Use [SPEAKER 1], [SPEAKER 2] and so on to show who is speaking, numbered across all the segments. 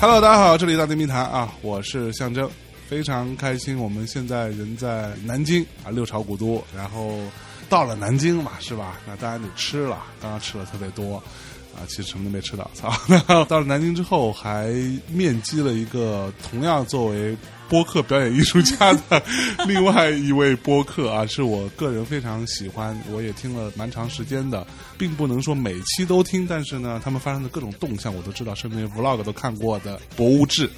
[SPEAKER 1] Hello，大家好，这里大内密谈啊，我是象征，非常开心。我们现在人在南京啊，六朝古都，然后到了南京嘛，是吧？那当然得吃了，刚刚吃了特别多啊，其实什么都没吃到，操！到了南京之后，还面基了一个同样作为播客表演艺术家的另外一位播客啊，是我个人非常喜欢，我也听了蛮长时间的，并不能说每期都听，但是呢，他们发生的各种动向我都知道，甚至连 vlog 都看过的博物志，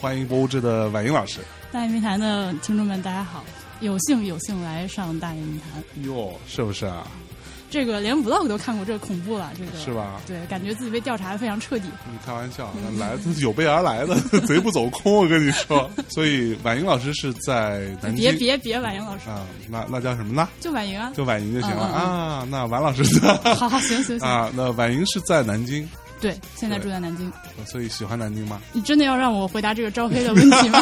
[SPEAKER 1] 欢迎博物志的婉莹老师。
[SPEAKER 2] 大内密谈的听众们，大家好！有幸有幸来上大内密谈，
[SPEAKER 1] 哟，是不是啊？
[SPEAKER 2] 这个连 vlog 都看过，这个恐怖了，啊这个
[SPEAKER 1] 是？吧？
[SPEAKER 2] 对，感觉自己被调查的非常彻底。
[SPEAKER 1] 你开玩笑，那来的有备而来的， 贼不走空，我跟你说。所以婉莹老师是在南京
[SPEAKER 2] 别别别，婉莹老师，
[SPEAKER 1] 啊，那那叫什么呢？
[SPEAKER 2] 就 婉莹啊！
[SPEAKER 1] 就婉莹就行了、
[SPEAKER 2] 嗯嗯
[SPEAKER 1] 啊。那婉老师呢？
[SPEAKER 2] 好好行行行，
[SPEAKER 1] 啊，那婉莹是在南京，
[SPEAKER 2] 对，现在住在南京。
[SPEAKER 1] 所以喜欢南京吗？
[SPEAKER 2] 你真的要让我回答这个招黑的问题吗？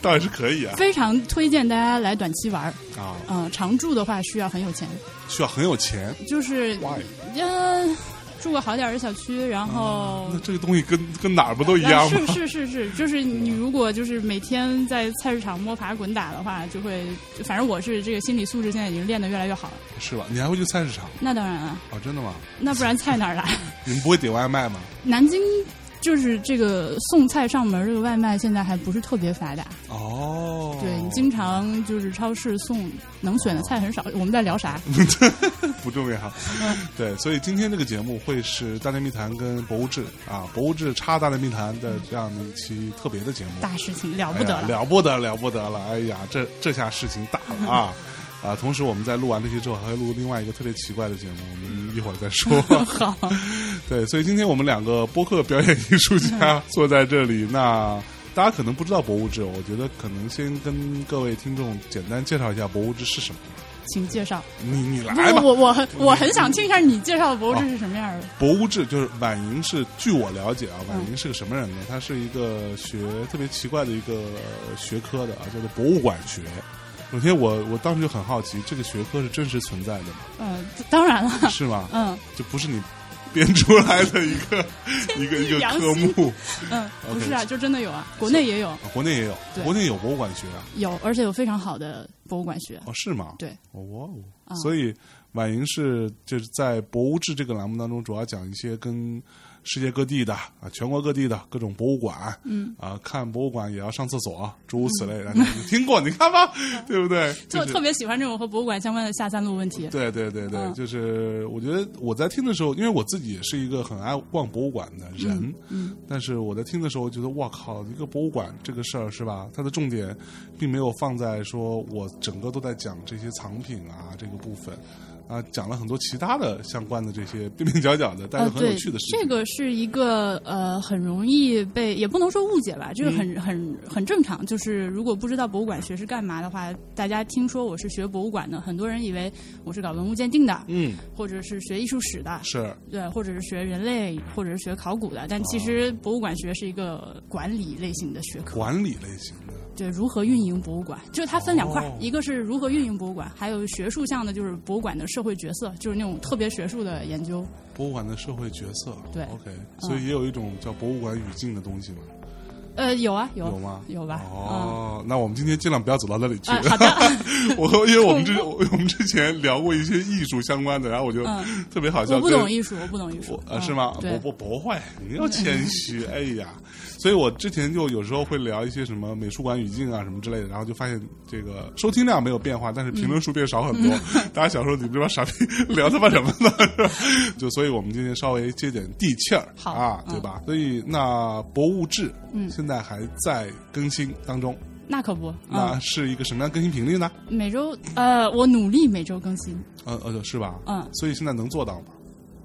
[SPEAKER 1] 倒也是可以啊。
[SPEAKER 2] 非常推荐大家来短期玩儿，
[SPEAKER 1] 啊，
[SPEAKER 2] 嗯、常住的话需要很有钱，
[SPEAKER 1] 需要很有钱。
[SPEAKER 2] 就是嗯、住个好点儿的小区，然后
[SPEAKER 1] 那这个东西跟跟哪儿不都 一
[SPEAKER 2] 啊
[SPEAKER 1] 样吗
[SPEAKER 2] 是？是是是，就是你如果就是每天在菜市场摸爬滚打的话，就会，反正我是这个心理素质现在已经练得越来越好了。
[SPEAKER 1] 是吧？你还会去菜市场？
[SPEAKER 2] 那当然啊，
[SPEAKER 1] 哦，真的吗？
[SPEAKER 2] 那不然菜哪儿来？
[SPEAKER 1] 你们不会点外卖吗？
[SPEAKER 2] 南京就是这个送菜上门儿这个外卖现在还不是特别发达，
[SPEAKER 1] 哦，
[SPEAKER 2] 对你经常就是超市送能选的菜很少。我们在聊啥？
[SPEAKER 1] 不重要。对，所以今天这个节目会是《大内密谈》跟《博物志》啊，《博物志》插《大内密谈》的这样的一期特别的节目。
[SPEAKER 2] 大事情了
[SPEAKER 1] 哎
[SPEAKER 2] 不
[SPEAKER 1] 呀
[SPEAKER 2] 得了。
[SPEAKER 1] 了不得了不得了！哎呀，这这下事情大了 啊！啊，同时我们在录完这期之后，还会录另外一个特别奇怪的节目，我
[SPEAKER 2] 嗯
[SPEAKER 1] 们一会儿再 说。
[SPEAKER 2] 好，
[SPEAKER 1] 对，所以今天我们两个播客表演艺术
[SPEAKER 2] 嗯
[SPEAKER 1] 家坐在这里，那。大家可能不知道博物志，哦我觉得可能先跟各位听众简单介绍一下博物志是什么。
[SPEAKER 2] 请介绍。
[SPEAKER 1] 你你来
[SPEAKER 2] 不
[SPEAKER 1] 吧，
[SPEAKER 2] 我我很我很想听一下你介绍的博物志是什么样的。
[SPEAKER 1] 博物志就是婉莹是，据我了解啊，婉莹是个什么人呢？她是一个学特别奇怪的一个呃学科的啊，叫做博物馆学。首先我，我当时就很好奇，这个学科是真实存在的 吗？
[SPEAKER 2] 嗯、当然了，
[SPEAKER 1] 是吗？
[SPEAKER 2] 嗯。
[SPEAKER 1] 这不是你编出来的一 个一个一个
[SPEAKER 2] 良
[SPEAKER 1] 科
[SPEAKER 2] 心
[SPEAKER 1] 目。
[SPEAKER 2] 嗯，不
[SPEAKER 1] OK
[SPEAKER 2] 是啊，就真的有啊，国内也有，
[SPEAKER 1] 啊国内也有，
[SPEAKER 2] 对
[SPEAKER 1] 国内有博物馆学啊？
[SPEAKER 2] 有，而且有非常好的博物馆学。
[SPEAKER 1] 哦，是吗？
[SPEAKER 2] 对，
[SPEAKER 1] 哦，哇哦！
[SPEAKER 2] 啊
[SPEAKER 1] 所以婉莹是就是在《博物志》这个栏目当中，主要讲一些跟世界各地的啊，全国各地的各种博物馆，嗯啊，看博物馆也要上厕所，诸如此类的。你听过，你看吧，对不对？
[SPEAKER 2] 就
[SPEAKER 1] 就是
[SPEAKER 2] 特别喜欢这种和博物馆相关的下三路问题。
[SPEAKER 1] 对对对对，
[SPEAKER 2] 嗯
[SPEAKER 1] 就是我觉得我在听的时候，因为我自己也是一个很爱逛博物馆的人，嗯，但是我在听的时候觉得，哇靠，一个博物馆这个事儿是吧？它的重点并没有放在说我整个都在讲这些藏品啊这个部分，啊，讲了很多其他的相关的这些边边角角的，但
[SPEAKER 2] 呃
[SPEAKER 1] 是，很
[SPEAKER 2] 对
[SPEAKER 1] 有趣的事，情。
[SPEAKER 2] 这个是一个呃很容易被，也不能说误解吧，这个很、
[SPEAKER 1] 嗯
[SPEAKER 2] 很很正常。就是如果不知道博物馆学是干嘛的话，大家听说我是学博物馆的，很多人以为我是搞文物鉴定的，
[SPEAKER 1] 嗯，
[SPEAKER 2] 或者是学艺术史的，
[SPEAKER 1] 是
[SPEAKER 2] 对，或者是学人类，或者是学考古的。但
[SPEAKER 1] 哦
[SPEAKER 2] 其实博物馆学是一个管理类型的学科。
[SPEAKER 1] 管理类型的，
[SPEAKER 2] 对，如何运营博物馆，就是它分两块儿，
[SPEAKER 1] 哦
[SPEAKER 2] 一个是如何运营博物馆，还有学术项的，就是博物馆的社会角色，就是那种特别学术的研究。
[SPEAKER 1] 博物馆的社会角色，
[SPEAKER 2] 对嗯
[SPEAKER 1] ，OK，所以也有一种叫博物馆语境的东西嘛，
[SPEAKER 2] 呃，有啊，有
[SPEAKER 1] 有吗？
[SPEAKER 2] 有吧？嗯
[SPEAKER 1] 哦，那我们今天尽量不要走到那里去。
[SPEAKER 2] 嗯，啊，好的，
[SPEAKER 1] 我因为我们之我我们之前聊过一些艺术相关的，然后我就
[SPEAKER 2] 嗯
[SPEAKER 1] 特别好笑。
[SPEAKER 2] 我不懂
[SPEAKER 1] 跟
[SPEAKER 2] 艺术，我不懂艺术
[SPEAKER 1] 我，呃
[SPEAKER 2] 嗯
[SPEAKER 1] 是吗？
[SPEAKER 2] 对
[SPEAKER 1] 我，不不会，你要谦 虚。哎呀，所以我之前就有时候会聊一些什么美术馆语境啊什么之类的，然后就发现这个收听量没有变化，但是评
[SPEAKER 2] 嗯
[SPEAKER 1] 论数变少很多。 大家想说你们这帮傻 逼聊他妈什么呢？ 是吧就所以我们今天稍微接点地气儿
[SPEAKER 2] 好
[SPEAKER 1] 啊，
[SPEAKER 2] 嗯
[SPEAKER 1] 对吧？所以那博物志
[SPEAKER 2] 嗯
[SPEAKER 1] 现在还在更新当中，
[SPEAKER 2] 那可不，
[SPEAKER 1] 那
[SPEAKER 2] 嗯，
[SPEAKER 1] 是一个什么样更新频率呢？
[SPEAKER 2] 每周呃，我努力每周更新，
[SPEAKER 1] 呃呃，是吧？
[SPEAKER 2] 嗯，
[SPEAKER 1] 所以现在能做到吗？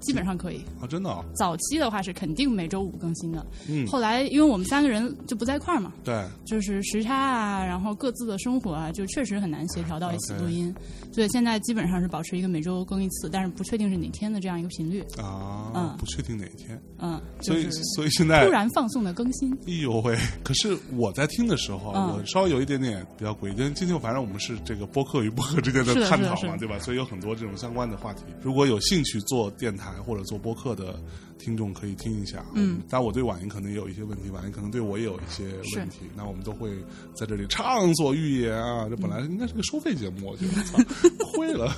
[SPEAKER 2] 基本上可以。
[SPEAKER 1] 啊，真的、哦，
[SPEAKER 2] 早期的话是肯定每周五更新的，
[SPEAKER 1] 嗯，
[SPEAKER 2] 后来因为我们三个人就不在一块儿嘛，
[SPEAKER 1] 对，
[SPEAKER 2] 就是时差啊，然后各自的生活啊，就确实很难协调到一起
[SPEAKER 1] 啊 OK
[SPEAKER 2] 录音所以现在基本上是保持一个每周更一次，但是不确定是哪天的这样一个频率，
[SPEAKER 1] 啊，
[SPEAKER 2] 嗯
[SPEAKER 1] 不确定哪一天，
[SPEAKER 2] 嗯，就
[SPEAKER 1] 所以
[SPEAKER 2] 是
[SPEAKER 1] 所以现在
[SPEAKER 2] 突，然放送的更新，
[SPEAKER 1] 哎呦喂！可是我在听的时候啊，
[SPEAKER 2] 嗯
[SPEAKER 1] 我稍微有一点点比较诡异，因为今天反正我们是这个播客与播客之间
[SPEAKER 2] 是的
[SPEAKER 1] 探
[SPEAKER 2] 是的
[SPEAKER 1] 讨
[SPEAKER 2] 是
[SPEAKER 1] 嘛，
[SPEAKER 2] 的
[SPEAKER 1] 对吧？所以有很多这种相关的话题。如果有兴趣做电台或者做播客的听众可以听一下。
[SPEAKER 2] 嗯，
[SPEAKER 1] 但我对婉莹可能也有一些问题，婉莹可能对我也有一些问题，那我们都会在这里畅所欲言啊。这本
[SPEAKER 2] 嗯
[SPEAKER 1] 来应该是个收费节目，我觉得操会了。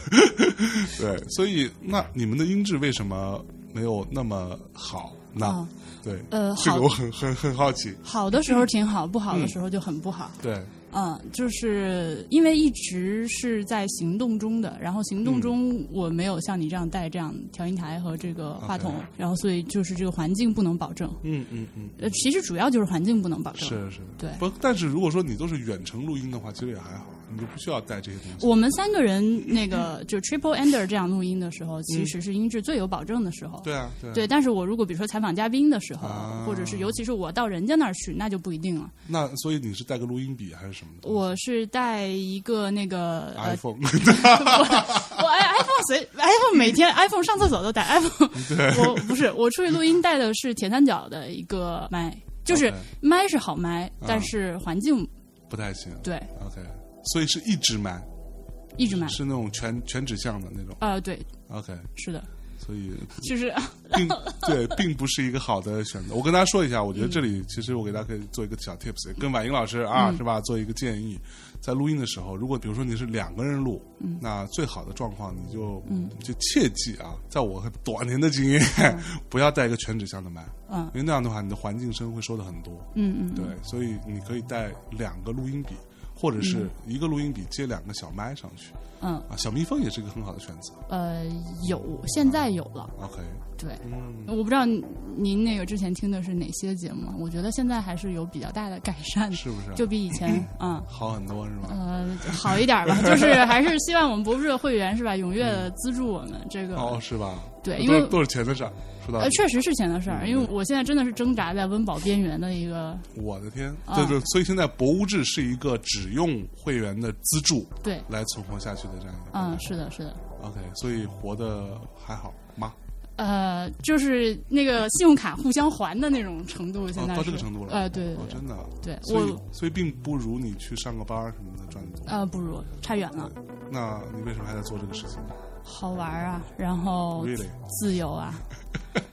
[SPEAKER 1] 对，所以那你们的音质为什么没有那么好呢？
[SPEAKER 2] 嗯
[SPEAKER 1] 对，
[SPEAKER 2] 呃，
[SPEAKER 1] 这
[SPEAKER 2] 好
[SPEAKER 1] 个我很很很好奇。
[SPEAKER 2] 好的时候挺好，不好的时候就很不好。
[SPEAKER 1] 对，
[SPEAKER 2] 嗯，就是因为一直是在行动中的，然后
[SPEAKER 1] 嗯
[SPEAKER 2] 行动中我没有像你这样带这样调音台和这个话筒
[SPEAKER 1] OK
[SPEAKER 2] 然后所以就是这个环境不能保证。
[SPEAKER 1] 嗯嗯嗯，
[SPEAKER 2] 呃，其实主要就是环境不能保证。
[SPEAKER 1] 是是，
[SPEAKER 2] 对
[SPEAKER 1] 不，但是如果说你都是远程录音的话，其实也还好，你就不需要带这些东西。
[SPEAKER 2] 我们三个人那个
[SPEAKER 1] 嗯
[SPEAKER 2] 就 triple ender 这样录音的时候，其实是音质最有保证的时候。
[SPEAKER 1] 对啊，对啊
[SPEAKER 2] 对，但是我如果比如说采访嘉宾的时候，
[SPEAKER 1] 啊
[SPEAKER 2] 或者是尤其是我到人家那儿去，那就不一定了。
[SPEAKER 1] 那所以你是带个录音笔还是什么东西？
[SPEAKER 2] 我是带一个那个呃，
[SPEAKER 1] iPhone，
[SPEAKER 2] 我哎 iPhone 随 iPhone 每天 iPhone 上厕所都带 iPhone，我不是我出去录音带的是铁三角的一个麦，就是
[SPEAKER 1] OK
[SPEAKER 2] 麦是好麦，
[SPEAKER 1] 啊
[SPEAKER 2] 但是环境
[SPEAKER 1] 不太行。
[SPEAKER 2] 对
[SPEAKER 1] OK，所以是一直买，
[SPEAKER 2] 一直麦，
[SPEAKER 1] 是那种全全指向的那种。
[SPEAKER 2] 呃，对，
[SPEAKER 1] OK，
[SPEAKER 2] 是的，
[SPEAKER 1] 所以
[SPEAKER 2] 就是
[SPEAKER 1] 并对，并不是一个好的选择。我跟大家说一下，我觉得这里其实我给大家可以做一个小 tips，跟婉莹老师啊，
[SPEAKER 2] 嗯
[SPEAKER 1] 是吧？做一个建议，在录音的时候，如果比如说你是两个人录，
[SPEAKER 2] 嗯
[SPEAKER 1] 那最好的状况你就就切记啊，在我很多年的经验，不要带一个全指向的麦，
[SPEAKER 2] 嗯
[SPEAKER 1] 因为那样的话你的环境声会收的很多。
[SPEAKER 2] 嗯嗯，
[SPEAKER 1] 对，所以你可以带两个录音笔，或者是一个录音笔接两个小麦上去
[SPEAKER 2] 嗯
[SPEAKER 1] 啊。小蜜蜂也是一个很好的选择。
[SPEAKER 2] 呃有，现在有了，
[SPEAKER 1] OK，
[SPEAKER 2] 对。
[SPEAKER 1] 嗯，
[SPEAKER 2] 我不知道您那个之前听的是哪些节目，我觉得现在还是有比较大的改善的，
[SPEAKER 1] 是啊不是？
[SPEAKER 2] 就比以 前啊。
[SPEAKER 1] 好很多是吧？
[SPEAKER 2] 呃，好一点吧，就是还是希望我们博士的会员是吧，踊跃地资助我们这个。
[SPEAKER 1] 嗯哦，是吧？
[SPEAKER 2] 对
[SPEAKER 1] 都
[SPEAKER 2] 因为
[SPEAKER 1] 都是钱的事儿。说到
[SPEAKER 2] 呃，
[SPEAKER 1] 底，
[SPEAKER 2] 确实是钱的事
[SPEAKER 1] 嗯
[SPEAKER 2] 儿，因为我现在真的是挣扎在温饱边缘的一个，
[SPEAKER 1] 我的天，
[SPEAKER 2] 啊
[SPEAKER 1] 对对，所以现在博物志是一个只用会员的资助
[SPEAKER 2] 对，
[SPEAKER 1] 来存活下去的这样一个。
[SPEAKER 2] 嗯，是的，是的，
[SPEAKER 1] OK，所以活的还好吗？
[SPEAKER 2] 呃，就是那个信用卡互相还的那种程度，现
[SPEAKER 1] 哦
[SPEAKER 2] 在是、
[SPEAKER 1] 到这个程度了。
[SPEAKER 2] 呃，对对
[SPEAKER 1] 哦，真的啊。
[SPEAKER 2] 对，对
[SPEAKER 1] 所以
[SPEAKER 2] 我，
[SPEAKER 1] 所以并不如你去上个班儿什么的赚的多。
[SPEAKER 2] 呃不如差远了，
[SPEAKER 1] 那你为什么还在做这个事情
[SPEAKER 2] 好玩儿啊，然后
[SPEAKER 1] ？Really？
[SPEAKER 2] 自由啊。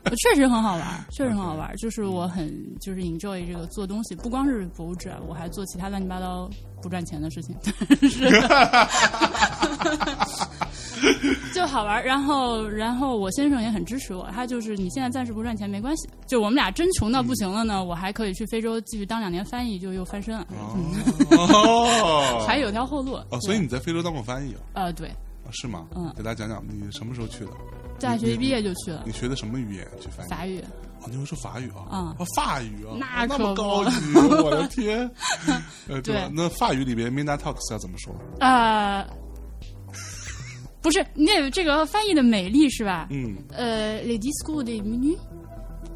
[SPEAKER 2] 呃确实很好玩儿，确实很好玩
[SPEAKER 1] 嗯
[SPEAKER 2] 儿。就是我很就是 enjoy 这个做东西，不光是博物志啊，我还做其他乱七八糟不赚钱的事情， 是就好玩儿。然后，然后我先生也很支持我，他就是你现在暂时不赚钱没关系，就我们俩真穷到不行了呢，
[SPEAKER 1] 嗯
[SPEAKER 2] 我还可以去非洲继续当两年翻译，就又翻身了，
[SPEAKER 1] 哦
[SPEAKER 2] 嗯 还有条后路。
[SPEAKER 1] 哦，所以你在非洲当过翻译啊？
[SPEAKER 2] 呃，对，
[SPEAKER 1] 啊是吗？
[SPEAKER 2] 嗯
[SPEAKER 1] 给大家讲讲你什么时候去的？
[SPEAKER 2] 大学一毕业就去了
[SPEAKER 1] 你学的什么语言去翻译？
[SPEAKER 2] 法语。
[SPEAKER 1] 哦，你会说法语啊？
[SPEAKER 2] 嗯
[SPEAKER 1] 哦，法语啊，
[SPEAKER 2] 那
[SPEAKER 1] 哦那么
[SPEAKER 2] 可不
[SPEAKER 1] 高级， 我的天！呃，
[SPEAKER 2] 对
[SPEAKER 1] 吧？那法语里边 “mina talks” 要怎么说？
[SPEAKER 2] 呃，不是，那这个翻译的美丽是吧？
[SPEAKER 1] 嗯，
[SPEAKER 2] 呃，les discours des minutes，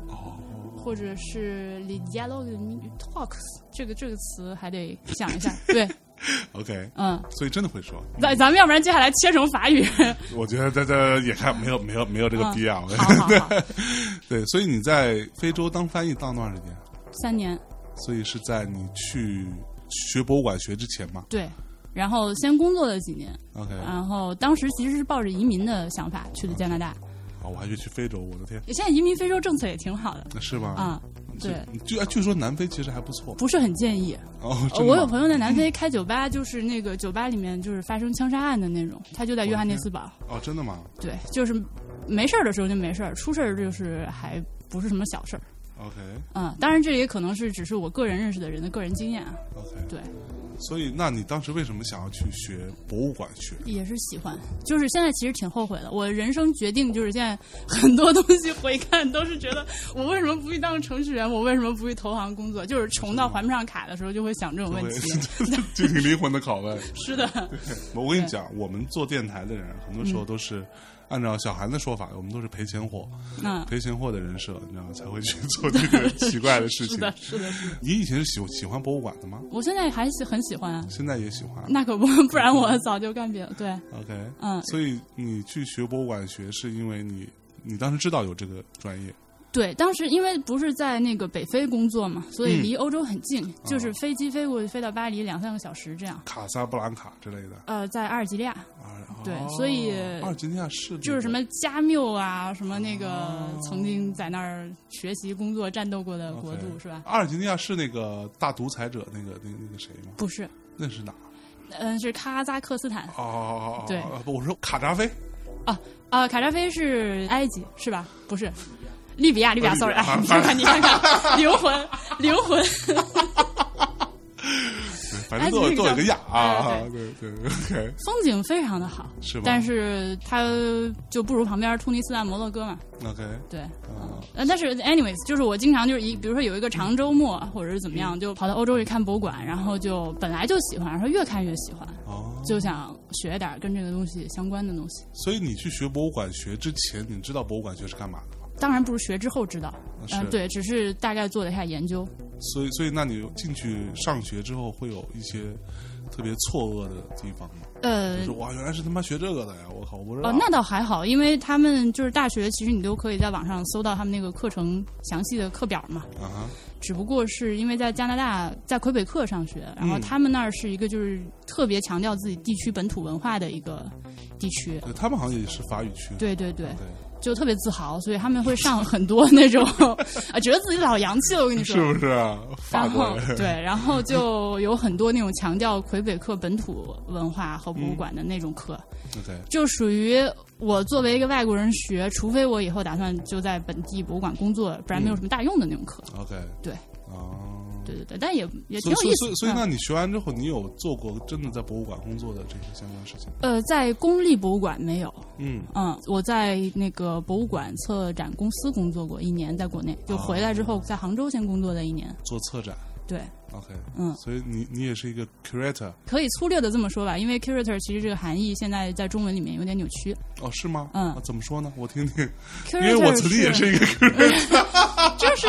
[SPEAKER 1] 哦，
[SPEAKER 2] 或者是 les dialogues des minutes talks，这个这个词还得想一下。对，
[SPEAKER 1] ，OK，
[SPEAKER 2] 嗯，
[SPEAKER 1] 所以真的会说。
[SPEAKER 2] 咱咱们要不然接下来切成法 语。
[SPEAKER 1] 我觉得在这也看没有没有没有这个必要。
[SPEAKER 2] 嗯 好好好，
[SPEAKER 1] 对，所以你在非洲当翻译当多长时间？
[SPEAKER 2] 三年
[SPEAKER 1] 所以是在你去学博物馆学之前嘛
[SPEAKER 2] 对。然后先工作了几年，
[SPEAKER 1] ？OK，
[SPEAKER 2] 然后当时其实是抱着移民的想法去的加拿大。
[SPEAKER 1] 哦好，我还以为去非洲，我的天，
[SPEAKER 2] 现在移民非洲政策也挺好的
[SPEAKER 1] 那是吗？
[SPEAKER 2] 啊、
[SPEAKER 1] 所以，
[SPEAKER 2] 对，
[SPEAKER 1] 据据说南非其实还不错。
[SPEAKER 2] 不是很建议。
[SPEAKER 1] 哦，
[SPEAKER 2] 呃
[SPEAKER 1] 真的
[SPEAKER 2] 我有
[SPEAKER 1] 吗
[SPEAKER 2] 朋友在南非开酒吧，就是那个酒吧里面就是发生枪杀案的那种，他就在约翰内斯堡。
[SPEAKER 1] 哦，真的吗
[SPEAKER 2] 对，就是没事儿的时候就没事儿，出事儿就是还不是什么小事儿。
[SPEAKER 1] ？OK
[SPEAKER 2] 嗯，当然这也可能是只是我个人认识的人的个人经验啊。
[SPEAKER 1] OK，
[SPEAKER 2] 对，
[SPEAKER 1] 所以，那你当时为什么想要去学博物馆学？
[SPEAKER 2] 也是喜欢，就是现在其实挺后悔的。我人生决定就是现在很多东西回看都是觉得我为什么不去当程序员，我为什么不去投行工作？就是穷到还不上卡的时候就会想这种问题。
[SPEAKER 1] 进行灵魂的拷 问。
[SPEAKER 2] 是的，
[SPEAKER 1] 我跟你讲，我们做电台的人，很多时候都是按照小韩的说法，我们都是赔钱货，
[SPEAKER 2] 嗯，
[SPEAKER 1] 赔钱货的人设，你知道吗才会去做这个奇怪的事
[SPEAKER 2] 是
[SPEAKER 1] 情。
[SPEAKER 2] 的，是的，是的。
[SPEAKER 1] 你以前是喜喜欢博物馆的吗？
[SPEAKER 2] 我现在还喜很喜欢啊。
[SPEAKER 1] 现在也喜欢。
[SPEAKER 2] 那可不， 不然我早就干别的。对，
[SPEAKER 1] OK，
[SPEAKER 2] 嗯
[SPEAKER 1] 所以你去学博物馆学，是因为你你当时知道有这个专业，
[SPEAKER 2] 对，当时因为不是在那个北非工作嘛，所
[SPEAKER 1] 嗯
[SPEAKER 2] 以离欧洲很
[SPEAKER 1] 哦
[SPEAKER 2] 近，就是飞机飞过去飞到巴黎两三个小时这样。
[SPEAKER 1] 卡萨布兰卡之类的
[SPEAKER 2] 呃，在阿尔及利亚，
[SPEAKER 1] 啊。
[SPEAKER 2] 对
[SPEAKER 1] 哦
[SPEAKER 2] 所以
[SPEAKER 1] 阿尔及利亚是
[SPEAKER 2] 就是什么加缪啊，什么那个
[SPEAKER 1] 哦
[SPEAKER 2] 曾经在那儿学习、工作、战斗过的国度
[SPEAKER 1] OK
[SPEAKER 2] 是吧？
[SPEAKER 1] 阿尔及利亚是那个大独裁者那个那那个谁吗？
[SPEAKER 2] 不是，
[SPEAKER 1] 那是哪儿？
[SPEAKER 2] 嗯，是喀扎克斯坦
[SPEAKER 1] 哦哦哦哦，
[SPEAKER 2] 对
[SPEAKER 1] 哦，不我说卡扎 菲，
[SPEAKER 2] 啊啊，卡扎菲是埃及是吧？不是，利比亚，利比亚
[SPEAKER 1] 啊利比
[SPEAKER 2] ，sorry，
[SPEAKER 1] 亚
[SPEAKER 2] 哎，你看看，你看 看，灵魂，灵魂，
[SPEAKER 1] 对反正都有
[SPEAKER 2] 埃及那
[SPEAKER 1] 都
[SPEAKER 2] 个
[SPEAKER 1] 有一个亚啊
[SPEAKER 2] 哎，
[SPEAKER 1] 对对，OK，
[SPEAKER 2] 风景非常的好，
[SPEAKER 1] 是吗
[SPEAKER 2] 但是它就不如旁边突尼斯啊、摩洛哥嘛，
[SPEAKER 1] OK，
[SPEAKER 2] 对。
[SPEAKER 1] 啊，
[SPEAKER 2] 呃，但是 anyways，就是我经常就是一，比如说有一个长周末或者是怎么
[SPEAKER 1] 嗯
[SPEAKER 2] 样，就跑到欧洲去看博物馆，然后就本来就喜欢，然后越看越喜欢，
[SPEAKER 1] 哦，
[SPEAKER 2] 就想学点儿跟这个东西相关的东西。
[SPEAKER 1] 所以你去学博物馆学之前，你知道博物馆学是干嘛的吗？
[SPEAKER 2] 当然不是学之后知道，嗯、
[SPEAKER 1] 是，
[SPEAKER 2] 对，只是大概做了一下研究。
[SPEAKER 1] 所以所以那你进去上学之后会有一些特别错愕的地方吗？就
[SPEAKER 2] 呃
[SPEAKER 1] 是，哇，原来是他妈学这个的呀！我靠，我不知道。
[SPEAKER 2] 哦，那倒还好，因为他们就是大学，其实你都可以在网上搜到他们那个课程详细的课表嘛。
[SPEAKER 1] 啊哈，
[SPEAKER 2] 只不过是因为在加拿大，在魁北克上学，然后
[SPEAKER 1] 嗯
[SPEAKER 2] 他们那儿是一个就是特别强调自己地区本土文化的一个地区。
[SPEAKER 1] 对他们好像也是法语区。
[SPEAKER 2] 对对对，
[SPEAKER 1] 对，
[SPEAKER 2] 就特别自豪，所以他们会上很多那种 啊，觉得自己老洋气了。我跟你说，
[SPEAKER 1] 是不是啊？法
[SPEAKER 2] 然
[SPEAKER 1] 国
[SPEAKER 2] 后
[SPEAKER 1] 人
[SPEAKER 2] 对，然后就有很多那种强调魁北克本土文化和博
[SPEAKER 1] 嗯
[SPEAKER 2] 物馆的那种课，
[SPEAKER 1] ？OK，
[SPEAKER 2] 就属于我作为一个外国人学，除非我以后打算就在本地博物馆工作，不然
[SPEAKER 1] 嗯
[SPEAKER 2] 没有什么大用的那种课。
[SPEAKER 1] OK，
[SPEAKER 2] 对，
[SPEAKER 1] 哦。
[SPEAKER 2] 对对对，但也也挺
[SPEAKER 1] 所以所
[SPEAKER 2] 有意
[SPEAKER 1] 以
[SPEAKER 2] 思
[SPEAKER 1] 所
[SPEAKER 2] 的。嗯
[SPEAKER 1] 以所以，那你学完之后，你有做过真的在博物馆工作的这些相关事情吗？
[SPEAKER 2] 呃，在公立博物馆没有，
[SPEAKER 1] 嗯，
[SPEAKER 2] 嗯，我在那个博物馆策展公司工作过一年，在国内
[SPEAKER 1] 哦
[SPEAKER 2] 就回来之后，在杭州先工作的一年，
[SPEAKER 1] 做策展。
[SPEAKER 2] 对。
[SPEAKER 1] OK，
[SPEAKER 2] 嗯
[SPEAKER 1] 所以你你也是一个 curator
[SPEAKER 2] 可以粗略的这么说吧，因为 curator 其实这个含义现在在中文里面有点扭曲。
[SPEAKER 1] 哦，是吗？
[SPEAKER 2] 嗯
[SPEAKER 1] 啊怎么说呢？我听 听，因
[SPEAKER 2] curator
[SPEAKER 1] 为我曾经也是一个 curator，
[SPEAKER 2] 就是，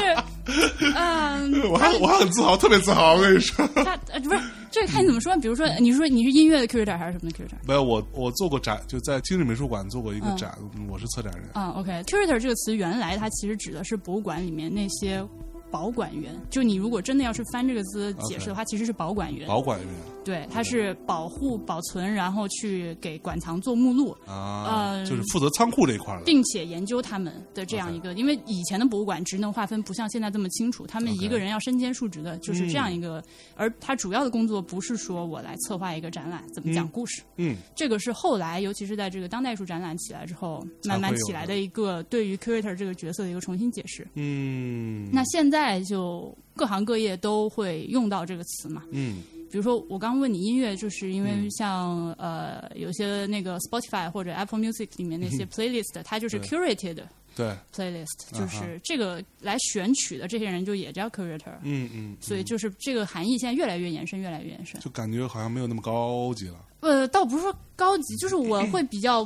[SPEAKER 2] 嗯、
[SPEAKER 1] 我还我还很自豪，特别自豪。我跟你说，
[SPEAKER 2] 他呃不是这个看你怎么说，比如说你说你是音乐的 curator 还是什么的 curator？
[SPEAKER 1] 没有我我做过展，就在今日美术馆做过一个展，我是策展人。
[SPEAKER 2] 嗯，OK，curator、这个词原来它其实指的是博物馆里面那些保管员，就你如果真的要是翻这个字解释的话其实是保管员，
[SPEAKER 1] 保管员
[SPEAKER 2] 对，它是保护、保存，然后去给馆藏做目录，
[SPEAKER 1] 啊，
[SPEAKER 2] 嗯
[SPEAKER 1] 就是负责仓库这一块儿的。
[SPEAKER 2] 并且研究他们的这样一个因为以前的博物馆职能划分不像现在这么清楚，他们
[SPEAKER 1] OK
[SPEAKER 2] 一个人要身兼数职的，就是这样一个。而他主要的工作不是说我来策划一个展览，怎么讲故事，
[SPEAKER 1] 嗯，
[SPEAKER 2] 这个是后来，尤其是在这个当代艺术展览起来之后，
[SPEAKER 1] 才会
[SPEAKER 2] 慢慢
[SPEAKER 1] 有
[SPEAKER 2] 起来
[SPEAKER 1] 的
[SPEAKER 2] 的一个对于 curator 这个角色的一个重新解释。
[SPEAKER 1] 嗯，
[SPEAKER 2] 那现在就各行各业都会用到这个词嘛，
[SPEAKER 1] 嗯
[SPEAKER 2] 比如说我刚问你音乐，就是因为
[SPEAKER 1] 嗯
[SPEAKER 2] 像、呃有些那个 Spotify 或者 Apple Music 里面那些 playlist，、它就是
[SPEAKER 1] 嗯对
[SPEAKER 2] curated
[SPEAKER 1] 对，
[SPEAKER 2] playlist，
[SPEAKER 1] 啊哈
[SPEAKER 2] 就是这个来选取的这些人就也叫 curator，、
[SPEAKER 1] 嗯嗯，
[SPEAKER 2] 所以
[SPEAKER 1] 嗯
[SPEAKER 2] 就是这个含义现在越来越延伸，越来越延伸。
[SPEAKER 1] 就感觉好像没有那么高级了。
[SPEAKER 2] 呃，倒不是说高级，就是我会比较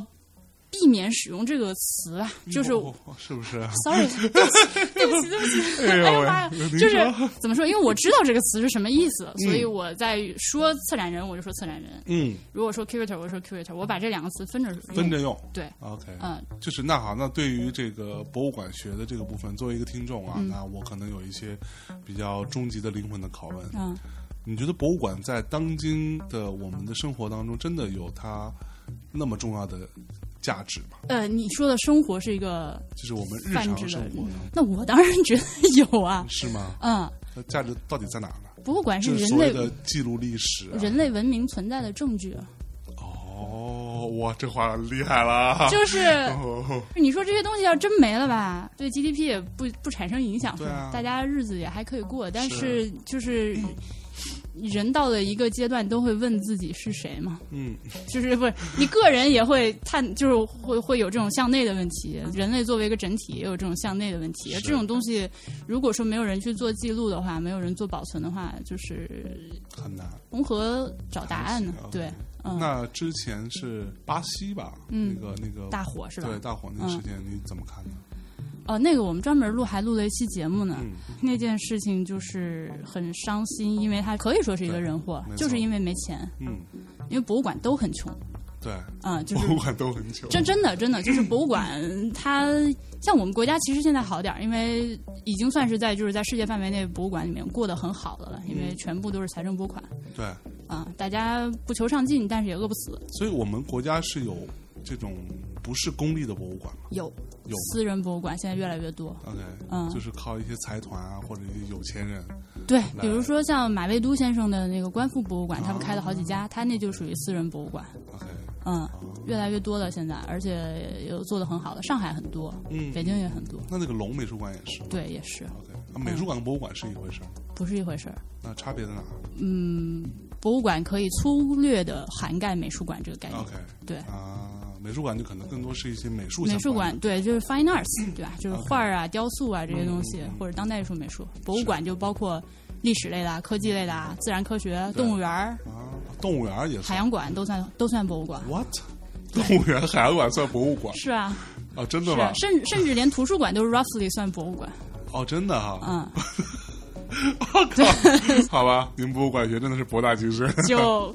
[SPEAKER 2] 避免使用这个词吧，就是。
[SPEAKER 1] 哦是不是？
[SPEAKER 2] Sorry，对不起，对不起，对不起，哎呦妈呀！
[SPEAKER 1] 喂您
[SPEAKER 2] 就是
[SPEAKER 1] 说
[SPEAKER 2] 怎么说？因为我知道这个词是什么意思，所以我在说策展人，我就说策展人；
[SPEAKER 1] 嗯，
[SPEAKER 2] 如果说 curator，我就说 curator。我把这两个词分着
[SPEAKER 1] 分
[SPEAKER 2] 着。
[SPEAKER 1] 着用。
[SPEAKER 2] 对，
[SPEAKER 1] OK，
[SPEAKER 2] 嗯，
[SPEAKER 1] 就是那好，那对于这个博物馆学的这个部分，作为一个听众啊，
[SPEAKER 2] 嗯
[SPEAKER 1] 那我可能有一些比较终极的灵魂的拷问。
[SPEAKER 2] 嗯，
[SPEAKER 1] 你觉得博物馆在当今的我们的生活当中，真的有它那么重要的价值吗？
[SPEAKER 2] 呃，你说的生活是一个
[SPEAKER 1] 就是我们日
[SPEAKER 2] 泛
[SPEAKER 1] 常
[SPEAKER 2] 指
[SPEAKER 1] 生
[SPEAKER 2] 的
[SPEAKER 1] 活当嗯中，，
[SPEAKER 2] 那我当然觉得有啊。
[SPEAKER 1] 是吗？
[SPEAKER 2] 嗯，
[SPEAKER 1] 那价值到底在哪儿呢？
[SPEAKER 2] 博物馆是
[SPEAKER 1] 就是
[SPEAKER 2] 人
[SPEAKER 1] 所谓
[SPEAKER 2] 类
[SPEAKER 1] 的记录历史啊、
[SPEAKER 2] 人类文明存在的 证据啊，
[SPEAKER 1] 哦，哇，这话厉害了！
[SPEAKER 2] 就是
[SPEAKER 1] 哦
[SPEAKER 2] 你说这些东西要真没了吧，对 GDP 也不不产生影响，
[SPEAKER 1] 对啊嗯
[SPEAKER 2] 大家日子也还可以过。但是就是人到了一个阶段，都会问自己是谁嘛，
[SPEAKER 1] 嗯，
[SPEAKER 2] 就是不是你个人也会探，就是会会有这种向内的问题。人类作为一个整体，也有这种向内的问题。
[SPEAKER 1] 是
[SPEAKER 2] 这种东西，如果说没有人去做记录的话，没有人做保存的话，就是
[SPEAKER 1] 很难。
[SPEAKER 2] 从何找答案呢
[SPEAKER 1] 还行？
[SPEAKER 2] 对，
[SPEAKER 1] 啊
[SPEAKER 2] 嗯，
[SPEAKER 1] 那之前是巴西吧？
[SPEAKER 2] 嗯
[SPEAKER 1] 那个那个
[SPEAKER 2] 大火是吧嗯
[SPEAKER 1] 对？大火那个事件，你怎么看呢？
[SPEAKER 2] 哦，那个我们专门录还录了一期节目呢。
[SPEAKER 1] 嗯
[SPEAKER 2] 那件事情就是很伤心，因为它可以说是一个人祸
[SPEAKER 1] 对没，错
[SPEAKER 2] 就是因为没钱，
[SPEAKER 1] 嗯
[SPEAKER 2] 因为博物馆都很穷，
[SPEAKER 1] 对，
[SPEAKER 2] 啊、 就
[SPEAKER 1] 博
[SPEAKER 2] 是
[SPEAKER 1] 物馆都很久，
[SPEAKER 2] 真真的真的就是
[SPEAKER 1] 嗯
[SPEAKER 2] 博物馆，它像我们国家其实现在好点儿，因为已经算是在就是在世界范围内博物馆里面过得很好的了，因
[SPEAKER 1] 嗯
[SPEAKER 2] 为全部都是财政拨款
[SPEAKER 1] 对，
[SPEAKER 2] 啊、大家不求上进，但是也饿不死。
[SPEAKER 1] 所以我们国家是有这种不是公立的博物馆嘛
[SPEAKER 2] 有
[SPEAKER 1] 有
[SPEAKER 2] 私人博物馆现在越来越多，
[SPEAKER 1] ？OK，
[SPEAKER 2] 嗯
[SPEAKER 1] 就是靠一些财团啊或者一些有钱人，
[SPEAKER 2] 对，
[SPEAKER 1] 来
[SPEAKER 2] 比如说像马未都先生的那个观复博物馆，
[SPEAKER 1] 啊
[SPEAKER 2] 他们开了好几家，他那就属于私人博物馆，
[SPEAKER 1] OK，
[SPEAKER 2] 嗯，
[SPEAKER 1] 啊，
[SPEAKER 2] 越来越多了现在，而且有做的很好的，上海很多，
[SPEAKER 1] 嗯，
[SPEAKER 2] 北京也很多，
[SPEAKER 1] 那那个龙美术馆也是
[SPEAKER 2] 对，也是
[SPEAKER 1] OK，啊
[SPEAKER 2] 嗯
[SPEAKER 1] 美术馆跟博物馆是一回事儿，
[SPEAKER 2] 不是一回事儿。
[SPEAKER 1] 那差别在哪
[SPEAKER 2] 嗯，博物馆可以粗略的涵盖美术馆这个概念，
[SPEAKER 1] ？OK，
[SPEAKER 2] 哎对
[SPEAKER 1] 啊，美术馆就可能更多是一些美术
[SPEAKER 2] 美
[SPEAKER 1] 相
[SPEAKER 2] 术
[SPEAKER 1] 关
[SPEAKER 2] 馆对就是 fine arts 对吧？就是
[SPEAKER 1] OK
[SPEAKER 2] 画儿啊、雕塑啊这些东西
[SPEAKER 1] 嗯嗯嗯嗯，
[SPEAKER 2] 或者当代艺术美术。博物馆就包括历史类的啊、科技类的啊、自然科学、
[SPEAKER 1] 对
[SPEAKER 2] 动物园儿、
[SPEAKER 1] 的啊，动物园儿也是
[SPEAKER 2] 海洋馆都算都算博物馆。
[SPEAKER 1] what？动物园、海洋馆算博物馆
[SPEAKER 2] 是啊，
[SPEAKER 1] 啊？真的
[SPEAKER 2] 是
[SPEAKER 1] 吗
[SPEAKER 2] 啊，？甚甚至连图书馆都是 roughly 算博物馆，
[SPEAKER 1] 哦，真的哈、
[SPEAKER 2] 嗯，
[SPEAKER 1] 我靠，好吧，您博物馆学真的是博大精深。
[SPEAKER 2] 就，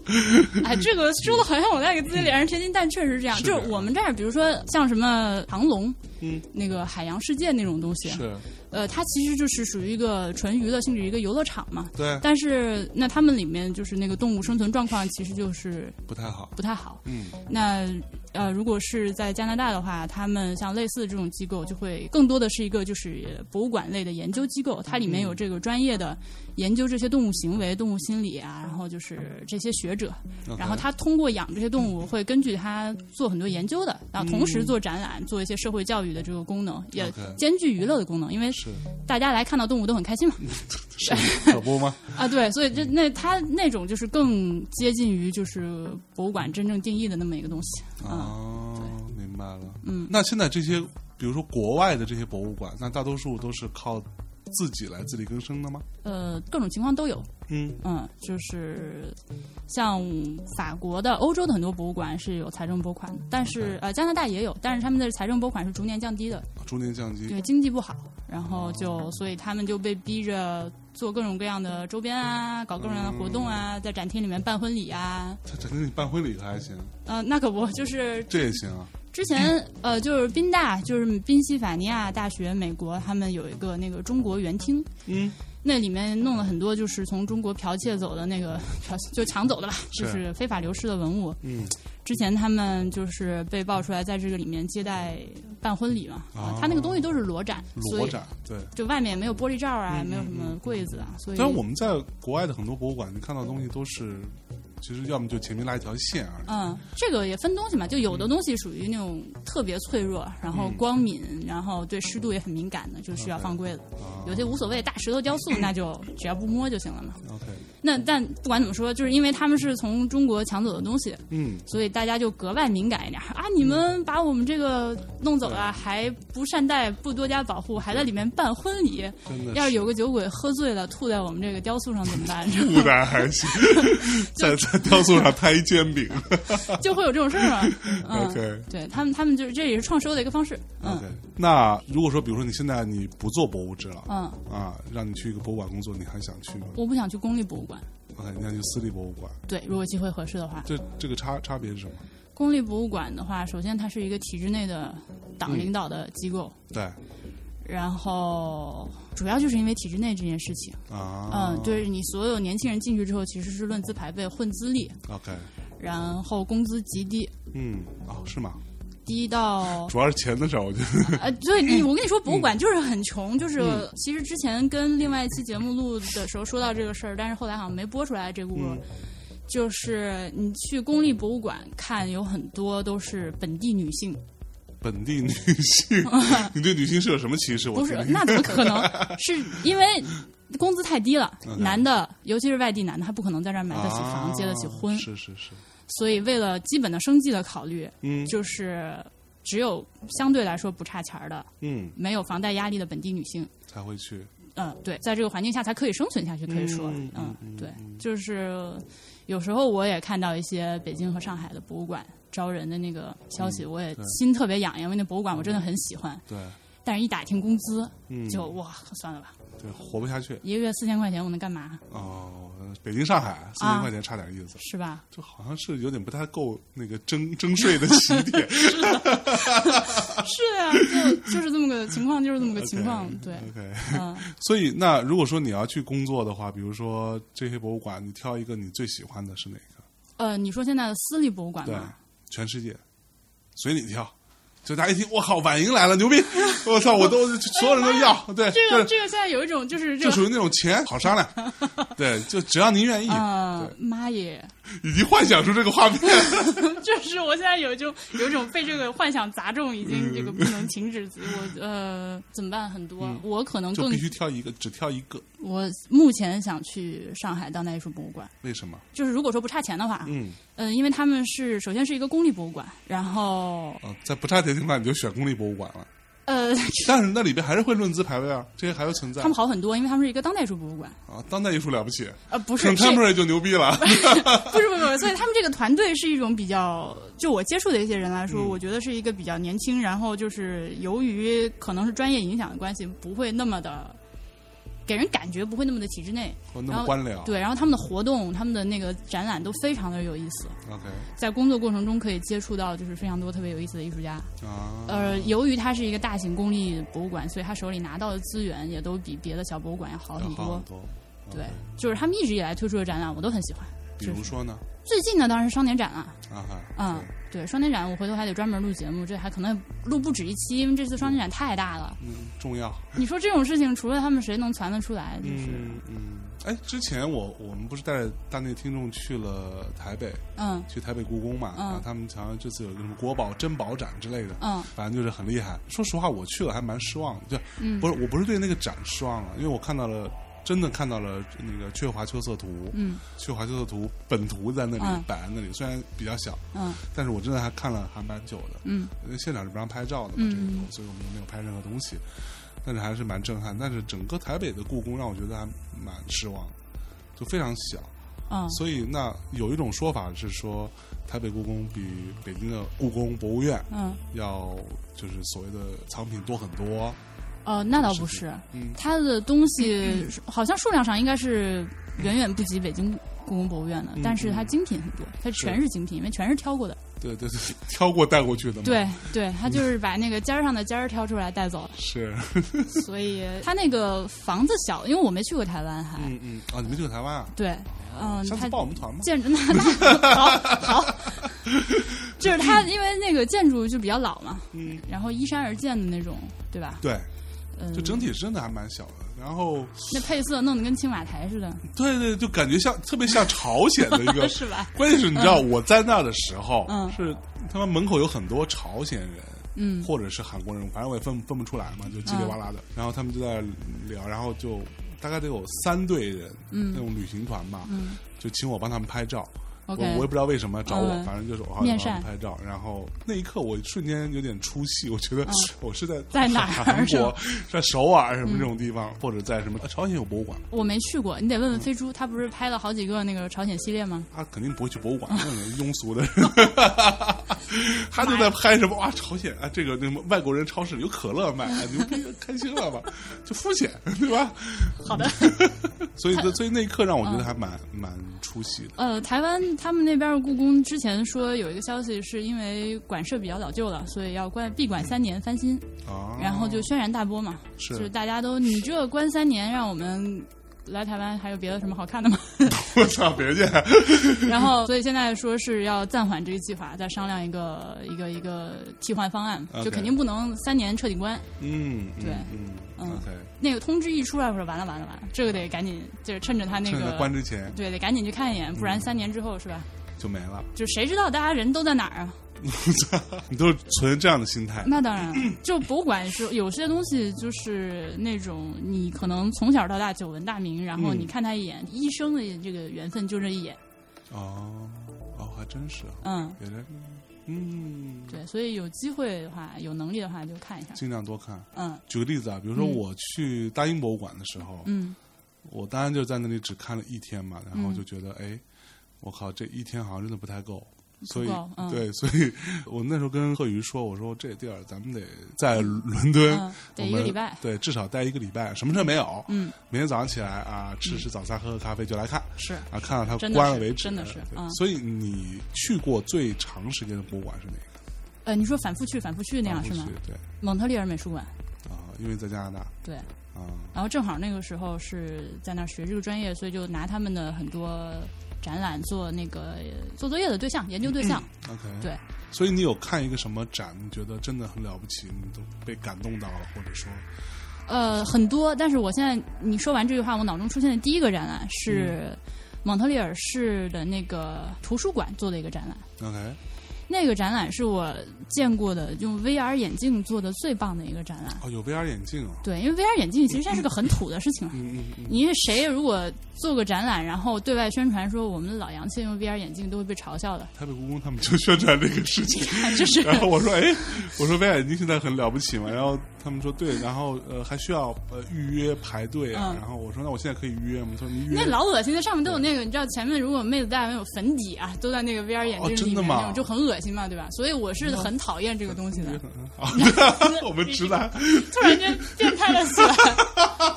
[SPEAKER 2] 哎，这个说的好像我在给自己脸上贴金，但确实是这样。
[SPEAKER 1] 是的
[SPEAKER 2] 就是我们这儿，比如说像什么长隆，
[SPEAKER 1] 嗯，
[SPEAKER 2] 那个海洋世界那种东西，
[SPEAKER 1] 是
[SPEAKER 2] 呃，它其实就是属于一个纯娱乐性质一个游乐场嘛。
[SPEAKER 1] 对，
[SPEAKER 2] 但是那他们里面就是那个动物生存状况其实就是
[SPEAKER 1] 不太好。
[SPEAKER 2] 不太好。
[SPEAKER 1] 嗯，
[SPEAKER 2] 那呃，如果是在加拿大的话，他们像类似这种机构，就会更多的是一个就是博物馆类的研究机构，它里面
[SPEAKER 1] 嗯
[SPEAKER 2] 有这个专业的研究这些动物行为、动物心理啊，然后就是这些学者，然后他通过养这些动物，会根据它做很多研究的，然后同时做展览，做一些社会教育的这个功能，也
[SPEAKER 1] 嗯 OK
[SPEAKER 2] 兼具娱乐的功能，因为
[SPEAKER 1] 是
[SPEAKER 2] 大家来看到动物都很开 心嘛。
[SPEAKER 1] 是可不吗？
[SPEAKER 2] 啊，对，所以这那它那种就是更接近于就是博物馆真正定义的那么一个东西。
[SPEAKER 1] 哦，明白了。嗯，那现在这些，比如说国外的这些博物馆，那大多数都是靠自己来自力更生的吗？
[SPEAKER 2] 呃，各种情况都有。
[SPEAKER 1] 嗯，
[SPEAKER 2] 嗯，就是像法国的、欧洲的很多博物馆是有财政拨款的，但是呃，加拿大也有，但是他们的财政拨款是逐年降低的，
[SPEAKER 1] 啊逐年降低。
[SPEAKER 2] 对经济不好，然后就所以他们就被逼着做各种各样的周边啊，搞各种各样的活动啊，在展厅里面办婚礼啊，
[SPEAKER 1] 他整天你办婚礼还行，
[SPEAKER 2] 呃，那可不就是
[SPEAKER 1] 这也行啊。
[SPEAKER 2] 之前呃，就是宾大，就是宾夕法尼亚大学，美国，他们有一个那个中国园厅，
[SPEAKER 1] 嗯，
[SPEAKER 2] 那里面弄了很多就是从中国剽窃走的那个 剽窃就抢走的吧，
[SPEAKER 1] 是
[SPEAKER 2] 就是非法流失的文物。
[SPEAKER 1] 嗯，
[SPEAKER 2] 之前他们就是被爆出来，在这个里面接待办婚礼嘛，啊
[SPEAKER 1] 哦，
[SPEAKER 2] 他那个东西都是裸展，
[SPEAKER 1] 嗯
[SPEAKER 2] 所
[SPEAKER 1] 裸
[SPEAKER 2] 以
[SPEAKER 1] 展对。
[SPEAKER 2] 就外面没有玻璃罩啊，没有什么柜子啊，所以
[SPEAKER 1] 但是我们在国外的很多博物馆，你看到的东西都是，其实要么就前面拉一条线而已。
[SPEAKER 2] 嗯，这个也分东西嘛，就有的东西属于那种特别脆弱，然后
[SPEAKER 1] 嗯
[SPEAKER 2] 光敏，然后对湿度也很敏感的，就需要
[SPEAKER 1] OK
[SPEAKER 2] 放柜子。
[SPEAKER 1] 啊
[SPEAKER 2] 有些无所谓，大石头雕塑 那就只要不摸就行了嘛。
[SPEAKER 1] OK，
[SPEAKER 2] 那但不管怎么说，就是因为他们是从中国抢走的东西，
[SPEAKER 1] 嗯，
[SPEAKER 2] 所以大家就格外敏感一点儿啊！你们把我们这个弄走了，还不善待，不多加保护，还在里面办婚礼。
[SPEAKER 1] 真的
[SPEAKER 2] 要嗯是有个酒鬼喝醉了吐在我们这个雕塑上怎么办？
[SPEAKER 1] 不然还行，在在雕塑上摊一煎饼。
[SPEAKER 2] 就会有这种事儿 嘛。嗯
[SPEAKER 1] OK
[SPEAKER 2] 对他们，他们就是这也是创收的一个方式。嗯
[SPEAKER 1] OK，那如果说，比如说你现在你不做博物志了，
[SPEAKER 2] 嗯，
[SPEAKER 1] 啊，让你去一个博物馆工作，你还想去吗
[SPEAKER 2] 我不想去公立博物馆。
[SPEAKER 1] ？OK，你想去私立博物馆，
[SPEAKER 2] 对，如果机会合适的话，
[SPEAKER 1] 这这个差差别是什么？
[SPEAKER 2] 公立博物馆的话，首先它是一个体制内的党领导的机构，
[SPEAKER 1] 对
[SPEAKER 2] 然后主要就是因为体制内这件事情，
[SPEAKER 1] 啊，
[SPEAKER 2] 嗯，对你所有年轻人进去之后，其实是论资排辈、混资历，
[SPEAKER 1] ，OK，
[SPEAKER 2] 然后工资极低，
[SPEAKER 1] 嗯，哦，是吗？
[SPEAKER 2] 低到
[SPEAKER 1] 主要是钱的事儿，我觉得
[SPEAKER 2] 呃，对你，我跟你说，博物馆就是很穷，就是
[SPEAKER 1] 嗯
[SPEAKER 2] 其实之前跟另外一期节目录的时候说到这个事儿，但是后来好像没播出来这故事。
[SPEAKER 1] 嗯
[SPEAKER 2] 就是你去公立博物馆看，有很多都是本地女性，
[SPEAKER 1] 本地女 性，你对女性是有什么歧视？我
[SPEAKER 2] 不
[SPEAKER 1] 听
[SPEAKER 2] 是，
[SPEAKER 1] 听
[SPEAKER 2] 那怎么可 能？是因为工资太低了
[SPEAKER 1] OK，
[SPEAKER 2] 男的，尤其是外地男的，他不可能在这儿买得起房、结得起婚
[SPEAKER 1] 嗯啊，是是是，
[SPEAKER 2] 所以为了基本的生计的考虑，
[SPEAKER 1] 嗯
[SPEAKER 2] 就是只有相对来说不差钱儿的、
[SPEAKER 1] 嗯，
[SPEAKER 2] 没有房贷压力的本地女性，
[SPEAKER 1] 才会去。
[SPEAKER 2] 嗯，对，在这个环境下才可以生存下去，可以说，
[SPEAKER 1] 嗯
[SPEAKER 2] 嗯，
[SPEAKER 1] 嗯嗯
[SPEAKER 2] 对，就是有时候我也看到一些北京和上海的博物馆招人的那个消息，我也
[SPEAKER 1] 嗯对嗯
[SPEAKER 2] 心特别痒痒，因为那博物馆我真的很喜欢。
[SPEAKER 1] 对，
[SPEAKER 2] 但是一打听工资，
[SPEAKER 1] 嗯，
[SPEAKER 2] 就哇，算了吧，
[SPEAKER 1] 对活不下去
[SPEAKER 2] 一个月四千块钱我能干嘛？
[SPEAKER 1] 哦。北京、上海四千块钱差点意思，
[SPEAKER 2] 是 吧？
[SPEAKER 1] 就好像是有点不太够那个征 征税的起点。
[SPEAKER 2] 是啊，就就是这么个情况，就是这么个 情况，对，
[SPEAKER 1] OK，
[SPEAKER 2] 嗯。
[SPEAKER 1] 所以那如果说你要去工作的话，比如说这些博物馆，你挑一个你最喜欢的是哪个？
[SPEAKER 2] 呃，你说现在的私立博物馆
[SPEAKER 1] 对
[SPEAKER 2] 吗？，
[SPEAKER 1] 全世界，随你挑。就大家一听，我靠，婉莹来了，牛 逼！我操，我都所有人都要，对，
[SPEAKER 2] 这个
[SPEAKER 1] 就
[SPEAKER 2] 这个现在有一种就是这
[SPEAKER 1] 就
[SPEAKER 2] 个
[SPEAKER 1] 属于那种钱好商 量，对，就只要您愿意，
[SPEAKER 2] 呃，妈耶！
[SPEAKER 1] 已经幻想出这个画面，
[SPEAKER 2] 就是我现在有一种有一种被这个幻想砸中，已
[SPEAKER 1] 嗯
[SPEAKER 2] 经这个不能停止自己。我呃怎么办？很多，我可能
[SPEAKER 1] 嗯就
[SPEAKER 2] 更
[SPEAKER 1] 必须挑一个，只挑一个。
[SPEAKER 2] 我目前想去上海当代艺术博物馆，
[SPEAKER 1] 为什么？
[SPEAKER 2] 就是如果说不差钱的话，
[SPEAKER 1] 嗯，
[SPEAKER 2] 嗯、因为他们是首先是一个公立博物馆，然后
[SPEAKER 1] 啊，在不差钱情况下，你就选公立博物馆了。
[SPEAKER 2] 呃，
[SPEAKER 1] 但是那里边还是会论资排辈啊，这些还会存在
[SPEAKER 2] 他们好很多，因为他们是一个当代艺术博物馆，
[SPEAKER 1] 啊。当代艺术了不起
[SPEAKER 2] 呃，不是这
[SPEAKER 1] ，contemporary 就牛逼了。
[SPEAKER 2] 不是不是，不是，所以他们这个团队是一种比较，就我接触的一些人来说，
[SPEAKER 1] 嗯
[SPEAKER 2] 我觉得是一个比较年轻，然后就是由于可能是专业影响的关系，不会那么的给人感觉不会那么的体制内。
[SPEAKER 1] 哦，那
[SPEAKER 2] 然
[SPEAKER 1] 么
[SPEAKER 2] 后
[SPEAKER 1] 官僚。
[SPEAKER 2] 对，然后他们的活动、他们的那个展览都非常的有意思，
[SPEAKER 1] ，OK
[SPEAKER 2] 在工作过程中可以接触到就是非常多特别有意思的艺术家。
[SPEAKER 1] 啊，
[SPEAKER 2] 呃，由于它是一个大型公立博物馆，所以他手里拿到的资源也都比别的小博物馆要
[SPEAKER 1] 要
[SPEAKER 2] 好很
[SPEAKER 1] 好
[SPEAKER 2] 多
[SPEAKER 1] 很。多。
[SPEAKER 2] 对
[SPEAKER 1] OK，
[SPEAKER 2] 就是他们一直以来推出的展览，我都很喜欢。
[SPEAKER 1] 比
[SPEAKER 2] 是
[SPEAKER 1] 如说呢，
[SPEAKER 2] 最近呢，当然是双年展了。
[SPEAKER 1] 啊
[SPEAKER 2] 嗯
[SPEAKER 1] 哈，，
[SPEAKER 2] 对，双年展我回头还得专门录节目，这还可能录不止一期，因为这次双年展太大了。
[SPEAKER 1] 嗯，重要。
[SPEAKER 2] 你说这种事情，除了他们谁能传得出来？就是，
[SPEAKER 1] 嗯嗯，哎，之前我我们不是带着大内听众去了台北，
[SPEAKER 2] 嗯
[SPEAKER 1] 去台北故宫嘛，
[SPEAKER 2] 嗯
[SPEAKER 1] 然后他们好像这次有一个什么国宝珍宝展之类的，
[SPEAKER 2] 嗯
[SPEAKER 1] 反正就是很厉害。说实话，我去了还蛮失望的，就、
[SPEAKER 2] 嗯
[SPEAKER 1] 不是我不是对那个展失望了，因为我看到了。真的看到了那个雀华秋色图，
[SPEAKER 2] 嗯
[SPEAKER 1] 雀华秋色图本图在那里、
[SPEAKER 2] 嗯
[SPEAKER 1] 摆在那里，虽然比较小，
[SPEAKER 2] 嗯
[SPEAKER 1] 但是我真的还看了还蛮久的。
[SPEAKER 2] 嗯
[SPEAKER 1] 因为现场是不让拍照的嘛，
[SPEAKER 2] 嗯
[SPEAKER 1] 这个时候，所以我们就没有拍任何东西，但是还是蛮震撼。但是整个台北的故宫让我觉得还蛮失望，就非常小。
[SPEAKER 2] 嗯
[SPEAKER 1] 所以那有一种说法是说，台北故宫比北京的故宫博物院
[SPEAKER 2] 嗯，
[SPEAKER 1] 要就是所谓的藏品多很多。
[SPEAKER 2] 哦，那倒不是，
[SPEAKER 1] 嗯，
[SPEAKER 2] 它的东西好像数量上应该是远远不及北京故宫博物院的，
[SPEAKER 1] 嗯
[SPEAKER 2] 但是它精品很多，它全是精品，因为全是挑过的。
[SPEAKER 1] 对对对，挑过带过去的嘛。，，
[SPEAKER 2] 对对，它就是把那个尖儿上的尖儿挑出来带走了
[SPEAKER 1] 是，
[SPEAKER 2] 所以它那个房子小，因为我没去过台湾还。
[SPEAKER 1] 嗯嗯啊，你没去过台湾啊？
[SPEAKER 2] 对，嗯，
[SPEAKER 1] 下次
[SPEAKER 2] 它
[SPEAKER 1] 报我们团吗？
[SPEAKER 2] 建筑 那那好好，就是它因为那个建筑就比较老嘛，
[SPEAKER 1] 嗯，
[SPEAKER 2] 然后依山而建的那种，对吧？
[SPEAKER 1] 对，
[SPEAKER 2] 嗯，
[SPEAKER 1] 就整体真的还蛮小的。然后，
[SPEAKER 2] 那配色弄得跟青瓦台似的，
[SPEAKER 1] 对对，就感觉像特别像朝鲜的一 个
[SPEAKER 2] 是吧？
[SPEAKER 1] 关键是，你知道我在那儿的时候，
[SPEAKER 2] 嗯
[SPEAKER 1] 是他们门口有很多朝鲜人，
[SPEAKER 2] 嗯
[SPEAKER 1] 或者是韩国人，反正我也分分不出来嘛，就叽里哇啦的。然后他们就在聊，然后就大概得有三队人，
[SPEAKER 2] 嗯
[SPEAKER 1] 那种旅行团吧，
[SPEAKER 2] 嗯
[SPEAKER 1] 就请我帮他们拍照。
[SPEAKER 2] ，OK，
[SPEAKER 1] 我我也不知道为什么找我，
[SPEAKER 2] 嗯
[SPEAKER 1] 反正就是我好
[SPEAKER 2] 面
[SPEAKER 1] 像帮他们
[SPEAKER 2] 善
[SPEAKER 1] 拍照。然后那一刻，我瞬间有点出戏，我觉得 我是在
[SPEAKER 2] 嗯在哪儿
[SPEAKER 1] 韩
[SPEAKER 2] 是
[SPEAKER 1] 国
[SPEAKER 2] 吧，嗯
[SPEAKER 1] 在首尔什么这种地方，或者在什么呃朝鲜有博物馆。
[SPEAKER 2] 我没去过，你得问问飞猪，他不是拍了好几个那个朝鲜系列吗？
[SPEAKER 1] 他肯定不会去博 物馆，那种庸俗的，他就在拍什么哇，朝鲜啊，这个那什么外国人超市有可乐卖，啊牛逼，开心了吧？就肤浅，对吧？
[SPEAKER 2] 好的， 嗯
[SPEAKER 1] 所以，所以那一刻让我觉得还蛮、蛮出戏的。
[SPEAKER 2] 呃，台湾他们那边的故宫之前说有一个消息，是因为馆舍比较老旧了，所以要关闭馆三年翻新，
[SPEAKER 1] 啊，
[SPEAKER 2] 然后就轩然大波嘛，
[SPEAKER 1] 是
[SPEAKER 2] 就是大家都你这关三年，让我们来台湾还有别的什么好 看的吗？
[SPEAKER 1] 我操，别介，
[SPEAKER 2] 然后，所以现在说是要暂缓这个计划，再商量一个一个一个替换方案
[SPEAKER 1] OK
[SPEAKER 2] 就肯定不能三年彻底关。
[SPEAKER 1] 嗯，
[SPEAKER 2] 对
[SPEAKER 1] 嗯嗯
[SPEAKER 2] 嗯
[SPEAKER 1] ，OK，
[SPEAKER 2] 那个通知一出来，我说完了完了完了，这个得赶紧，就是趁着他那
[SPEAKER 1] 趁
[SPEAKER 2] 个
[SPEAKER 1] 着关之嗯前
[SPEAKER 2] 对，得赶紧去看一眼，不然三年之后是吧？
[SPEAKER 1] 就没了。
[SPEAKER 2] 就谁知道大家人都在哪儿啊？
[SPEAKER 1] 你都是存这样的心态，
[SPEAKER 2] 那 当然，就博物馆是有些东西就是那种你可能从小到大久闻大名，然后
[SPEAKER 1] 嗯
[SPEAKER 2] 你看他一眼，一生的这个缘分就这一眼，
[SPEAKER 1] 哦哦，还真是啊，
[SPEAKER 2] 嗯，
[SPEAKER 1] 别人，嗯，
[SPEAKER 2] 对，所以有机会的话，有能力的话就看一下，
[SPEAKER 1] 尽量多看。
[SPEAKER 2] 嗯
[SPEAKER 1] 举个例子啊，比如说
[SPEAKER 2] 嗯
[SPEAKER 1] 我去大英博物馆的时候，
[SPEAKER 2] 嗯
[SPEAKER 1] 我当然就在那里只看了一天嘛，然后
[SPEAKER 2] 嗯
[SPEAKER 1] 就觉得，哎，我靠，这一天好像真的不太够。所以
[SPEAKER 2] 不够嗯
[SPEAKER 1] 对，所以我那时候跟贺宇说，我说这地儿咱们得在伦敦，
[SPEAKER 2] 嗯得
[SPEAKER 1] 我
[SPEAKER 2] 一个
[SPEAKER 1] 们
[SPEAKER 2] 礼拜
[SPEAKER 1] 对，至少待一个礼拜，什么事儿没有。
[SPEAKER 2] 嗯，
[SPEAKER 1] 每天早上起来啊，吃吃早餐，喝喝咖啡就来看，
[SPEAKER 2] 是
[SPEAKER 1] 啊，看到它
[SPEAKER 2] 真的
[SPEAKER 1] 关了
[SPEAKER 2] 是
[SPEAKER 1] 为止，
[SPEAKER 2] 真的是
[SPEAKER 1] 对
[SPEAKER 2] 嗯
[SPEAKER 1] 所以你去过最长时间的博物馆是哪个？
[SPEAKER 2] 呃，你说反复去、反复去那样是吗
[SPEAKER 1] 当？时对
[SPEAKER 2] 蒙特利尔美术馆，
[SPEAKER 1] 啊，因为在加拿大
[SPEAKER 2] 对。
[SPEAKER 1] 啊，
[SPEAKER 2] 然后正好那个时候是在那儿学这个专业，所以就拿他们的很多展览做那个呃做作业的对象、研究对象。
[SPEAKER 1] OK，
[SPEAKER 2] 对，
[SPEAKER 1] 所以你有看一个什么展，你觉得真的很了不起，你都被感动到了，或者说，
[SPEAKER 2] 呃，很多。但是我现在你说完这句话，我脑中出现的第一个展览是蒙特利尔市的那个图书馆做的一个展览。
[SPEAKER 1] OK，
[SPEAKER 2] 那个展览是我见过的用 VR 眼镜做的最棒的一个展览。
[SPEAKER 1] 哦，有 VR 眼镜哦，
[SPEAKER 2] 对，因为 VR 眼镜其实它是个很土的事情。
[SPEAKER 1] 嗯嗯嗯，
[SPEAKER 2] 你谁如果做个展览，然后对外宣传说我们老洋气用 VR 眼镜，都会被嘲笑的。
[SPEAKER 1] 台北故宫他们就宣传这个事情，
[SPEAKER 2] 就是
[SPEAKER 1] 然后我说，哎，我说 VR 眼镜现在很了不起嘛，然后他们说对，然后呃还需要呃预约排队啊，
[SPEAKER 2] 嗯
[SPEAKER 1] 然后我说那我现在可以预约吗？他说你预约
[SPEAKER 2] 那。老恶心，那上面都有那个，你知道前面如果妹子戴完有粉底啊，都在那个 VR 眼
[SPEAKER 1] 哦
[SPEAKER 2] 镜
[SPEAKER 1] 真
[SPEAKER 2] 里
[SPEAKER 1] 的
[SPEAKER 2] 面
[SPEAKER 1] 吗嗯
[SPEAKER 2] 那种，就很恶心嘛，对吧？所以我是很讨厌这个东西的，
[SPEAKER 1] 啊， 对我们直男
[SPEAKER 2] 突然间变态了起来。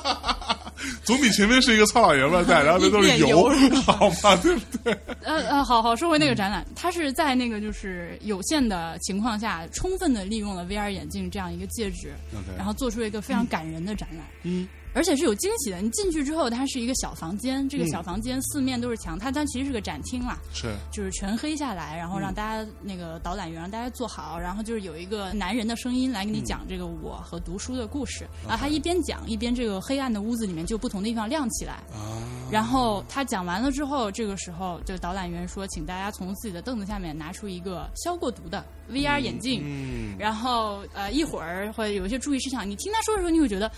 [SPEAKER 1] 总比前面是一个糙老爷们儿在，然后那都是油
[SPEAKER 2] 一，
[SPEAKER 1] 好吗？对不对？
[SPEAKER 2] 呃呃，好好说回那个展览，
[SPEAKER 1] 嗯
[SPEAKER 2] 它是在那个就是有限的情况下，充分的利用了 VR 眼镜这样一个介质，然后做出一个非常感人的展览。
[SPEAKER 1] 嗯，
[SPEAKER 2] 而且是有惊喜的。你进去之后，它是一个小房间，这个
[SPEAKER 1] 嗯
[SPEAKER 2] 小房间四面都是墙，它它其实是个展厅啦，
[SPEAKER 1] 是
[SPEAKER 2] 就是全黑下来，然后让大家那个导览员让大家坐好，然后就是有一个男人的声音来给你讲这个我和读书的故事，
[SPEAKER 1] 嗯
[SPEAKER 2] 然后他一边讲一边这个黑暗的屋子里面就不同的地方亮起来。
[SPEAKER 1] 啊，
[SPEAKER 2] 然后他讲完了之后，这个时候就导览员说，请大家从自己的凳子下面拿出一个消过毒的 VR 眼镜，
[SPEAKER 1] 嗯，
[SPEAKER 2] 然后呃一会儿会有一些注意事项。你听他说的时候，你会觉得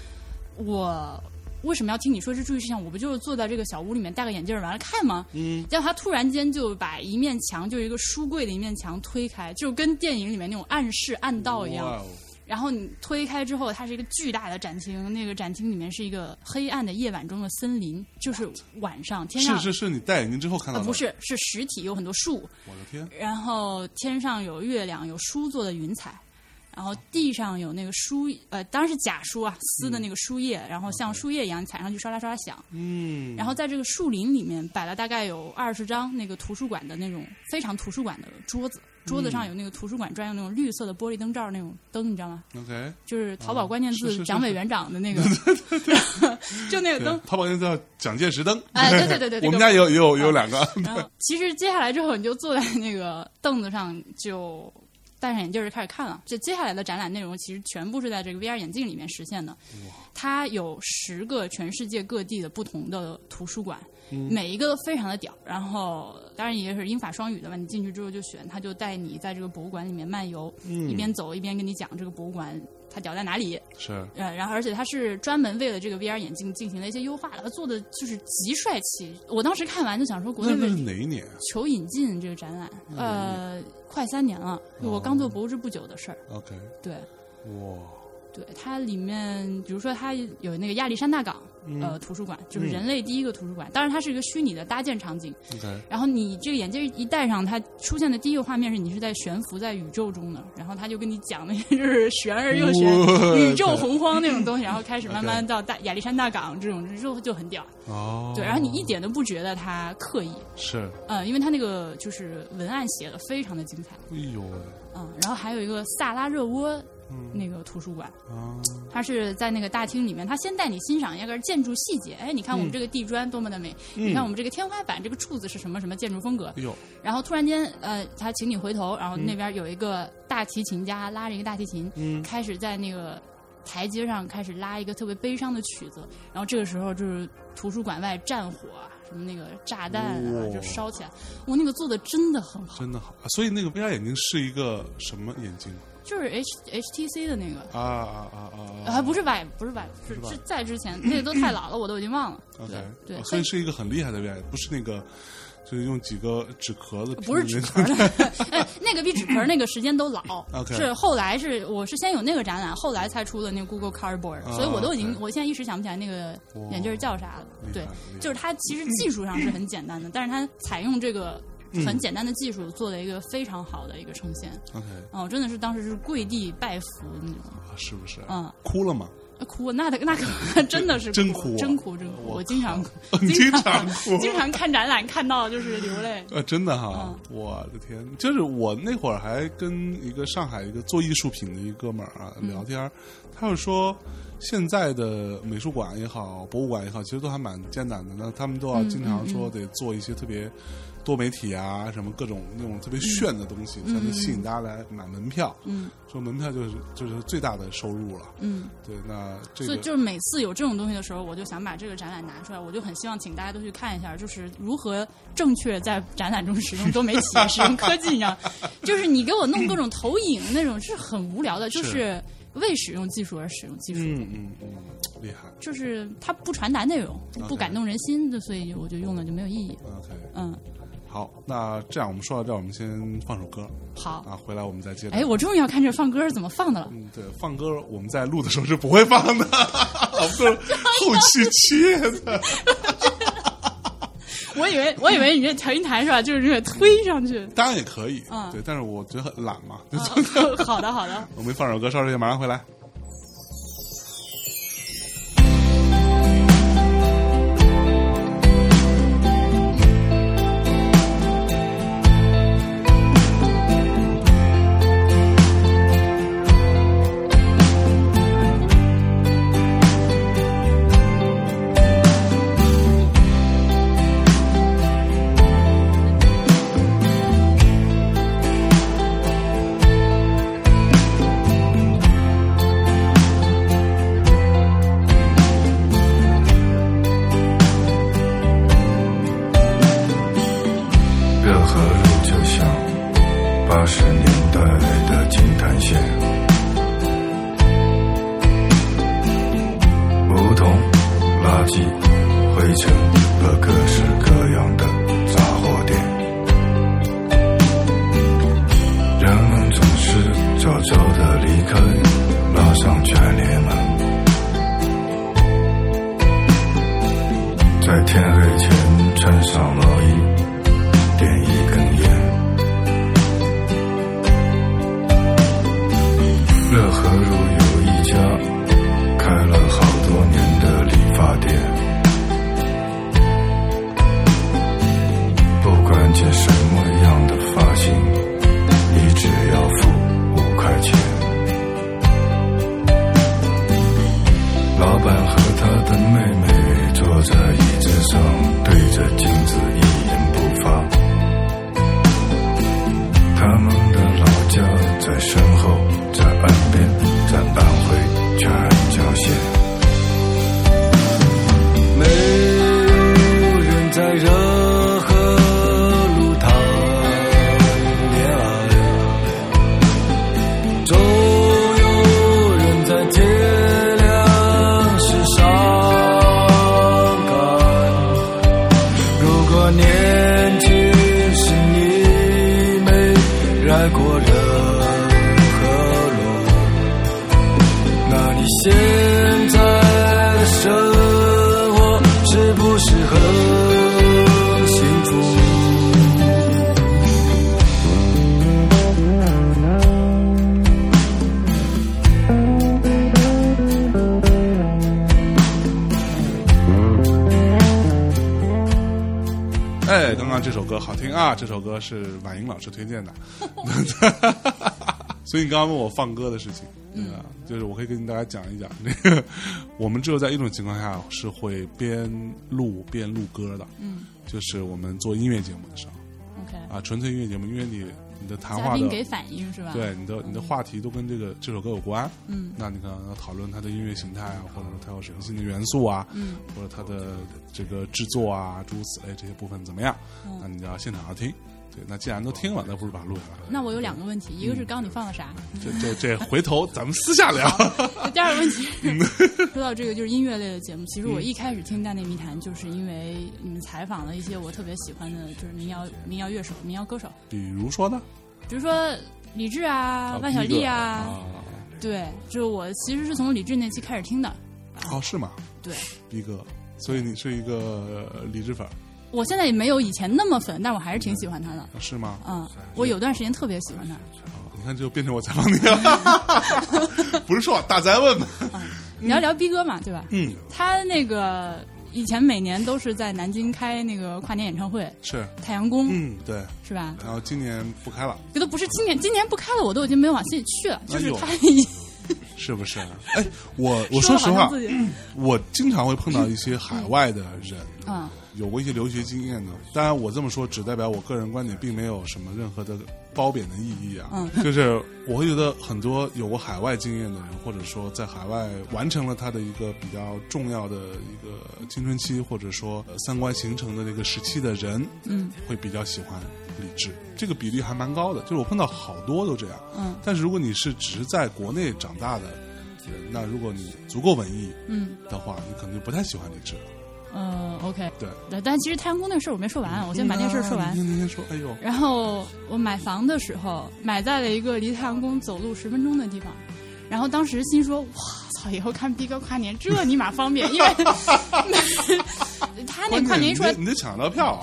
[SPEAKER 2] 我为什么要听你说这注意事项？我不就是坐在这个小屋里面戴个眼镜儿完了看吗？
[SPEAKER 1] 嗯，
[SPEAKER 2] 但他突然间就把一面墙，就是一个书柜的一面墙推开，就跟电影里面那种暗示暗道一样。
[SPEAKER 1] 哇哦
[SPEAKER 2] 然后你推开之后，它是一个巨大的展厅，那个展厅里面是一个黑暗的夜晚中的森林，就是晚上天上
[SPEAKER 1] 是是是你戴眼镜之后看到
[SPEAKER 2] 呃
[SPEAKER 1] 的，
[SPEAKER 2] 不是是实体，有很多树，
[SPEAKER 1] 我的天，
[SPEAKER 2] 然后天上有月亮，有书做的云彩，然后地上有那个书呃当然是假书啊撕的那个书叶，然后像树叶一样踩上去唰啦唰啦响。
[SPEAKER 1] 嗯，
[SPEAKER 2] 然后在这个树林里面摆了大概有二十张那个图书馆的那种非常图书馆的桌子，桌子上有那个图书馆专用那种绿色的玻璃灯罩那种灯，你知道吗？
[SPEAKER 1] OK，
[SPEAKER 2] 就是淘宝关键
[SPEAKER 1] 是是
[SPEAKER 2] 字
[SPEAKER 1] 是
[SPEAKER 2] “蒋委员长”的那个， 就那个
[SPEAKER 1] 对
[SPEAKER 2] 灯。，
[SPEAKER 1] 淘宝现在叫蒋介石灯，
[SPEAKER 2] 哎对对对对 对啊
[SPEAKER 1] 我们家也有也有也有两个，
[SPEAKER 2] 然后嗯其实接下来之后，你就坐在那个凳子上，就戴上眼镜儿就开始看了。这接下来的展览内容其实全部是在这个 VR 眼镜里面实现的。它有十个全世界各地的不同的图书馆，每一个都非常的屌。然后当然也是英法双语的嘛，你进去之后就选，他就带你在这个博物馆里面漫游，一边走一边跟你讲这个博物馆它屌在哪里，
[SPEAKER 1] 嗯是
[SPEAKER 2] 呃，然后而且它是专门为了这个 VR 眼镜进行了一些优化的，它做的就是极帅气。我当时看完就想说，国
[SPEAKER 1] 那
[SPEAKER 2] 内
[SPEAKER 1] 那
[SPEAKER 2] 为
[SPEAKER 1] 是哪一年
[SPEAKER 2] 求引进这个展览，
[SPEAKER 1] 嗯
[SPEAKER 2] 呃，快三年了，
[SPEAKER 1] 哦
[SPEAKER 2] 我刚做博物志不久的事儿。
[SPEAKER 1] ？OK，
[SPEAKER 2] 对，
[SPEAKER 1] 哇，
[SPEAKER 2] 对，它里面比如说它有那个亚历山大港
[SPEAKER 1] 嗯
[SPEAKER 2] 呃图书馆，就是人类第一个图书馆，当然它是一个虚拟的搭建场景。
[SPEAKER 1] ，OK，
[SPEAKER 2] 然后你这个眼镜一戴上，它出现的第一个画面是你是在悬浮在宇宙中的，然后他就跟你讲那些就是悬而又悬
[SPEAKER 1] 哇
[SPEAKER 2] 宇宙洪荒那种东西，然后开始慢慢到大亚历山大港这种就就很屌，
[SPEAKER 1] 哦，
[SPEAKER 2] 对，然后你一点都不觉得它刻意，
[SPEAKER 1] 是，
[SPEAKER 2] 呃，因为它那个就是文案写的非常的精彩，
[SPEAKER 1] 哎呦喂，
[SPEAKER 2] 嗯，然后还有一个萨拉热窝
[SPEAKER 1] 嗯
[SPEAKER 2] 那个图书馆，
[SPEAKER 1] 啊，
[SPEAKER 2] 它是在那个大厅里面，它先带你欣赏一个建筑细节，哎，你
[SPEAKER 1] 嗯
[SPEAKER 2] 看我们这个地砖多么的美，你看我们这个天花板这个柱子是什么什么建筑风格，
[SPEAKER 1] 哎呦，
[SPEAKER 2] 然后突然间，呃，他请你回头，然后那边有一个大提琴家拉着一个大提琴，
[SPEAKER 1] 嗯
[SPEAKER 2] 开始在那个台阶上开始拉一个特别悲伤的曲子，然后这个时候就是图书馆外战火啊，什么那个炸弹啊
[SPEAKER 1] 哇，
[SPEAKER 2] 就烧起来，我那个做的真的很好，
[SPEAKER 1] 真的好，啊所以那个 VR 眼镜是一个什么眼镜
[SPEAKER 2] 就是 H HTC 的那个。呃
[SPEAKER 1] 啊啊啊啊，
[SPEAKER 2] 还不是 Vive，不是 Vive，是
[SPEAKER 1] 不是
[SPEAKER 2] 是在之前，那个都太 老了，我都已经忘了。
[SPEAKER 1] OK，
[SPEAKER 2] 对
[SPEAKER 1] 哦
[SPEAKER 2] 对，
[SPEAKER 1] 所以是一个很厉害的 VR，不是那个。就是用几个纸壳子拼
[SPEAKER 2] 呃不是
[SPEAKER 1] 的
[SPEAKER 2] 纸
[SPEAKER 1] 那
[SPEAKER 2] 壳的， 哎，那个比纸壳儿那个时间都老
[SPEAKER 1] OK
[SPEAKER 2] 是后来是我是先有那个展览，后来才出的那个 Google Cardboard，、
[SPEAKER 1] 啊
[SPEAKER 2] 所以我都已经
[SPEAKER 1] OK
[SPEAKER 2] 我现在一时想不起来那个眼镜儿叫啥了
[SPEAKER 1] 哇。
[SPEAKER 2] 对
[SPEAKER 1] 厉害厉害，
[SPEAKER 2] 就是它其实技术上是很简单的，但是它采用这个
[SPEAKER 1] 嗯
[SPEAKER 2] 很简单的技术做的一个非常好的一个呈现。
[SPEAKER 1] OK，
[SPEAKER 2] 哦，真的是当时是跪地拜服那种。
[SPEAKER 1] 啊是不是？
[SPEAKER 2] 嗯，
[SPEAKER 1] 哭了吗？
[SPEAKER 2] 啊哭，那得那可真的是
[SPEAKER 1] 真哭
[SPEAKER 2] 哭，
[SPEAKER 1] 啊
[SPEAKER 2] 真哭，真哭。
[SPEAKER 1] 我，
[SPEAKER 2] 我经常哭
[SPEAKER 1] 你经常哭
[SPEAKER 2] 经常看展览看到就是流泪。
[SPEAKER 1] 呃，真的哈，
[SPEAKER 2] 嗯
[SPEAKER 1] 我的天！就是我那会儿还跟一个上海一个做艺术品的一哥们儿啊
[SPEAKER 2] 嗯
[SPEAKER 1] 聊天儿，他就说现在的美术馆也好，博物馆也好，其实都还蛮艰难的。那他们都要
[SPEAKER 2] 嗯
[SPEAKER 1] 经常说得做一些特别多媒体啊，什么各种那种特别炫的东西，才能吸引大家来买门票。
[SPEAKER 2] 嗯
[SPEAKER 1] 说门票就是就是最大的收入了。
[SPEAKER 2] 嗯，
[SPEAKER 1] 对，那这
[SPEAKER 2] 所
[SPEAKER 1] 个
[SPEAKER 2] 以就是每次有这种东西的时候，我就想把这个展览拿出来，我就很希望请大家都去看一下，就是如何正确在展览中使用多媒体、使用科技，你知道， 就是你给我弄各种投影那种是很无聊的，就是为使用技术而使用技术，
[SPEAKER 1] 嗯嗯嗯，厉害。
[SPEAKER 2] 就是它不传达内容，不感动人心，就所以我就用了就没有意义。
[SPEAKER 1] OK，
[SPEAKER 2] 嗯，
[SPEAKER 1] 好，那这样我们说到这儿，我们先放首歌
[SPEAKER 2] 好，
[SPEAKER 1] 啊，回来我们再接着。
[SPEAKER 2] 哎，我终于要看这放歌是怎么放的了。
[SPEAKER 1] 嗯，对，放歌我们在录的时候是不会放的， 我们都是后期切的。
[SPEAKER 2] 我以为我以为你这调音台是吧，就是这个推上 去。
[SPEAKER 1] 当然也可以，
[SPEAKER 2] 嗯
[SPEAKER 1] 对，但是我觉得很懒嘛，就
[SPEAKER 2] 嗯好的好的，
[SPEAKER 1] 我们放首歌，稍事休息，马上回来。
[SPEAKER 3] 任何路就像八十年代的金坛县，梧桐、垃圾、灰尘和各式各样的杂货店，人们总是早早的离开，拉上全帘门。在天黑前穿上毛衣，点一根烟。乐河路有一家开了好多年的理发店，不管剪什么样的发型，你只要付五块钱。老板和他的妹妹坐在椅子上，对着镜子一言不发。他们的老家在身后，在岸边，在安徽全椒县。没人在热河路谈恋爱，总有人在天亮时伤感。如果年轻时你没来过任何路，那你现在的生活是不是很幸福？
[SPEAKER 1] 哎，刚刚这首歌好听啊，这首歌是婉莹老师推荐的， 所以你刚刚问我放歌的事情，
[SPEAKER 2] 嗯
[SPEAKER 1] 对吧？就是我可以跟大家讲一讲，那个我们只有在一种情况下是会边录边录歌的，
[SPEAKER 2] 嗯
[SPEAKER 1] 就是我们做音乐节目的时候。
[SPEAKER 2] ，OK。
[SPEAKER 1] 啊，纯粹音乐节目，因为你你的谈
[SPEAKER 2] 嘉
[SPEAKER 1] 话
[SPEAKER 2] 宾
[SPEAKER 1] 的
[SPEAKER 2] 给反应是吧？，
[SPEAKER 1] 对你的你的话题都跟这个这首歌有关，
[SPEAKER 2] 嗯
[SPEAKER 1] 那你可能要讨论它的音乐形态啊，或者说它有什么新的元素啊，
[SPEAKER 2] 嗯
[SPEAKER 1] 或者它的这个制作啊，诸如此类这些部分怎么样？
[SPEAKER 2] 嗯
[SPEAKER 1] 那你就要现场要听。对，那既然都听了，那不如把它录下来。
[SPEAKER 2] 那我有两个问
[SPEAKER 1] 嗯
[SPEAKER 2] 题，一个是刚刚你放 了啥？
[SPEAKER 1] 这这这回头咱们私下聊。
[SPEAKER 2] 第二个问题是，说到这个就是音乐类的节目，其实我
[SPEAKER 1] 嗯
[SPEAKER 2] 一开始听《大内密谈》，就是因为你们采访了一些我特别喜欢的，就是民谣民谣乐手、民谣歌手，
[SPEAKER 1] 比如说呢，
[SPEAKER 2] 比如说李志啊、万晓
[SPEAKER 1] 第一
[SPEAKER 2] 利
[SPEAKER 1] 个
[SPEAKER 2] 啊，
[SPEAKER 1] 啊，
[SPEAKER 2] 对，就是我其实是从李志那期开始听的，
[SPEAKER 1] 哦是吗？
[SPEAKER 2] 对，
[SPEAKER 1] 逼哥，所以你是一个呃理智粉儿，
[SPEAKER 2] 我现在也没有以前那么粉，但我还是挺喜欢他的。
[SPEAKER 1] 是吗？
[SPEAKER 2] 嗯，我有段时间特别喜欢他。
[SPEAKER 1] 你看，就变成我采访你了， 不是说大灾问吗？
[SPEAKER 2] 聊一聊逼哥嘛，对吧？
[SPEAKER 1] 嗯，
[SPEAKER 2] 他那个以前每年都是在南京开那个跨年演唱会，
[SPEAKER 1] 是，
[SPEAKER 2] 太阳宫、
[SPEAKER 1] 嗯，对。
[SPEAKER 2] 是吧？
[SPEAKER 1] 然后今年不开了，
[SPEAKER 2] 觉得不是今年，今年不开了，我都已经没有往心里去了。就是
[SPEAKER 1] 哎呦
[SPEAKER 2] 他已经
[SPEAKER 1] 是不是？哎，我我说
[SPEAKER 2] 说得
[SPEAKER 1] 实
[SPEAKER 2] 好像
[SPEAKER 1] 话
[SPEAKER 2] 自己，
[SPEAKER 1] 我经常会碰到一些海外的人，
[SPEAKER 2] 啊，
[SPEAKER 1] 有过一些留学经验的。当然，我这么说只代表我个人观点，并没有什么任何的褒贬的意义啊。
[SPEAKER 2] 嗯
[SPEAKER 1] 就是我会觉得很多有过海外经验的人，或者说在海外完成了他的一个比较重要的一个青春期，或者说呃三观形成的这个时期的人，
[SPEAKER 2] 嗯，
[SPEAKER 1] 会比较喜欢理智，这个比例还蛮高的。就是我碰到好多都这样。
[SPEAKER 2] 嗯
[SPEAKER 1] 但是如果你是只是在国内长大的人，那如果你足够文艺
[SPEAKER 2] 嗯
[SPEAKER 1] 的话，你可能就不太喜欢理智了。
[SPEAKER 2] 呃，OK，
[SPEAKER 1] 对，
[SPEAKER 2] 对但其实太阳宫那事儿我没说完，我先把那事儿说
[SPEAKER 1] 啊
[SPEAKER 2] 完
[SPEAKER 1] 你。先你先说，哎呦，
[SPEAKER 2] 然后我买房的时候，买在了一个离太阳宫走路十分钟的地方。然后当时心说：“哇操，以后看逼哥跨年，这尼玛方便！”因 为他那跨年一出来
[SPEAKER 1] 关键你得你得抢得到票啊！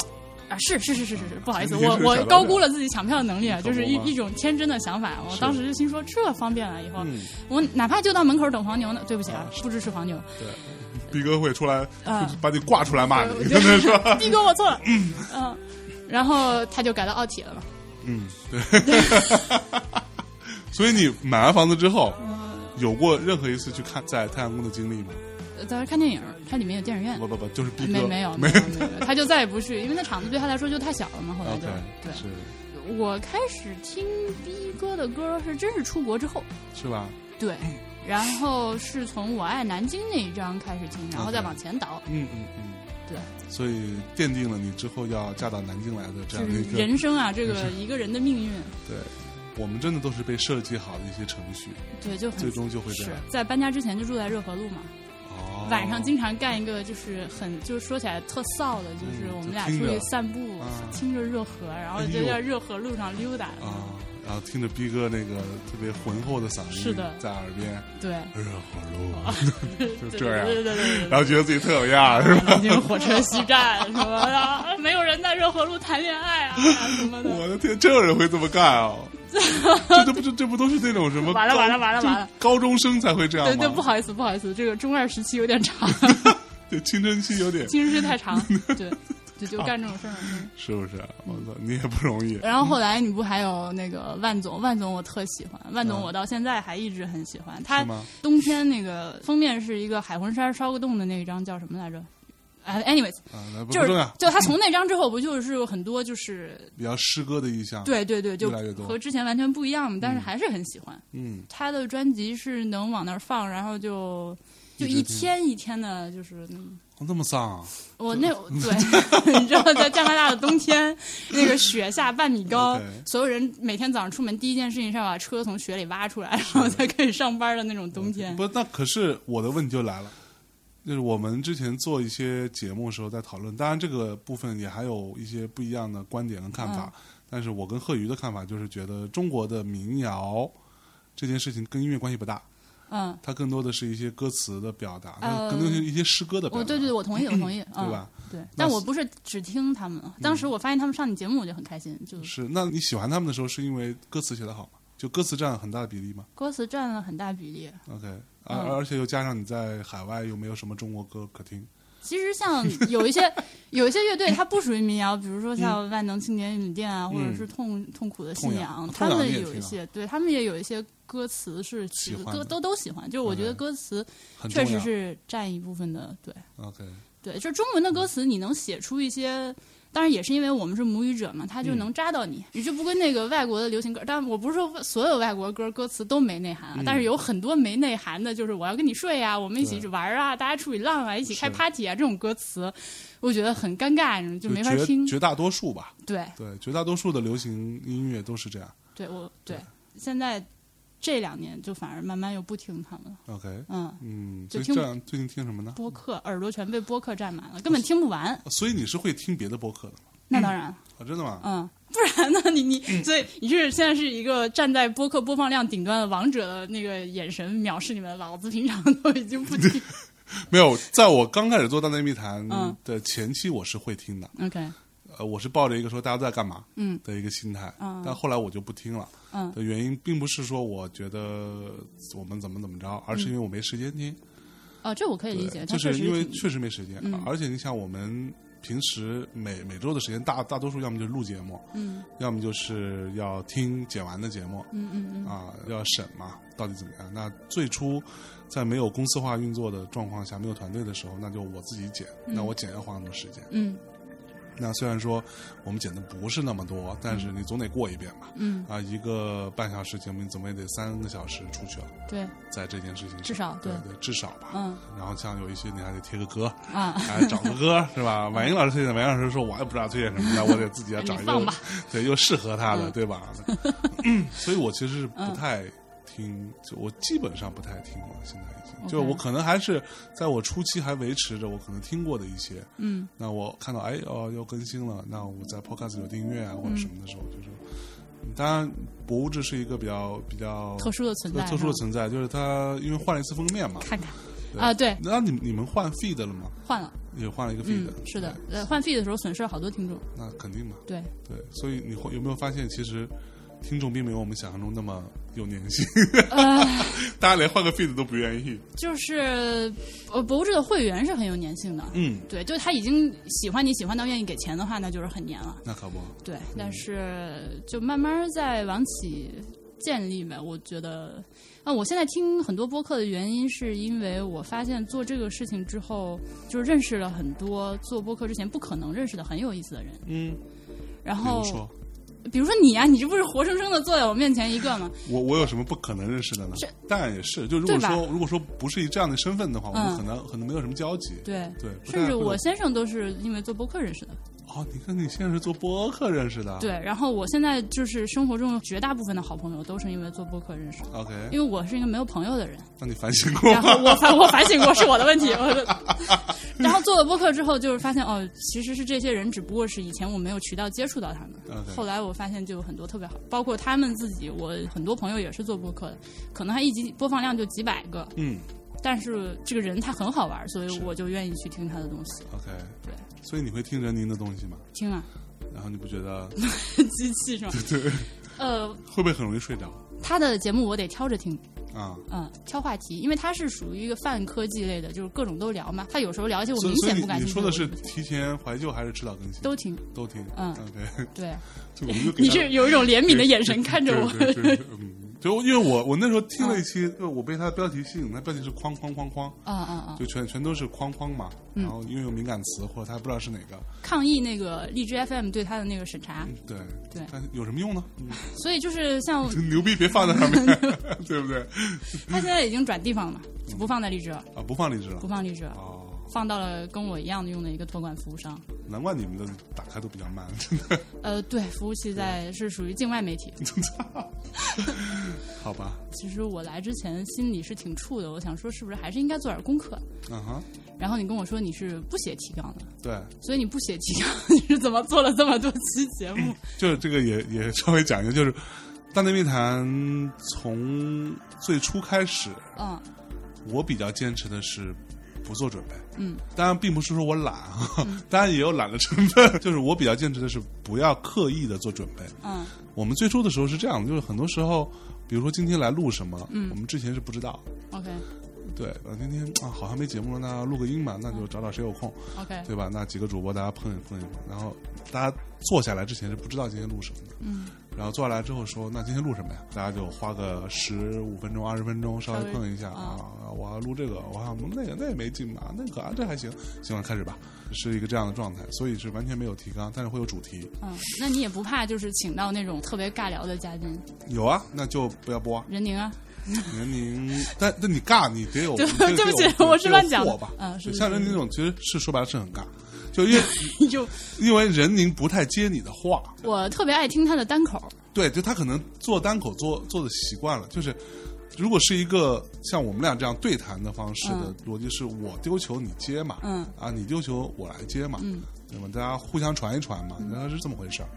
[SPEAKER 2] 啊，是是是是是是，不好意思，
[SPEAKER 1] 你这
[SPEAKER 2] 我
[SPEAKER 1] 是
[SPEAKER 2] 我
[SPEAKER 1] 想到
[SPEAKER 2] 高
[SPEAKER 1] 这
[SPEAKER 2] 估了自己抢票的能力啊，
[SPEAKER 1] 你高
[SPEAKER 2] 就是一
[SPEAKER 1] 估吗
[SPEAKER 2] 一种天真的想法。我
[SPEAKER 1] 是
[SPEAKER 2] 当时就心说：“这方便了，以后
[SPEAKER 1] 嗯，
[SPEAKER 2] 我哪怕就到门口等黄牛呢。”对不起
[SPEAKER 1] 啊，
[SPEAKER 2] 啊
[SPEAKER 1] 是
[SPEAKER 2] 不支持黄牛。
[SPEAKER 1] 逼哥会出来
[SPEAKER 2] 啊
[SPEAKER 1] 把你挂出来骂
[SPEAKER 2] 对
[SPEAKER 1] 你，
[SPEAKER 2] 我觉
[SPEAKER 1] 跟他 说，
[SPEAKER 2] 逼哥，我错了。嗯然后他就改到奥体了嘛。
[SPEAKER 1] 嗯，对。 所以你买完房子之后，有过任何一次去看在太阳宫的经历吗？
[SPEAKER 2] 呃当时看电影，它里面有电影院
[SPEAKER 1] 不。不不，就是逼
[SPEAKER 2] 没
[SPEAKER 1] 哥
[SPEAKER 2] 没有
[SPEAKER 1] 没
[SPEAKER 2] 没有没有，他就再也不去，因为那场子对他来说就太小了嘛。后来
[SPEAKER 1] OK
[SPEAKER 2] 就对，
[SPEAKER 1] 是
[SPEAKER 2] 我开始听逼哥的歌是真是出国之后，
[SPEAKER 1] 是吧？
[SPEAKER 2] 对，
[SPEAKER 1] 嗯
[SPEAKER 2] 然后是从我爱南京那一张开始听，然后再
[SPEAKER 1] OK
[SPEAKER 2] 往前倒，
[SPEAKER 1] 嗯嗯嗯，
[SPEAKER 2] 对，
[SPEAKER 1] 所以奠定了你之后要嫁到南京来的这
[SPEAKER 2] 就
[SPEAKER 1] 样的
[SPEAKER 2] 是
[SPEAKER 1] 一个
[SPEAKER 2] 人生啊，这
[SPEAKER 1] 人
[SPEAKER 2] 个一个人的命运，
[SPEAKER 1] 对，我们真的都是被设计好的一些程序，
[SPEAKER 2] 对，就很
[SPEAKER 1] 最终就会这
[SPEAKER 2] 嗯是
[SPEAKER 1] 样。
[SPEAKER 2] 在搬家之前就住在热河路嘛，
[SPEAKER 1] 哦，
[SPEAKER 2] 晚上经常干一个就是很就是说起来特臊的，就是
[SPEAKER 1] 嗯
[SPEAKER 2] 我
[SPEAKER 1] 就
[SPEAKER 2] 们俩
[SPEAKER 1] 听
[SPEAKER 2] 出去
[SPEAKER 1] 着
[SPEAKER 2] 散步
[SPEAKER 1] 啊，
[SPEAKER 2] 听着热河，然后
[SPEAKER 1] 哎
[SPEAKER 2] 就
[SPEAKER 1] 呦
[SPEAKER 2] 在热河路上溜达，
[SPEAKER 1] 啊，然后听着逼哥那个特别浑厚的嗓音，
[SPEAKER 2] 是的
[SPEAKER 1] 在耳边
[SPEAKER 2] 对，
[SPEAKER 1] 热火
[SPEAKER 2] 就
[SPEAKER 1] 就这样
[SPEAKER 2] 对对对对对
[SPEAKER 1] 路，
[SPEAKER 2] 对
[SPEAKER 1] 然后觉得自己特有样，是吧？
[SPEAKER 2] 南京火车西站什么的，没有人在热河路谈恋爱啊什么的。
[SPEAKER 1] 我的天，真有人会这么干啊！ 这这不这这不都是那种什么
[SPEAKER 2] 完了
[SPEAKER 1] 高
[SPEAKER 2] 完了完了完了！
[SPEAKER 1] 就高中生才会这样
[SPEAKER 2] 对
[SPEAKER 1] 吗？
[SPEAKER 2] 对，不好意思不好意思，这个中二时期有点长，
[SPEAKER 1] 对，青春期有点
[SPEAKER 2] 青春期 太长，对，就就干这种事儿。嗯
[SPEAKER 1] 是不是？我操，你也不容易。
[SPEAKER 2] 然后后来你不还有那个万总，万总我特喜欢，万总
[SPEAKER 1] 嗯
[SPEAKER 2] 我到现在还一直很喜欢。
[SPEAKER 1] 是
[SPEAKER 2] 他
[SPEAKER 1] 吗？
[SPEAKER 2] 冬天那个封面是一个海魂衫烧个洞的那一张叫什么来着？哎，anyways，
[SPEAKER 1] 啊，来不
[SPEAKER 2] 就
[SPEAKER 1] 不
[SPEAKER 2] 是
[SPEAKER 1] 重要，
[SPEAKER 2] 就他从那张之后，不就是很多就是
[SPEAKER 1] 比较诗歌的意象。，
[SPEAKER 2] 对对对，就
[SPEAKER 1] 啊越来越多
[SPEAKER 2] 和之前完全不一样嘛，但是还是很喜欢。
[SPEAKER 1] 嗯，
[SPEAKER 2] 他的专辑是能往那儿放，然后就就
[SPEAKER 1] 一
[SPEAKER 2] 一
[SPEAKER 1] 直听
[SPEAKER 2] 天一天的，就是嗯
[SPEAKER 1] 哦这么丧啊？
[SPEAKER 2] 我那对， 你知道在加拿大的冬天，那个雪下半米高
[SPEAKER 1] OK
[SPEAKER 2] 所有人每天早上出门第一件事情是要把车从雪里挖出来，然后才可以上班的那种冬天。
[SPEAKER 1] 不，那可是我的问题就来了，就是我们之前做一些节目的时候在讨论，当然这个部分也还有一些不一样的观点跟看法，
[SPEAKER 2] 嗯
[SPEAKER 1] 但是我跟贺瑜的看法就是觉得中国的民谣这件事情跟音乐关系不大，
[SPEAKER 2] 嗯，
[SPEAKER 1] 它更多的是一些歌词的表达，它
[SPEAKER 2] 呃
[SPEAKER 1] 更多是一些诗歌的表
[SPEAKER 2] 我
[SPEAKER 1] 达，
[SPEAKER 2] 对对对，我同意，我同意，嗯
[SPEAKER 1] 对吧？
[SPEAKER 2] 对，
[SPEAKER 1] 那嗯
[SPEAKER 2] 但我不是只听他们，当时我发现他们上你节目，我就很开心，就是
[SPEAKER 1] 是，那你喜欢他们的时候是因为歌词写得好吗？就歌词占很大的比例吗
[SPEAKER 2] 歌词占了很大比例。
[SPEAKER 1] ？OK，而、
[SPEAKER 2] 嗯
[SPEAKER 1] 而且又加上你在海外又没有什么中国歌可听，
[SPEAKER 2] 其实像有 一些有一些乐队，它不属于民谣，比如说像万能青年旅店啊，或者是痛痛苦的
[SPEAKER 1] 嗯
[SPEAKER 2] 信
[SPEAKER 1] 痛
[SPEAKER 2] 仰
[SPEAKER 1] 仰，
[SPEAKER 2] 他
[SPEAKER 1] 痛仰你也
[SPEAKER 2] 们
[SPEAKER 1] 听啊
[SPEAKER 2] 有一些，对他们也有一些歌词是
[SPEAKER 1] 喜欢的
[SPEAKER 2] 歌都都喜欢，就是我觉得
[SPEAKER 1] OK
[SPEAKER 2] 歌词
[SPEAKER 1] 很重
[SPEAKER 2] 确
[SPEAKER 1] 要。
[SPEAKER 2] 实是占一部分的，对
[SPEAKER 1] OK，
[SPEAKER 2] 对，就是中文的歌词你能写出一些。当然也是因为我们是母语者嘛，他就能扎到你。你就不跟那个外国的流行歌，但我不是说所有外国歌歌词都没内涵啊，但是有很多没内涵的，就是我要跟你睡啊，我们一起
[SPEAKER 1] 对
[SPEAKER 2] 玩啊，大家出去浪啊，一起开
[SPEAKER 1] 是
[SPEAKER 2] party 啊，这种歌词，我觉得很尴尬，就没法
[SPEAKER 1] 绝
[SPEAKER 2] 听。
[SPEAKER 1] 绝大多数吧，
[SPEAKER 2] 对
[SPEAKER 1] 对，绝大多数的流行音乐都是这样。
[SPEAKER 2] 对，我
[SPEAKER 1] 对
[SPEAKER 2] 对现在这两年就反而慢慢又不听他们了，
[SPEAKER 1] OK，
[SPEAKER 2] 嗯，
[SPEAKER 1] 嗯，
[SPEAKER 2] 就
[SPEAKER 1] 最
[SPEAKER 2] 听
[SPEAKER 1] 这样最近听什么呢？
[SPEAKER 2] 播客耳朵全被播客占满了，根本听不完。
[SPEAKER 1] 所以你是会听别的播客的吗？
[SPEAKER 2] 那当然。
[SPEAKER 1] 啊，真的吗？
[SPEAKER 2] 嗯，不然呢？你
[SPEAKER 1] 嗯
[SPEAKER 2] 你所以你是现在是一个站在 播客播放量顶端的王者的那个眼神藐视你们，老子平常都已经不听，
[SPEAKER 1] 没有，在我刚开始做《大内密谈
[SPEAKER 2] 嗯》
[SPEAKER 1] 的前期，我是会听的。
[SPEAKER 2] OK，
[SPEAKER 1] 呃，我是抱着一个说大家都在干嘛，
[SPEAKER 2] 嗯
[SPEAKER 1] 的一个心态，
[SPEAKER 2] 嗯
[SPEAKER 1] 但后来我就不听了，
[SPEAKER 2] 嗯
[SPEAKER 1] 的原因并不是说我觉得我们怎么怎么着，而是因为我没时间听，
[SPEAKER 2] 哦，这我可以理解，
[SPEAKER 1] 就
[SPEAKER 2] 它
[SPEAKER 1] 是
[SPEAKER 2] 确实
[SPEAKER 1] 因为
[SPEAKER 2] 挺
[SPEAKER 1] 确实没时间，啊
[SPEAKER 2] 嗯
[SPEAKER 1] 而且你像我们平时每每周的时间，大大多数要么就是录节目，
[SPEAKER 2] 嗯
[SPEAKER 1] 要么就是要听剪完的节目，
[SPEAKER 2] 嗯嗯嗯，
[SPEAKER 1] 啊，要审嘛，到底怎么样？那最初在没有公司化运作的状况下，没有团队的时候，那就我自己剪，那我剪要花那么多时间。
[SPEAKER 2] 嗯
[SPEAKER 1] 那虽然说我们剪的不是那么多，但是你总得过一遍嘛。
[SPEAKER 2] 嗯，
[SPEAKER 1] 啊，一个半小时节目，你怎么也得三个小时出去了，
[SPEAKER 2] 对，
[SPEAKER 1] 在这件事情上
[SPEAKER 2] 至少
[SPEAKER 1] 对
[SPEAKER 2] 对
[SPEAKER 1] 对，至少吧。
[SPEAKER 2] 嗯
[SPEAKER 1] 然后像有一些你还得贴个歌，
[SPEAKER 2] 啊，
[SPEAKER 1] 还找个歌是 吧？婉莹老师推荐，婉莹老师说我也不知道推荐什么，那我得自己要找一
[SPEAKER 2] 你
[SPEAKER 1] 个
[SPEAKER 2] 放吧，
[SPEAKER 1] 对，又适合他的，
[SPEAKER 2] 嗯
[SPEAKER 1] 对 吧？嗯所以我其实是不太听，就我基本上不太听了，现在已经，就是我可能还是在我初期还维持着我可能听过的一些，
[SPEAKER 2] 嗯
[SPEAKER 1] 那我看到哎哦要更新了，那我在 Podcast 有订阅啊或者什么的时候，就是，嗯当然博物志是一个比较比较呃
[SPEAKER 2] 特殊的存在
[SPEAKER 1] 特殊的
[SPEAKER 2] 哈
[SPEAKER 1] 存在，就是它因为换了一次封面嘛，
[SPEAKER 2] 看看
[SPEAKER 1] 对
[SPEAKER 2] 啊，对，
[SPEAKER 1] 那你你们换 feed 了吗？
[SPEAKER 2] 换了，
[SPEAKER 1] 也换了一个 feed，、
[SPEAKER 2] 嗯，是的
[SPEAKER 1] 对，
[SPEAKER 2] 呃，换 feed 的时候损失了好多听众，
[SPEAKER 1] 那肯定嘛，
[SPEAKER 2] 对，
[SPEAKER 1] 对，所以你会有没有发现，其实听众并没有我们想象中那么有粘性，
[SPEAKER 2] 呃
[SPEAKER 1] 大家连换个 feed 都不愿意。
[SPEAKER 2] 就是呃，博物志的会员是很有粘性的，
[SPEAKER 1] 嗯，
[SPEAKER 2] 对，就他已经喜欢你，喜欢到愿意给钱的话，那就是很黏了。
[SPEAKER 1] 那可不，
[SPEAKER 2] 对，但是就慢慢在往起建立呗。我觉得，啊，我现在听很多播客的原因，是因为我发现做这个事情之后，就是认识了很多做播客之前不可能认识的很有意思的人。
[SPEAKER 1] 嗯，
[SPEAKER 2] 然
[SPEAKER 1] 比如
[SPEAKER 2] 后，
[SPEAKER 1] 说
[SPEAKER 2] 比如说你啊呀、你这不是活生生的坐在我面前一个吗？
[SPEAKER 1] 我我有什么不可能认识的呢
[SPEAKER 2] 是？
[SPEAKER 1] 当然也是，就如果
[SPEAKER 2] 对吧
[SPEAKER 1] 说如果说不是以这样的身份的话，我们
[SPEAKER 2] 嗯
[SPEAKER 1] 可能、可能没有什么交集。
[SPEAKER 2] 对，
[SPEAKER 1] 对，不
[SPEAKER 2] 甚
[SPEAKER 1] 太
[SPEAKER 2] 至
[SPEAKER 1] 会
[SPEAKER 2] 我
[SPEAKER 1] 有
[SPEAKER 2] 先生都是因为做播客认识的。
[SPEAKER 1] 哦，你看你现在是做播客认识的，啊
[SPEAKER 2] 对，然后我现在就是生活中绝大部分的好朋友都是因为做播客认识的，
[SPEAKER 1] ，OK，
[SPEAKER 2] 因为我是一个没有朋友的人。
[SPEAKER 1] 那你反省过
[SPEAKER 2] 然后
[SPEAKER 1] 吗？
[SPEAKER 2] 我反我反省过是我的问题，我 然后做了播客之后，就是发现哦，其实是这些人，只不过是以前我没有渠道接触到他们。
[SPEAKER 1] OK
[SPEAKER 2] 后来我发现就有很多特别好，包括他们自己，我很多朋友也是做播客的，可能他一集播放量就几百个，
[SPEAKER 1] 嗯
[SPEAKER 2] 但是这个人他很好玩，所以
[SPEAKER 1] 是
[SPEAKER 2] 我就愿意去听他的东西。
[SPEAKER 1] ，OK，
[SPEAKER 2] 对，
[SPEAKER 1] 所以你会听人宁的东西吗？
[SPEAKER 2] 听啊，
[SPEAKER 1] 然后你不觉得
[SPEAKER 2] 机器是吧？
[SPEAKER 1] 对
[SPEAKER 2] 呃，
[SPEAKER 1] 会不会很容易睡着
[SPEAKER 2] 他的节目我得挑着听，
[SPEAKER 1] 啊？
[SPEAKER 2] 嗯，挑话题，因为他是属于一个泛科技类的，就是各种都聊嘛。他有时候聊一 些我
[SPEAKER 1] 所以
[SPEAKER 2] 明
[SPEAKER 1] 所以
[SPEAKER 2] 显
[SPEAKER 1] 你
[SPEAKER 2] 不感
[SPEAKER 1] 你
[SPEAKER 2] 兴趣
[SPEAKER 1] 说
[SPEAKER 2] 的
[SPEAKER 1] 的
[SPEAKER 2] 我
[SPEAKER 1] 是
[SPEAKER 2] 就，
[SPEAKER 1] 提前怀旧还是迟早更新？
[SPEAKER 2] 都听，
[SPEAKER 1] 都听，
[SPEAKER 2] 嗯
[SPEAKER 1] ，OK，
[SPEAKER 2] 对。
[SPEAKER 1] 就我们 就给
[SPEAKER 2] 你
[SPEAKER 1] 他
[SPEAKER 2] 是有一种怜悯的眼神看着我。 嗯
[SPEAKER 1] 对对对 嗯，就因为我我那时候听了一期，就我被它的标题吸引，它标题是哐哐哐哐，
[SPEAKER 2] 啊啊啊！
[SPEAKER 1] 就全全都是哐哐嘛，
[SPEAKER 2] 嗯
[SPEAKER 1] 然后因为有敏感词或者他不知道是哪个，
[SPEAKER 2] 抗议那个荔枝 FM 对他的那个审查，
[SPEAKER 1] 对
[SPEAKER 2] 对
[SPEAKER 1] 但有什么用呢？
[SPEAKER 2] 所以就是像
[SPEAKER 1] 就牛逼别放在上面， 对不对？
[SPEAKER 2] 他现在已经转地方了嘛，就不放在荔枝了，
[SPEAKER 1] 啊，不放荔枝了
[SPEAKER 2] 不，放荔枝了，
[SPEAKER 1] 哦，
[SPEAKER 2] 放到了跟我一样用的一个托管服务商。
[SPEAKER 1] 难怪你们的打开都比较慢， 真的，
[SPEAKER 2] 呃，对，服务器在是属于境外媒 体。
[SPEAKER 1] 好吧，
[SPEAKER 2] 其实我来之前心里是挺怵的，我想说是不是还是应该做点功课。
[SPEAKER 1] 嗯哼，
[SPEAKER 2] 然后你跟我说你是不写提纲的，
[SPEAKER 1] 对，
[SPEAKER 2] 所以你不写提纲， 你是怎么做了这么多期节 目？
[SPEAKER 1] 就是这个也也稍微讲一下，就是《大内密谈》从最初开始，
[SPEAKER 2] 嗯
[SPEAKER 1] 我比较坚持的是不做准备。
[SPEAKER 2] 嗯，
[SPEAKER 1] 当然并不是说我懒，啊， 当然也有懒的成分。 就是我比较坚持的是不要刻意的做准备。
[SPEAKER 2] 嗯
[SPEAKER 1] 我们最初的时候是这样的，就是很多时候，比如说今天来录什么，我们之前是不知道。
[SPEAKER 2] ，OK
[SPEAKER 1] 对，呃，今天啊好像没节目了，那录个音吧，那就找找谁有空，
[SPEAKER 2] OK，
[SPEAKER 1] 对吧？那几个主播大家碰一碰一碰，然后大家坐下来之前是不知道今天录什么的。
[SPEAKER 2] 嗯，
[SPEAKER 1] 然后坐下来之后说，那今天录什么呀？大家就花个十五分钟、二十分钟，稍微
[SPEAKER 2] 稍微
[SPEAKER 1] 碰一下
[SPEAKER 2] 啊
[SPEAKER 1] 啊。我要录这个，我要录那个，那也没劲吧？那个啊，这还行，行了，开始吧，是一个这样的状态，所以是完全没有提纲，但是会有主题。
[SPEAKER 2] 嗯，那你也不怕就是请到那种特别尬聊的嘉宾，
[SPEAKER 1] 有啊，那就不要播啊。
[SPEAKER 2] 任宁啊，
[SPEAKER 1] 任宁，但但你尬，你得有，
[SPEAKER 2] 对
[SPEAKER 1] 你得有
[SPEAKER 2] 对不起
[SPEAKER 1] 得有
[SPEAKER 2] 我是乱讲的
[SPEAKER 1] 得有货吧？
[SPEAKER 2] 嗯是是
[SPEAKER 1] 像任宁那种，其实是说白了是很尬， 就 因为
[SPEAKER 2] 就
[SPEAKER 1] 因为任宁不太接你的话，
[SPEAKER 2] 我特别爱听他的单口，
[SPEAKER 1] 对，就他可能做单口做做的习惯了，就是如果是一个像我们俩这样对谈的方式的
[SPEAKER 2] 嗯
[SPEAKER 1] 逻辑，是我丢球你接嘛，
[SPEAKER 2] 嗯
[SPEAKER 1] 啊，你丢球我来接嘛，
[SPEAKER 2] 嗯
[SPEAKER 1] 对吧？大家互相传一传嘛，然后是这么回事儿。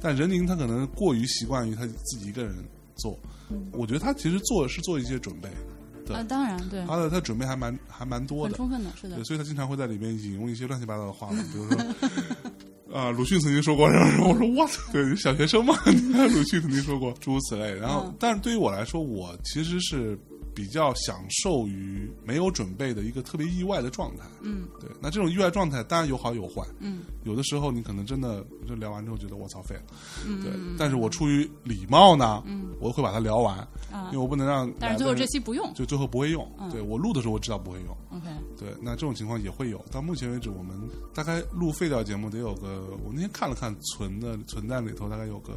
[SPEAKER 1] 但任宁他可能
[SPEAKER 2] 嗯
[SPEAKER 1] 过于习惯于他自己一个人做，我觉得他其实做是做一些准备，对
[SPEAKER 2] 啊，当然对，
[SPEAKER 1] 他的他准备还蛮还蛮多
[SPEAKER 2] 很
[SPEAKER 1] 的，
[SPEAKER 2] 充分的，是的
[SPEAKER 1] 对，，所以他经常会在里面引用一些乱七八糟的 话嘛，比如说，啊、鲁迅曾经说过，然后然后我说 what，对，小学 生嘛，鲁迅曾经说过，诸如此类。然后，
[SPEAKER 2] 嗯
[SPEAKER 1] 但是对于我来说，我其实是比较享受于没有准备的一个特别意外的状态。
[SPEAKER 2] 嗯
[SPEAKER 1] 对，那这种意外状态当然有好有坏，
[SPEAKER 2] 嗯
[SPEAKER 1] 有的时候你可能真的就聊完之后觉得我操废了，
[SPEAKER 2] 嗯
[SPEAKER 1] 对。
[SPEAKER 2] 嗯
[SPEAKER 1] 但是我出于礼貌呢，
[SPEAKER 2] 嗯
[SPEAKER 1] 我会把它聊完，
[SPEAKER 2] 啊
[SPEAKER 1] 因为，我不能让
[SPEAKER 2] 但
[SPEAKER 1] 来
[SPEAKER 2] 是最
[SPEAKER 1] 的
[SPEAKER 2] 后
[SPEAKER 1] 人
[SPEAKER 2] 这期不用
[SPEAKER 1] 就最后不会用。
[SPEAKER 2] 嗯
[SPEAKER 1] 对我录的时候我知道不会用，
[SPEAKER 2] ，OK，
[SPEAKER 1] 对，那这种情况也会有。到目前为止，我们大概录废掉节目得有个，我那天看了看存的存在里头，大概有个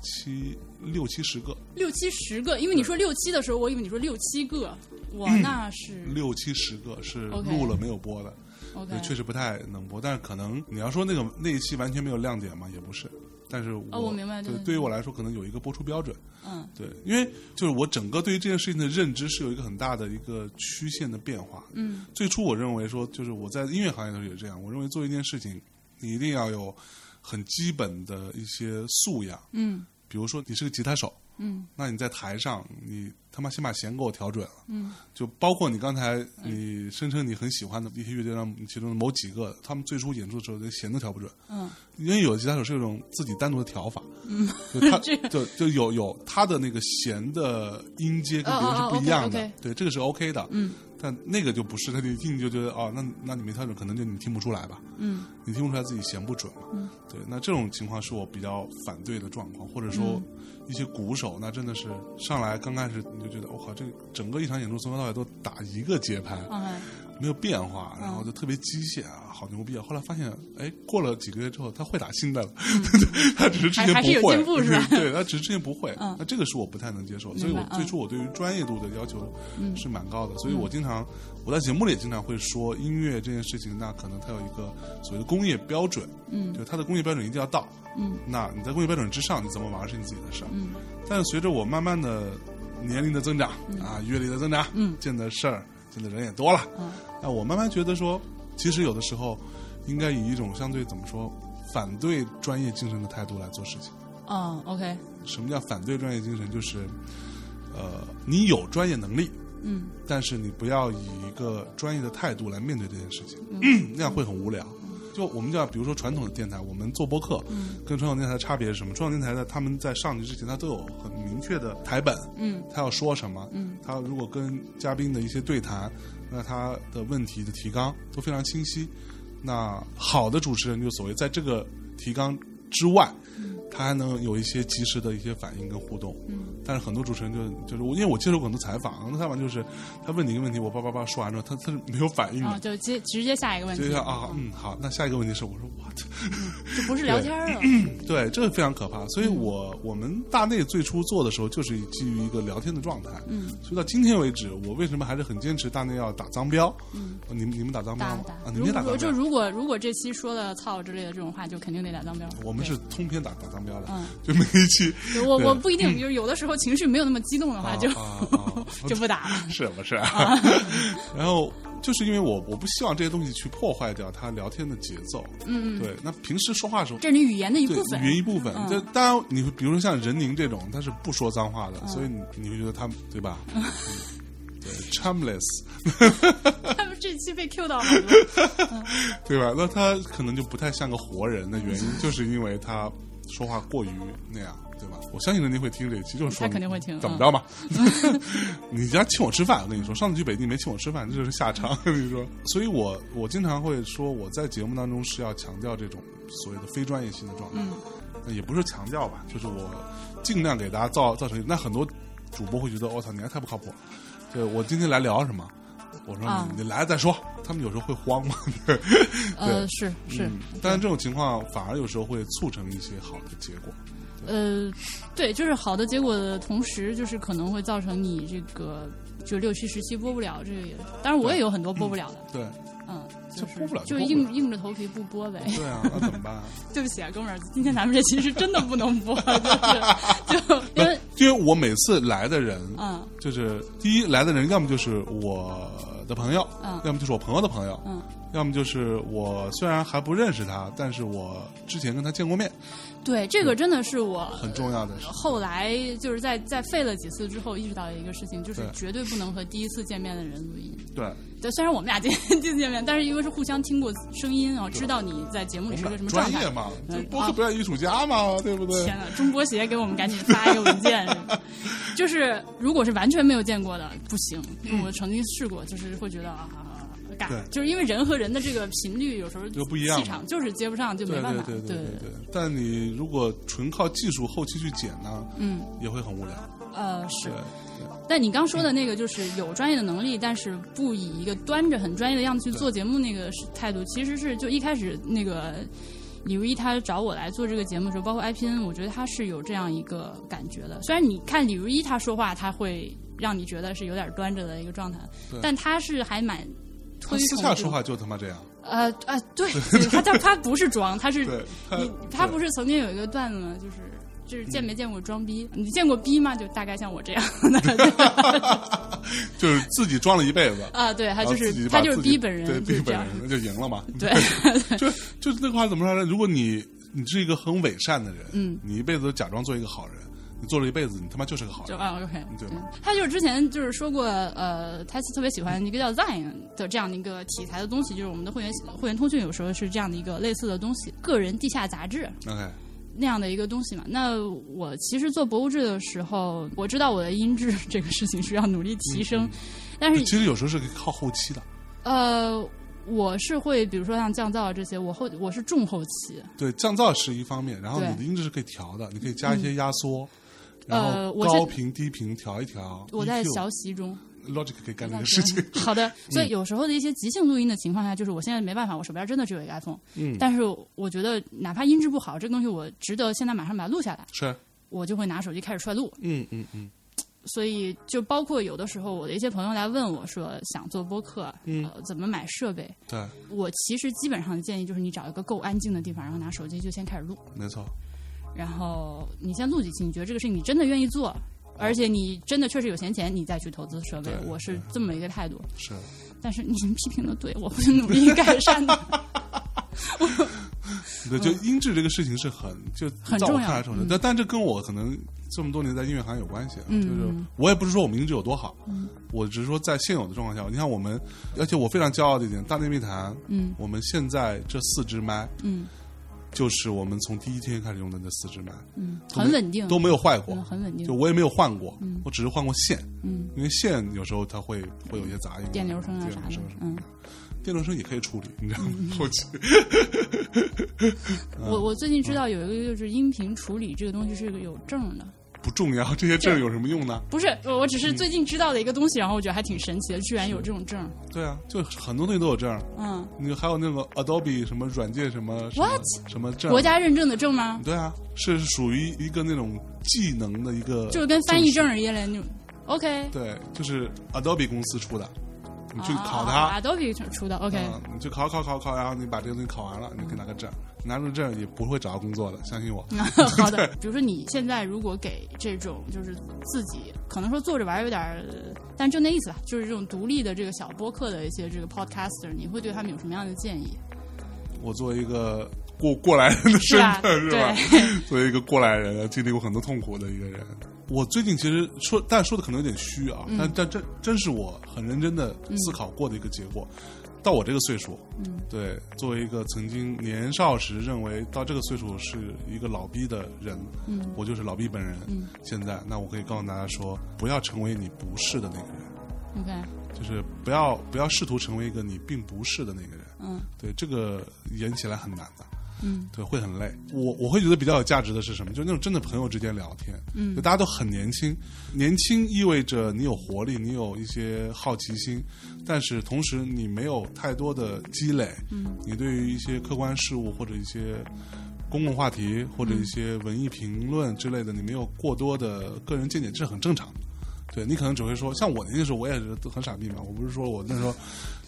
[SPEAKER 1] 七六七十个，
[SPEAKER 2] 六七十个，因为你说六七的时候，我以为你说六七个，我那是
[SPEAKER 1] 嗯六七十个是
[SPEAKER 2] 嗯 OK
[SPEAKER 1] 录了没有播的，
[SPEAKER 2] OK，
[SPEAKER 1] 对，确实不太能播。但是可能你要说那个那一期完全没有亮点嘛，也不是。但是我、
[SPEAKER 2] 哦我明白
[SPEAKER 1] 对
[SPEAKER 2] 就是，
[SPEAKER 1] 对于我来说可能有一个播出标准，
[SPEAKER 2] 嗯
[SPEAKER 1] 对，因为就是我整个对于这件事情的认知是有一个很大的一个曲线的变化。
[SPEAKER 2] 嗯
[SPEAKER 1] 最初我认为说，就是我在音乐行业的时候也这样，我认为做一件事情，你一定要有很基本的一些素养，
[SPEAKER 2] 嗯
[SPEAKER 1] 比如说你是个吉他手，
[SPEAKER 2] 嗯
[SPEAKER 1] 那你在台上，你他妈先把弦给我调准了，
[SPEAKER 2] 嗯
[SPEAKER 1] 就包括你刚才你声称你很喜欢的一些乐队上其中的某几个，他们最初演出的时候连弦都调不准，
[SPEAKER 2] 嗯
[SPEAKER 1] 因为有的吉他手是有一种自己单独的调法，
[SPEAKER 2] 嗯，
[SPEAKER 1] 就他
[SPEAKER 2] 这个
[SPEAKER 1] 就就有有他的那个弦的音阶跟别人是不一样的，
[SPEAKER 2] 哦哦哦，OK，OK
[SPEAKER 1] 对，这个是 OK 的，
[SPEAKER 2] 嗯
[SPEAKER 1] 但那个就不是，他就一听就觉得哦，那那你没调准，可能就你听不出来吧，
[SPEAKER 2] 嗯
[SPEAKER 1] 你听不出来自己弦不准嘛，
[SPEAKER 2] 嗯
[SPEAKER 1] 对，那这种情况是我比较反对的状况，或者说
[SPEAKER 2] 嗯
[SPEAKER 1] 一些鼓手，那真的是上来刚开始你就觉得我靠、这整个一场演出从头到尾都打一个节拍，
[SPEAKER 2] 嗯，OK，
[SPEAKER 1] 没有变化，
[SPEAKER 2] 嗯
[SPEAKER 1] 然后就特别机械啊，好牛逼啊！后来发现，哎，过了几个月之后，他会打新的了， 他只是之前
[SPEAKER 2] 嗯还还是有
[SPEAKER 1] 不会，
[SPEAKER 2] 进步是吧
[SPEAKER 1] 对，他只是之前不会。
[SPEAKER 2] 嗯
[SPEAKER 1] 那这个是我不太能接受，
[SPEAKER 2] 明白
[SPEAKER 1] 所以我
[SPEAKER 2] 嗯
[SPEAKER 1] 最初我对于专业度的要求
[SPEAKER 2] 嗯
[SPEAKER 1] 是蛮高的，所以我经常我在节目里也经常会说，音乐这件事情，那可能它有一个所谓的工业标准，
[SPEAKER 2] 嗯
[SPEAKER 1] 就它的工业标准一定要到。
[SPEAKER 2] 嗯
[SPEAKER 1] 那你在工业标准之上，你怎么玩是你自己的事儿。
[SPEAKER 2] 嗯
[SPEAKER 1] 但是随着我慢慢的年龄的增长、啊，阅历的增长，
[SPEAKER 2] 嗯
[SPEAKER 1] 见的事儿、见的人也多了。
[SPEAKER 2] 嗯
[SPEAKER 1] 那我慢慢觉得说，其实有的时候应该以一种相对怎么说，反对专业精神的态度来做事情。
[SPEAKER 2] 哦，OK，
[SPEAKER 1] 什么叫反对专业精神？就是，呃，你有专业能力，
[SPEAKER 2] 嗯
[SPEAKER 1] 但是你不要以一个专业的态度来面对这件事情，那样会很无聊。就我们叫，比如说传统的电台，我们做播客，跟传统电台的差别是什么？传统电台在他们在上去之前，他都有很明确的台本，
[SPEAKER 2] 嗯
[SPEAKER 1] 他要说什么，
[SPEAKER 2] 嗯，
[SPEAKER 1] 他如果跟嘉宾的一些对谈，那他的问题的提纲都非常清晰。那好的主持人就所谓在这个提纲之外，他还能有一些及时的一些反应跟互动。
[SPEAKER 2] 嗯
[SPEAKER 1] 但是很多主持人就就是我，因为我接受过很多采访，那采访就是他问你一个问题，我叭叭叭说完之后，他他是没有反应
[SPEAKER 2] 哦，
[SPEAKER 1] 的，
[SPEAKER 2] 就直直接下一个问
[SPEAKER 1] 就
[SPEAKER 2] 题哦
[SPEAKER 1] 像啊，嗯，好，那下一个问题是我说 what，
[SPEAKER 2] 就不是聊天了，
[SPEAKER 1] 对，这个非常可怕。所以
[SPEAKER 2] 嗯
[SPEAKER 1] 我、我们大内最初做的时候，就是基于一个聊天的状态。
[SPEAKER 2] 嗯，
[SPEAKER 1] 所以到今天为止，我为什么还是很坚持大内要打脏标？
[SPEAKER 2] 嗯
[SPEAKER 1] 呃，你们你们打脏标
[SPEAKER 2] 打
[SPEAKER 1] 吗？
[SPEAKER 2] 打
[SPEAKER 1] 啊，，你
[SPEAKER 2] 如
[SPEAKER 1] 们也打
[SPEAKER 2] 果
[SPEAKER 1] 脏
[SPEAKER 2] 就
[SPEAKER 1] 标。
[SPEAKER 2] 如果如果这期说了操之类的这种话，就肯定得打脏标。
[SPEAKER 1] 我们是通篇打打脏标的，
[SPEAKER 2] 嗯
[SPEAKER 1] 就每一期
[SPEAKER 2] 对我
[SPEAKER 1] 对
[SPEAKER 2] 我不一定，就是有的时候情绪没 有那么激动的话，就
[SPEAKER 1] 啊 啊
[SPEAKER 2] 就不打啊 了。
[SPEAKER 1] 是不是？啊 然后就是因为我我不希望这些东西去破坏掉他聊天的节奏。
[SPEAKER 2] 嗯，
[SPEAKER 1] 对，那平时说话的时候，
[SPEAKER 2] 这是你语言的一
[SPEAKER 1] 对
[SPEAKER 2] 部分
[SPEAKER 1] 语。言一部分。
[SPEAKER 2] 嗯
[SPEAKER 1] 这当然，你会比如说像任宁这种，他是不说脏话的，
[SPEAKER 2] 嗯
[SPEAKER 1] 所以你你会觉得他对 吧？嗯对，charmless，
[SPEAKER 2] 他们 这期被 Q 到 很多。
[SPEAKER 1] 对吧？那他可能就不太像个活人的原因，就是因为他说话过于那样，对吧？我相信任宁会听这一期，就是说
[SPEAKER 2] 他肯定会听嗯
[SPEAKER 1] 怎么着 吧？你家请我吃饭，我跟你说，上次去北京没请我吃饭，这就是下场。跟你说，所以我我经常会说，我在节目当中是要强调这种所谓的非专业性的状态。
[SPEAKER 2] 嗯
[SPEAKER 1] 那也不是强调吧，就是我尽量给大家造造成。那很多主播会觉得，我、操，你还太不靠谱了。对我今天来聊什么？我说
[SPEAKER 2] 啊
[SPEAKER 1] 你你来了再说。他们有时候会慌嘛，对
[SPEAKER 2] 呃，是是，
[SPEAKER 1] 嗯但是这种情况反而有时候会促成一些好的结果。嗯
[SPEAKER 2] 呃，对，就是好的结果的同时，就是可能会造成你这个就六七十期播不了，这个也，当然我也有很多播不了的，
[SPEAKER 1] 对
[SPEAKER 2] 嗯，
[SPEAKER 1] 这
[SPEAKER 2] 是
[SPEAKER 1] 播不了就
[SPEAKER 2] 就
[SPEAKER 1] 播不了
[SPEAKER 2] 硬硬着头皮不播呗。
[SPEAKER 1] 对啊，那怎么办啊？
[SPEAKER 2] 对不起啊，哥们儿，今天咱们这期是真的不能播， 就是 就因为
[SPEAKER 1] 因为我每次来的人，
[SPEAKER 2] 嗯
[SPEAKER 1] 就是第一来的人，要么就是我我的朋友，
[SPEAKER 2] 嗯
[SPEAKER 1] 要么就是我朋友的朋友，
[SPEAKER 2] 嗯，
[SPEAKER 1] 要么就是我虽然还不认识他，但是我之前跟他见过面，
[SPEAKER 2] 对，这
[SPEAKER 1] 嗯
[SPEAKER 2] 个真的是我
[SPEAKER 1] 很重要的事。
[SPEAKER 2] 后来就是在在废了几次之后意识到的一个事情，就是
[SPEAKER 1] 对
[SPEAKER 2] 绝对不能和第一次见面的人录音。
[SPEAKER 1] 对，
[SPEAKER 2] 对，虽然我们俩今天第一次见面，但是因为是互相听过声音，然后知道你在节目
[SPEAKER 1] 我
[SPEAKER 2] 里是
[SPEAKER 1] 们
[SPEAKER 2] 个
[SPEAKER 1] 俩
[SPEAKER 2] 什么状
[SPEAKER 1] 专
[SPEAKER 2] 态
[SPEAKER 1] 业。嘛，
[SPEAKER 2] 嗯
[SPEAKER 1] 就播客
[SPEAKER 2] 啊
[SPEAKER 1] 表演艺术家嘛，对不对
[SPEAKER 2] 天？呐，中国协给我们赶紧发一个文件，就是如果是完全没有见过的，不行。我曾经试过，就是会觉得啊。
[SPEAKER 1] 嗯
[SPEAKER 2] 尬
[SPEAKER 1] 对，
[SPEAKER 2] 就是因为人和人的这个频率有时候
[SPEAKER 1] 就不一样
[SPEAKER 2] 气场就是接不上，就
[SPEAKER 1] 对
[SPEAKER 2] 没办
[SPEAKER 1] 对
[SPEAKER 2] 法。
[SPEAKER 1] 对
[SPEAKER 2] 对
[SPEAKER 1] 对对。但你如果纯靠技术后期去剪呢，
[SPEAKER 2] 嗯，
[SPEAKER 1] 也会很无聊。
[SPEAKER 2] 呃，是
[SPEAKER 1] 对。
[SPEAKER 2] 但你刚说的那个就是有专业的能力，但是不以一个端着很专业的样子去做节目那个是态度，其实是就一开始那个李如一他找我来做这个节目的时候，包括 IPN，我觉得他是有这样一个感觉的。虽然你看李如一他说话，他会让你觉得是有点端着的一个状态
[SPEAKER 1] 对，
[SPEAKER 2] 但他是还蛮
[SPEAKER 1] 他
[SPEAKER 2] 推
[SPEAKER 1] 私
[SPEAKER 2] 崇
[SPEAKER 1] 下
[SPEAKER 2] 这
[SPEAKER 1] 说
[SPEAKER 2] 种
[SPEAKER 1] 话就他妈这样，
[SPEAKER 2] 呃呃，对，对他他他不是装，他嗯是
[SPEAKER 1] 对他
[SPEAKER 2] 你他不
[SPEAKER 1] 是
[SPEAKER 2] 是曾经有一个段子吗？就是就是见没见过装逼？你见过逼吗？就大概像我这样 的
[SPEAKER 1] 就是自己装了一辈子，
[SPEAKER 2] 啊，对，他
[SPEAKER 1] 然后
[SPEAKER 2] 就
[SPEAKER 1] 自己
[SPEAKER 2] 是
[SPEAKER 1] 把
[SPEAKER 2] 他就是
[SPEAKER 1] 自己
[SPEAKER 2] 逼本人，
[SPEAKER 1] 对
[SPEAKER 2] 就是
[SPEAKER 1] 逼
[SPEAKER 2] 这
[SPEAKER 1] 本
[SPEAKER 2] 样。
[SPEAKER 1] 人那就赢了嘛。
[SPEAKER 2] 对，
[SPEAKER 1] 就就是那个话怎么说来着？如果你你是一个很伪善的人，
[SPEAKER 2] 嗯，
[SPEAKER 1] 你一辈子都假装做一个好人，你做了一辈子，你他妈就是个好
[SPEAKER 2] 就
[SPEAKER 1] 人。
[SPEAKER 2] 啊，OK，
[SPEAKER 1] 对
[SPEAKER 2] 他就是之前就是说过，呃，他特别喜欢一个叫 Zine 的这样的一个题材的东西，就是我们的会员会员通讯有时候是这样的一个类似的东西，个人地下杂志，
[SPEAKER 1] OK，
[SPEAKER 2] 那样的一个东西嘛。那我其实做博物志的时候，我知道我的音质这个事情是要努力提升，但
[SPEAKER 1] 嗯其
[SPEAKER 2] 是
[SPEAKER 1] 实有时候是靠后期的，
[SPEAKER 2] 呃，我是会比如说像降噪啊这些，我后我是重后期，
[SPEAKER 1] 对，降噪是一方面，然后
[SPEAKER 2] 对嗯
[SPEAKER 1] 你的音质是可以调的，你可以加一些压缩，然
[SPEAKER 2] 呃
[SPEAKER 1] 后
[SPEAKER 2] 我
[SPEAKER 1] 高
[SPEAKER 2] 在
[SPEAKER 1] 频、低频调一调。
[SPEAKER 2] 我在
[SPEAKER 1] EQ
[SPEAKER 2] 学习中。
[SPEAKER 1] Logic 可以嗯干这个事嗯情，
[SPEAKER 2] 好的，所以有时候的一些即兴录音的情况下，就是我现在没办法，我手边真的只有一个 iPhone，
[SPEAKER 1] 嗯
[SPEAKER 2] 但是我觉得哪怕音质不好，这个东西我值得现在马上把它录下来，
[SPEAKER 1] 是，
[SPEAKER 2] 我就会拿手机开始踹录。
[SPEAKER 1] 嗯嗯嗯，
[SPEAKER 2] 所以就包括有的时候，我的一些朋友来问我说想做播客，
[SPEAKER 1] 嗯
[SPEAKER 2] 呃，怎么买设备？
[SPEAKER 1] 对，
[SPEAKER 2] 我其实基本上的建议就是你找一个够安静的地方，然后拿手机就先开始录，
[SPEAKER 1] 没错，
[SPEAKER 2] 然后你先录几期，你觉得这个事情你真的愿意
[SPEAKER 1] 啊
[SPEAKER 2] 做，而且你真的确实有闲钱，你再去投资设备
[SPEAKER 1] 对。
[SPEAKER 2] 我是这么一个态度。
[SPEAKER 1] 是。
[SPEAKER 2] 但是你批评的对，我会努力改 善嗯的。
[SPEAKER 1] 对，就音质这个事情是很就
[SPEAKER 2] 嗯很
[SPEAKER 1] 在我
[SPEAKER 2] 重
[SPEAKER 1] 看
[SPEAKER 2] 要
[SPEAKER 1] 来是很重要，但但这跟我可能这么多年在音乐行业有关系啊。
[SPEAKER 2] 嗯
[SPEAKER 1] 就是我也不是说我们音质有多好，我只是说在现有的状况下，你看我们，而且我非常骄傲的一点，大内密谈，
[SPEAKER 2] 嗯
[SPEAKER 1] 我们现在这四支麦
[SPEAKER 2] 嗯
[SPEAKER 1] 就是我们从第一天开始用的那四支麦
[SPEAKER 2] 嗯，
[SPEAKER 1] 都没
[SPEAKER 2] 很稳定，
[SPEAKER 1] 都没有坏过
[SPEAKER 2] 嗯，很稳定
[SPEAKER 1] 就。我也没有换过，
[SPEAKER 2] 嗯
[SPEAKER 1] 我只是换过线，
[SPEAKER 2] 嗯，
[SPEAKER 1] 因为线有时候它会会有一些杂音，
[SPEAKER 2] 电流声啊
[SPEAKER 1] 电
[SPEAKER 2] 啥
[SPEAKER 1] 流
[SPEAKER 2] 的
[SPEAKER 1] 声什么，
[SPEAKER 2] 嗯。
[SPEAKER 1] 电流声也可以处理，你知道吗？ 后期嗯
[SPEAKER 2] 我我最近知道有一个就是音频处理这个东西是有证的，
[SPEAKER 1] 不重要，这些证有什么用呢？
[SPEAKER 2] 不是我我只是最近知道的一个东西，然后我觉得还挺神奇的，居然有这种证。
[SPEAKER 1] 对啊，就很多东西都有证儿，
[SPEAKER 2] 嗯，
[SPEAKER 1] 你还有那个 Adobe 什么软件什么什么
[SPEAKER 2] What？
[SPEAKER 1] 什么证儿，
[SPEAKER 2] 国家认证的证吗？
[SPEAKER 1] 对啊，是属于一个那种技能的一个，
[SPEAKER 2] 就是跟翻译证儿一样的那种。OK，
[SPEAKER 1] 对，就是 Adobe 公司出的，你去考
[SPEAKER 2] 啊
[SPEAKER 1] 它，
[SPEAKER 2] ，Adobe 出的 OK，
[SPEAKER 1] 嗯，你去考考考考，然后你把这个东西考完了，你可以拿个证儿，拿着证儿也不会找到工作的，相信我。
[SPEAKER 2] 好的。比如说你现在如果给这种就是自己可能说坐着玩儿有点儿，但就那意思吧，就是这种独立的这个小播客的一些这个 podcaster，你会对他们有什么样的建议？
[SPEAKER 1] 我作为一个过过来人的身份
[SPEAKER 2] 是啊
[SPEAKER 1] 是吧
[SPEAKER 2] 吧？
[SPEAKER 1] 作为一个过来人，经历过很多痛苦的一个人。我最近其实说，但说的可能有点虚啊，
[SPEAKER 2] 嗯
[SPEAKER 1] 但但真真是我很认真的思考过的一个结果。到我这个岁数，
[SPEAKER 2] 嗯，
[SPEAKER 1] 对，作为一个曾经年少时认为到这个岁数是一个老逼的人，
[SPEAKER 2] 嗯
[SPEAKER 1] 我就是老逼本人。
[SPEAKER 2] 嗯
[SPEAKER 1] 现在，那我可以告诉大家说，不要成为你不是的那个人，
[SPEAKER 2] ，OK，
[SPEAKER 1] 就是不要不要试图成为一个你并不是的那个人。
[SPEAKER 2] 嗯
[SPEAKER 1] 对，这个演起来很难的。
[SPEAKER 2] 嗯
[SPEAKER 1] 对，会很累。我我会觉得比较有价值的是什么？就是那种真的朋友之间聊天，
[SPEAKER 2] 嗯
[SPEAKER 1] 就大家都很年轻，年轻意味着你有活力，你有一些好奇心，但是同时你没有太多的积累，
[SPEAKER 2] 嗯
[SPEAKER 1] 你对于一些客观事物或者一些公共话
[SPEAKER 2] 嗯
[SPEAKER 1] 题或者一些文艺评论之类的，你没有过多的个人见解，这是很正常的。对你可能只会说，像我年轻时候我也是很傻逼嘛，我不是说我那时候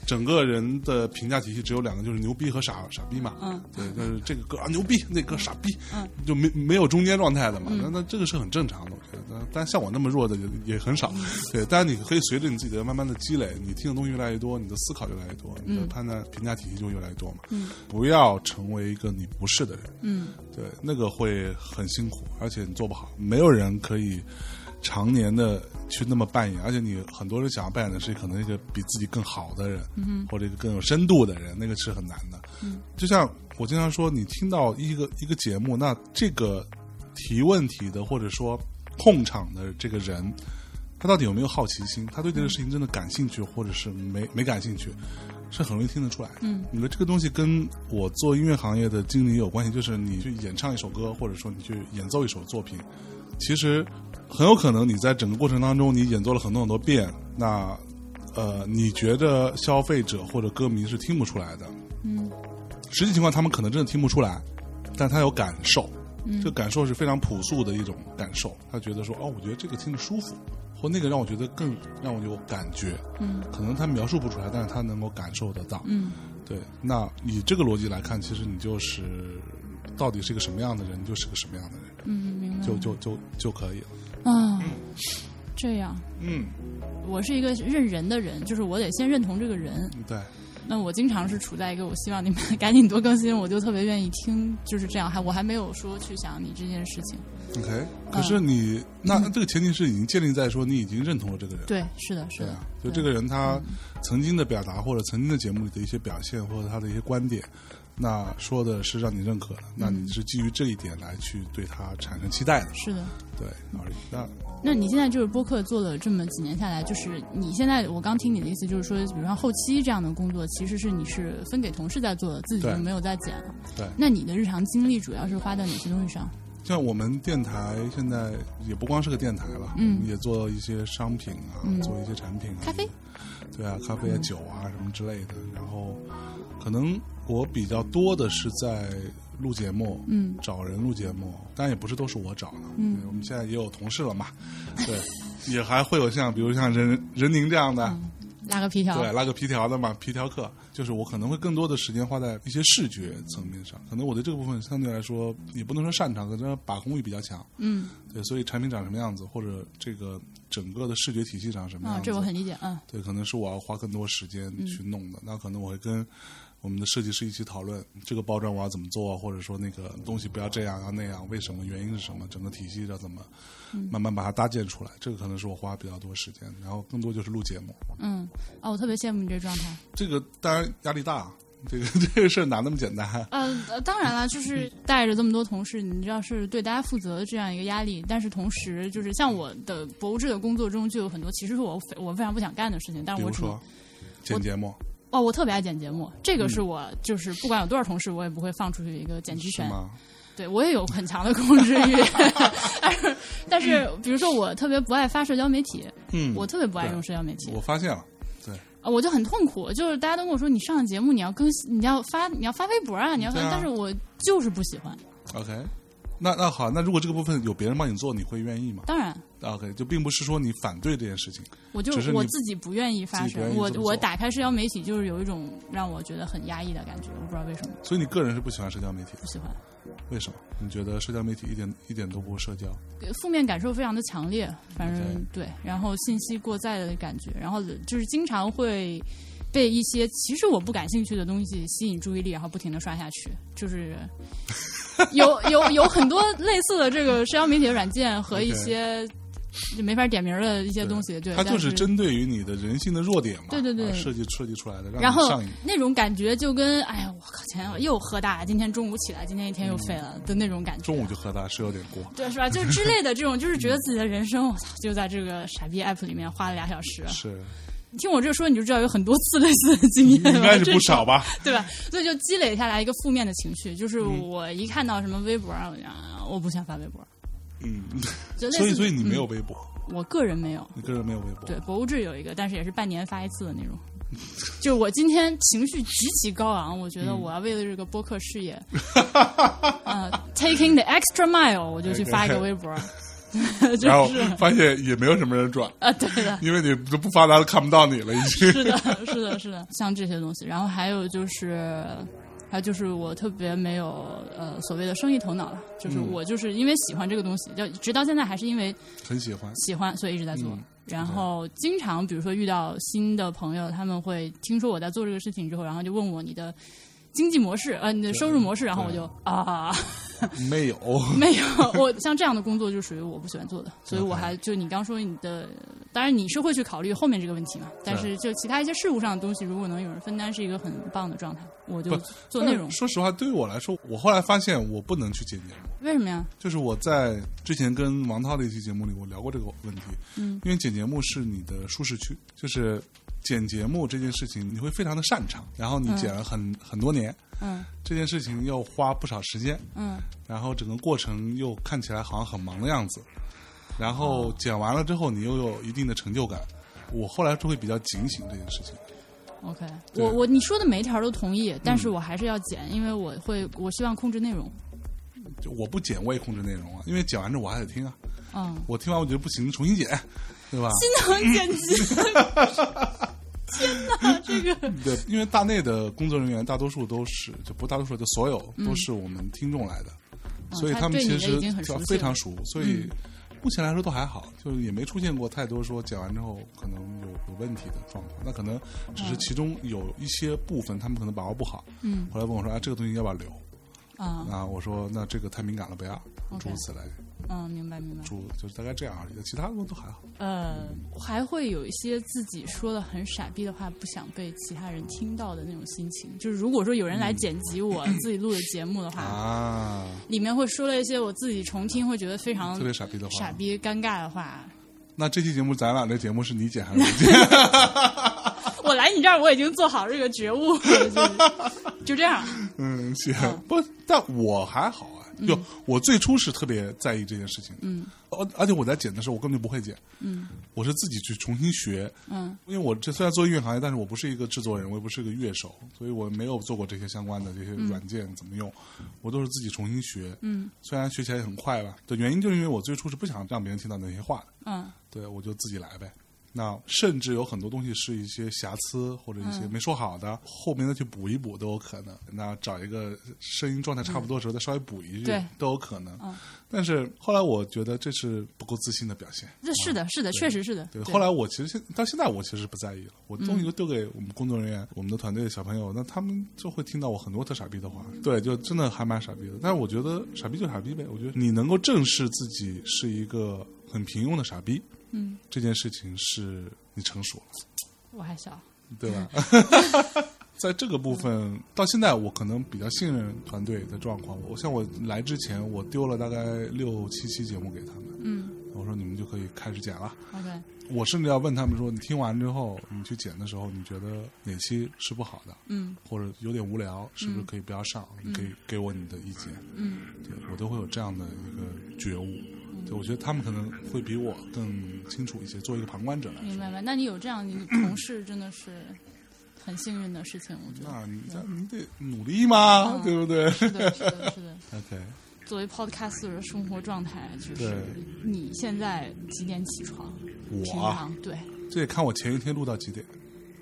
[SPEAKER 1] 整个人的评价体系只有两个，就是牛逼和傻傻逼嘛。
[SPEAKER 2] 嗯，
[SPEAKER 1] 对，就是这个歌啊牛逼，那歌傻逼，
[SPEAKER 2] 嗯，
[SPEAKER 1] 就没没有中间状态的嘛。那那这个是很正常的，我觉得。但但像我那么弱的也也很少，对。但是你可以随着你自己的慢慢的积累，你听的东西越来越多，你的思考越来越多，你的判断评价体系就越来越多嘛。嗯，不要成为一个你不是的人。
[SPEAKER 2] 嗯，
[SPEAKER 1] 对，那个会很辛苦，而且你做不好，没有人可以常年的去那么扮演，而且你很多人想要扮演的是可能一个比自己更好的人，嗯、或者一个更有深度的人，那个是很难的。嗯、就像我经常说，你听到一个一个节目，那这个提问题的或者说控场的这个人。他到底有没有好奇心？他对这个事情真的感兴趣，或者是没没感兴趣，是很容易听得出来。嗯，你说这个东西跟我做音乐行业的经历有关系，就是你去演唱一首歌，或者说你去演奏一首作品，其实很有可能你在整个过程当中，你演奏了很多很多遍，那呃，你觉得消费者或者歌迷是听不出来的。
[SPEAKER 2] 嗯，
[SPEAKER 1] 实际情况他们可能真的听不出来，但他有感受，
[SPEAKER 2] 嗯
[SPEAKER 1] 这个感受是非常朴素的一种感受，他觉得说哦，我觉得这个听着舒服。或那个让我觉得更让我有感觉，
[SPEAKER 2] 嗯，
[SPEAKER 1] 可能他描述不出来，但是他能够感受得到，
[SPEAKER 2] 嗯，
[SPEAKER 1] 对。那以这个逻辑来看，其实你就是到底是个什么样的人，你就是个什么样的人，
[SPEAKER 2] 嗯，明白
[SPEAKER 1] 就就就就可以了。
[SPEAKER 2] 啊，
[SPEAKER 1] 哎
[SPEAKER 2] 这样。
[SPEAKER 1] 嗯，
[SPEAKER 2] 我是一个认人的人，就是我得先认同这个人。
[SPEAKER 1] 对，
[SPEAKER 2] 那我经常是处在一个我希望你们 赶紧多更新，我就特别愿意听，就是这样。还我还没有说去想你这件事情。
[SPEAKER 1] OK，可
[SPEAKER 2] 嗯
[SPEAKER 1] 是你、那那这个前提是已经建立在说你已经认同了这个人，
[SPEAKER 2] 对，是的，是
[SPEAKER 1] 对
[SPEAKER 2] 的。
[SPEAKER 1] 啊，就这个人他曾经的表达或者曾经的节目里的一些表现或者他的一些观点，那说的是让你认可的，那你是基于这一点来去对他产生期待的，
[SPEAKER 2] 是的，
[SPEAKER 1] 对而已。那
[SPEAKER 2] 那你现在就是播客做了这么几年下来，就是你现在我刚听你的意思，就是说，比如像后期这样的工作，其实是你是分给同事在做的，自己
[SPEAKER 1] 对
[SPEAKER 2] 就没有在剪。
[SPEAKER 1] 对
[SPEAKER 2] 那你的日常精力主要是花在哪些东西上？
[SPEAKER 1] 像我们电台现在也不光是个电台了，
[SPEAKER 2] 嗯
[SPEAKER 1] 我们也做一些商品啊，
[SPEAKER 2] 嗯
[SPEAKER 1] 做一些产品、啊，
[SPEAKER 2] 咖啡，嗯
[SPEAKER 1] 对啊，咖啡啊、酒啊什么之类的。然后，可能我比较多的是在录节目，
[SPEAKER 2] 嗯，
[SPEAKER 1] 找人录节目，当然也不是都是我找的，
[SPEAKER 2] 嗯
[SPEAKER 1] 对，我们现在也有同事了嘛，对，也还会有像比如像任任宁这样的，
[SPEAKER 2] 嗯拉个皮条。
[SPEAKER 1] 对，拉个皮条的嘛，皮条客，就是我可能会更多的时间花在一些视觉层面上，可能我对这个部分相对来说也不能说擅长，可能把控欲比较强，
[SPEAKER 2] 嗯，
[SPEAKER 1] 对，所以产品长什么样子，或者这个整个的视觉体系长什么样
[SPEAKER 2] 啊，
[SPEAKER 1] 子，
[SPEAKER 2] 这我很嗯理解。嗯
[SPEAKER 1] 对，可能是我要花更多时间去弄的。那可能我会跟我们的设计师一起讨论这个包装我要怎么做，啊或者说那个东西不要这样，啊要那样，为什么，原因是什么，整个体系要怎么
[SPEAKER 2] 嗯
[SPEAKER 1] 慢慢把它搭建出来。这个可能是我花比较多时间，然后更多就是录节目。
[SPEAKER 2] 嗯，啊，我特别羡慕你这状态。
[SPEAKER 1] 这个当然压力大，啊这个 这个事儿哪那么简单？
[SPEAKER 2] 呃，呃当然了，
[SPEAKER 1] 嗯
[SPEAKER 2] 就是 带着这么多同事，你知道是对大家负责的这样一个压力，但是同时就是像我的博物志的工作中，就有很多其实是我非我非常不想干的事情，但
[SPEAKER 1] 比
[SPEAKER 2] 是我
[SPEAKER 1] 如
[SPEAKER 2] 只能
[SPEAKER 1] 说剪节目
[SPEAKER 2] 哦，我特别爱剪节目，这
[SPEAKER 1] 嗯
[SPEAKER 2] 个是我、就是不管有多少同事，我也不会放出去一个剪辑
[SPEAKER 1] 是
[SPEAKER 2] 权。
[SPEAKER 1] 吗？
[SPEAKER 2] 对我也有很强的控制欲， 但是但是比如说我特别不爱发社交媒体，
[SPEAKER 1] 嗯，
[SPEAKER 2] 我特别不爱
[SPEAKER 1] 对
[SPEAKER 2] 用社交媒体
[SPEAKER 1] 我，发现了，对，
[SPEAKER 2] 啊，我就很痛苦，就是大家都跟我说你上节目你要更新，你要发你要发微博啊，你要发，
[SPEAKER 1] 对啊
[SPEAKER 2] 但是我就是不喜欢。
[SPEAKER 1] OK。那那好，那如果这个部分有别人帮你做，你会愿意吗
[SPEAKER 2] 当然，
[SPEAKER 1] ？OK，就并不是说你反对这件事情。
[SPEAKER 2] 我就
[SPEAKER 1] 只是你
[SPEAKER 2] 我自己不愿意发
[SPEAKER 1] 自己不愿
[SPEAKER 2] 声，
[SPEAKER 1] 意
[SPEAKER 2] 我
[SPEAKER 1] 这么
[SPEAKER 2] 我
[SPEAKER 1] 做
[SPEAKER 2] 打开社交媒体就是有一种让我觉得很压抑的感觉，我不知道为什么
[SPEAKER 1] 所以你个人是不喜欢社交媒体的
[SPEAKER 2] 不，喜欢，
[SPEAKER 1] 为什么？你觉得社交媒体一点一点都不社交？
[SPEAKER 2] 呃负面感受非常的强烈，反正
[SPEAKER 1] OK
[SPEAKER 2] 对，然后信息过载的感觉，然后就是经常会被一些其实我不感兴趣的东西吸引注意力，然后不停的刷下去，就是 有有有很多类似的这个社交媒体的软件和一
[SPEAKER 1] OK
[SPEAKER 2] 些就没法点名儿的一些
[SPEAKER 1] 对
[SPEAKER 2] 东西，对，
[SPEAKER 1] 它
[SPEAKER 2] 但
[SPEAKER 1] 就是针对于你的人性的弱点嘛，
[SPEAKER 2] 对对对
[SPEAKER 1] 啊设计设计出来的，让
[SPEAKER 2] 然
[SPEAKER 1] 你
[SPEAKER 2] 后
[SPEAKER 1] 上瘾。
[SPEAKER 2] 那种感觉就跟哎呀，我靠，前天又喝大，今天中午起来，今天一天又废了的那种感觉。
[SPEAKER 1] 中午就喝大是有点 过，
[SPEAKER 2] 对，是吧？就是之类的这种，就是觉得自己的人生，我操，就在这个傻逼 app 里面花了俩小时。
[SPEAKER 1] 是
[SPEAKER 2] 你听我这说，你就知道有很多次类似的经
[SPEAKER 1] 应
[SPEAKER 2] 验了，
[SPEAKER 1] 该是
[SPEAKER 2] 这
[SPEAKER 1] 不少 吧？
[SPEAKER 2] 对吧？所以就积累下来一个负面的情绪，就是我一看到什么微博啊，我就啊我不想发微博。
[SPEAKER 1] 嗯，
[SPEAKER 2] 就类似
[SPEAKER 1] 所以所以你没有
[SPEAKER 2] 嗯
[SPEAKER 1] 微博，
[SPEAKER 2] 我个人没有。
[SPEAKER 1] 你个人没有微博，
[SPEAKER 2] 对，博物志有一个，但是也是半年发一次的那种。
[SPEAKER 1] 嗯
[SPEAKER 2] 就是我今天情绪极其高昂，我觉
[SPEAKER 1] 嗯
[SPEAKER 2] 得我要为了这个播客事业，呃，taking the extra mile，我就去发一个微博。 就
[SPEAKER 1] 哎然后
[SPEAKER 2] 是
[SPEAKER 1] 发现也没有什么人转，
[SPEAKER 2] 啊，对的，
[SPEAKER 1] 因为你都不发达都看不到你了，已经。
[SPEAKER 2] 是的，是的，是的，像这些东西。然后还有就是，还有就是我特别没有呃所谓的生意头脑了，就是我就是因为喜欢这个东西，就直到现在还是因为
[SPEAKER 1] 很喜欢，
[SPEAKER 2] 喜欢，所以一直在做。
[SPEAKER 1] 嗯
[SPEAKER 2] 然后经常比如说遇到新的朋友，他们会听说我在做这个事情之后，然后就问我你的。经济模式，呃，你的收入模式，然后我就啊，
[SPEAKER 1] 没有，
[SPEAKER 2] 没有，我像这样的工作就属于我不喜欢做的，所以我还就你刚说你的，当然你是会去考虑后面这个问题嘛，但是就其他一些事务上的东西，如果能有人分担，是一个很棒的状态。我就
[SPEAKER 1] 不 嗯
[SPEAKER 2] 做内容，
[SPEAKER 1] 说实话，对于我来说，我后来发现我不能去解决，
[SPEAKER 2] 为什么呀？
[SPEAKER 1] 就是我在之前跟王涛的一期节目里，我聊过这个问题。
[SPEAKER 2] 嗯，
[SPEAKER 1] 因为剪节目是你的舒适区，就是剪节目这件事情，你会非常的擅长，然后你剪了很、很多年，
[SPEAKER 2] 嗯
[SPEAKER 1] 这件事情要花不少时间，
[SPEAKER 2] 嗯，
[SPEAKER 1] 然后整个过程又看起来好像很忙的样子，然后剪完了之后，你又有一定的成就感。我后来就会比较警醒这件事情。
[SPEAKER 2] OK，
[SPEAKER 1] 对嗯
[SPEAKER 2] 我我你说的每一条都同意，但是我还是要剪，因为我会我希望控制内容。
[SPEAKER 1] 就我不剪，我也控制内容啊，因为剪完之后我还得听啊，
[SPEAKER 2] 嗯，
[SPEAKER 1] 我听完我觉得不行，重新剪，对吧？
[SPEAKER 2] 经常剪辑， 天哪，这个
[SPEAKER 1] 对，因为大内的工作人员大多数都是，就不大多数，就所有都是我们听众来的，所以
[SPEAKER 2] 嗯他
[SPEAKER 1] 他们
[SPEAKER 2] 对你
[SPEAKER 1] 其
[SPEAKER 2] 的
[SPEAKER 1] 实
[SPEAKER 2] 已经很熟悉了嗯
[SPEAKER 1] 非常熟，所以目前来说都还好，就是也没出现过太多说讲完之后可能有有问题的状况。那可能只是其中有一些部分他们可能把握不好。
[SPEAKER 2] 嗯
[SPEAKER 1] 后来问我说：“啊，这个东西要不要留
[SPEAKER 2] 啊？”
[SPEAKER 1] 啊，我说：“那这个太敏感了，不要。”
[SPEAKER 2] OK
[SPEAKER 1] 诸如此类，
[SPEAKER 2] 嗯，明白明白。
[SPEAKER 1] 诸就是大概这样而已，其他的都还好。
[SPEAKER 2] 呃，还会有一些自己说的很傻逼的话，不想被其他人听到的那种心情。就是如果说有人来剪辑我 自己录的节目的话，
[SPEAKER 1] 啊，
[SPEAKER 2] 里面会说了一些我自己重听会觉得非 常
[SPEAKER 1] 特别傻逼的话。
[SPEAKER 2] 傻逼、尴尬的话。
[SPEAKER 1] 那这期节目咱俩这节目是你剪还是我剪？
[SPEAKER 2] 我来你这儿，我已经做好这个觉悟 了，就是就这样。
[SPEAKER 1] 嗯，行，不，但我还好啊。
[SPEAKER 2] 嗯
[SPEAKER 1] 就我最初是特别在意这件事情，嗯，而而且我在剪的时候，我根本就不会剪，
[SPEAKER 2] 嗯
[SPEAKER 1] 我是自己去重新学，
[SPEAKER 2] 嗯
[SPEAKER 1] 因为我这虽然做音乐行业，但是我不是一个制作人，我也不是一个乐手，所以我没有做过这些相关的这些软件怎么用，我都是自己重新学，
[SPEAKER 2] 嗯
[SPEAKER 1] 虽然学起来也很快吧，的原因就是因为我最初是不想让别人听到那些话的，
[SPEAKER 2] 嗯
[SPEAKER 1] 对我就自己来呗。那甚至有很多东西是一些瑕疵或者一
[SPEAKER 2] 嗯
[SPEAKER 1] 些没说好的，后面再去补一补都有可能。那找一个声音状态差不多的时候再稍微补一句
[SPEAKER 2] 嗯对
[SPEAKER 1] 都有可能
[SPEAKER 2] 嗯。
[SPEAKER 1] 但是后来我觉得这是不够自信的表现。
[SPEAKER 2] 这是的，是的，确实是的。
[SPEAKER 1] 啊对，后来我其实现到现在我其实不在意了，我
[SPEAKER 2] 嗯
[SPEAKER 1] 东西都丢给我们工作人员、我们的团队的小朋友，那他们就会听到我很多特傻逼的话，
[SPEAKER 2] 嗯
[SPEAKER 1] 对，就真的还蛮傻逼的。但是我觉得傻逼就傻逼呗，我觉得你能够正视自己是一个很平庸的傻逼，
[SPEAKER 2] 嗯，
[SPEAKER 1] 这件事情是你成熟了，
[SPEAKER 2] 我还小，
[SPEAKER 1] 对吧？ 在这个部分，到现在我可能比较信任团队的状况。我像我来之前，我丢了大概六七期节目给他们，
[SPEAKER 2] 嗯
[SPEAKER 1] 我说你们就可以开始剪了。
[SPEAKER 2] ，OK，
[SPEAKER 1] 我甚至要问他们说，你听完之后，你去剪的时候，你觉得哪期是不好的，
[SPEAKER 2] 嗯
[SPEAKER 1] 或者有点无聊，是不是可以不要上？你可以给我你的意见，
[SPEAKER 2] 嗯
[SPEAKER 1] 对我都会有这样的一个觉悟。对，我觉得他们可能会比我更清楚一些，作为一个旁观者来
[SPEAKER 2] 明
[SPEAKER 1] 说。
[SPEAKER 2] 白吧？那你有这样的同事，真的是很幸运的事情，我觉 得。
[SPEAKER 1] 那你在你得努力嘛，
[SPEAKER 2] 嗯
[SPEAKER 1] 对不对
[SPEAKER 2] 是的，是的，是的。
[SPEAKER 1] ？OK，
[SPEAKER 2] 作为 podcaster 的生活状态，就是
[SPEAKER 1] 对
[SPEAKER 2] 你现在几点起床？平
[SPEAKER 1] 我啊，
[SPEAKER 2] 常对，
[SPEAKER 1] 这也看我前一天录到几点。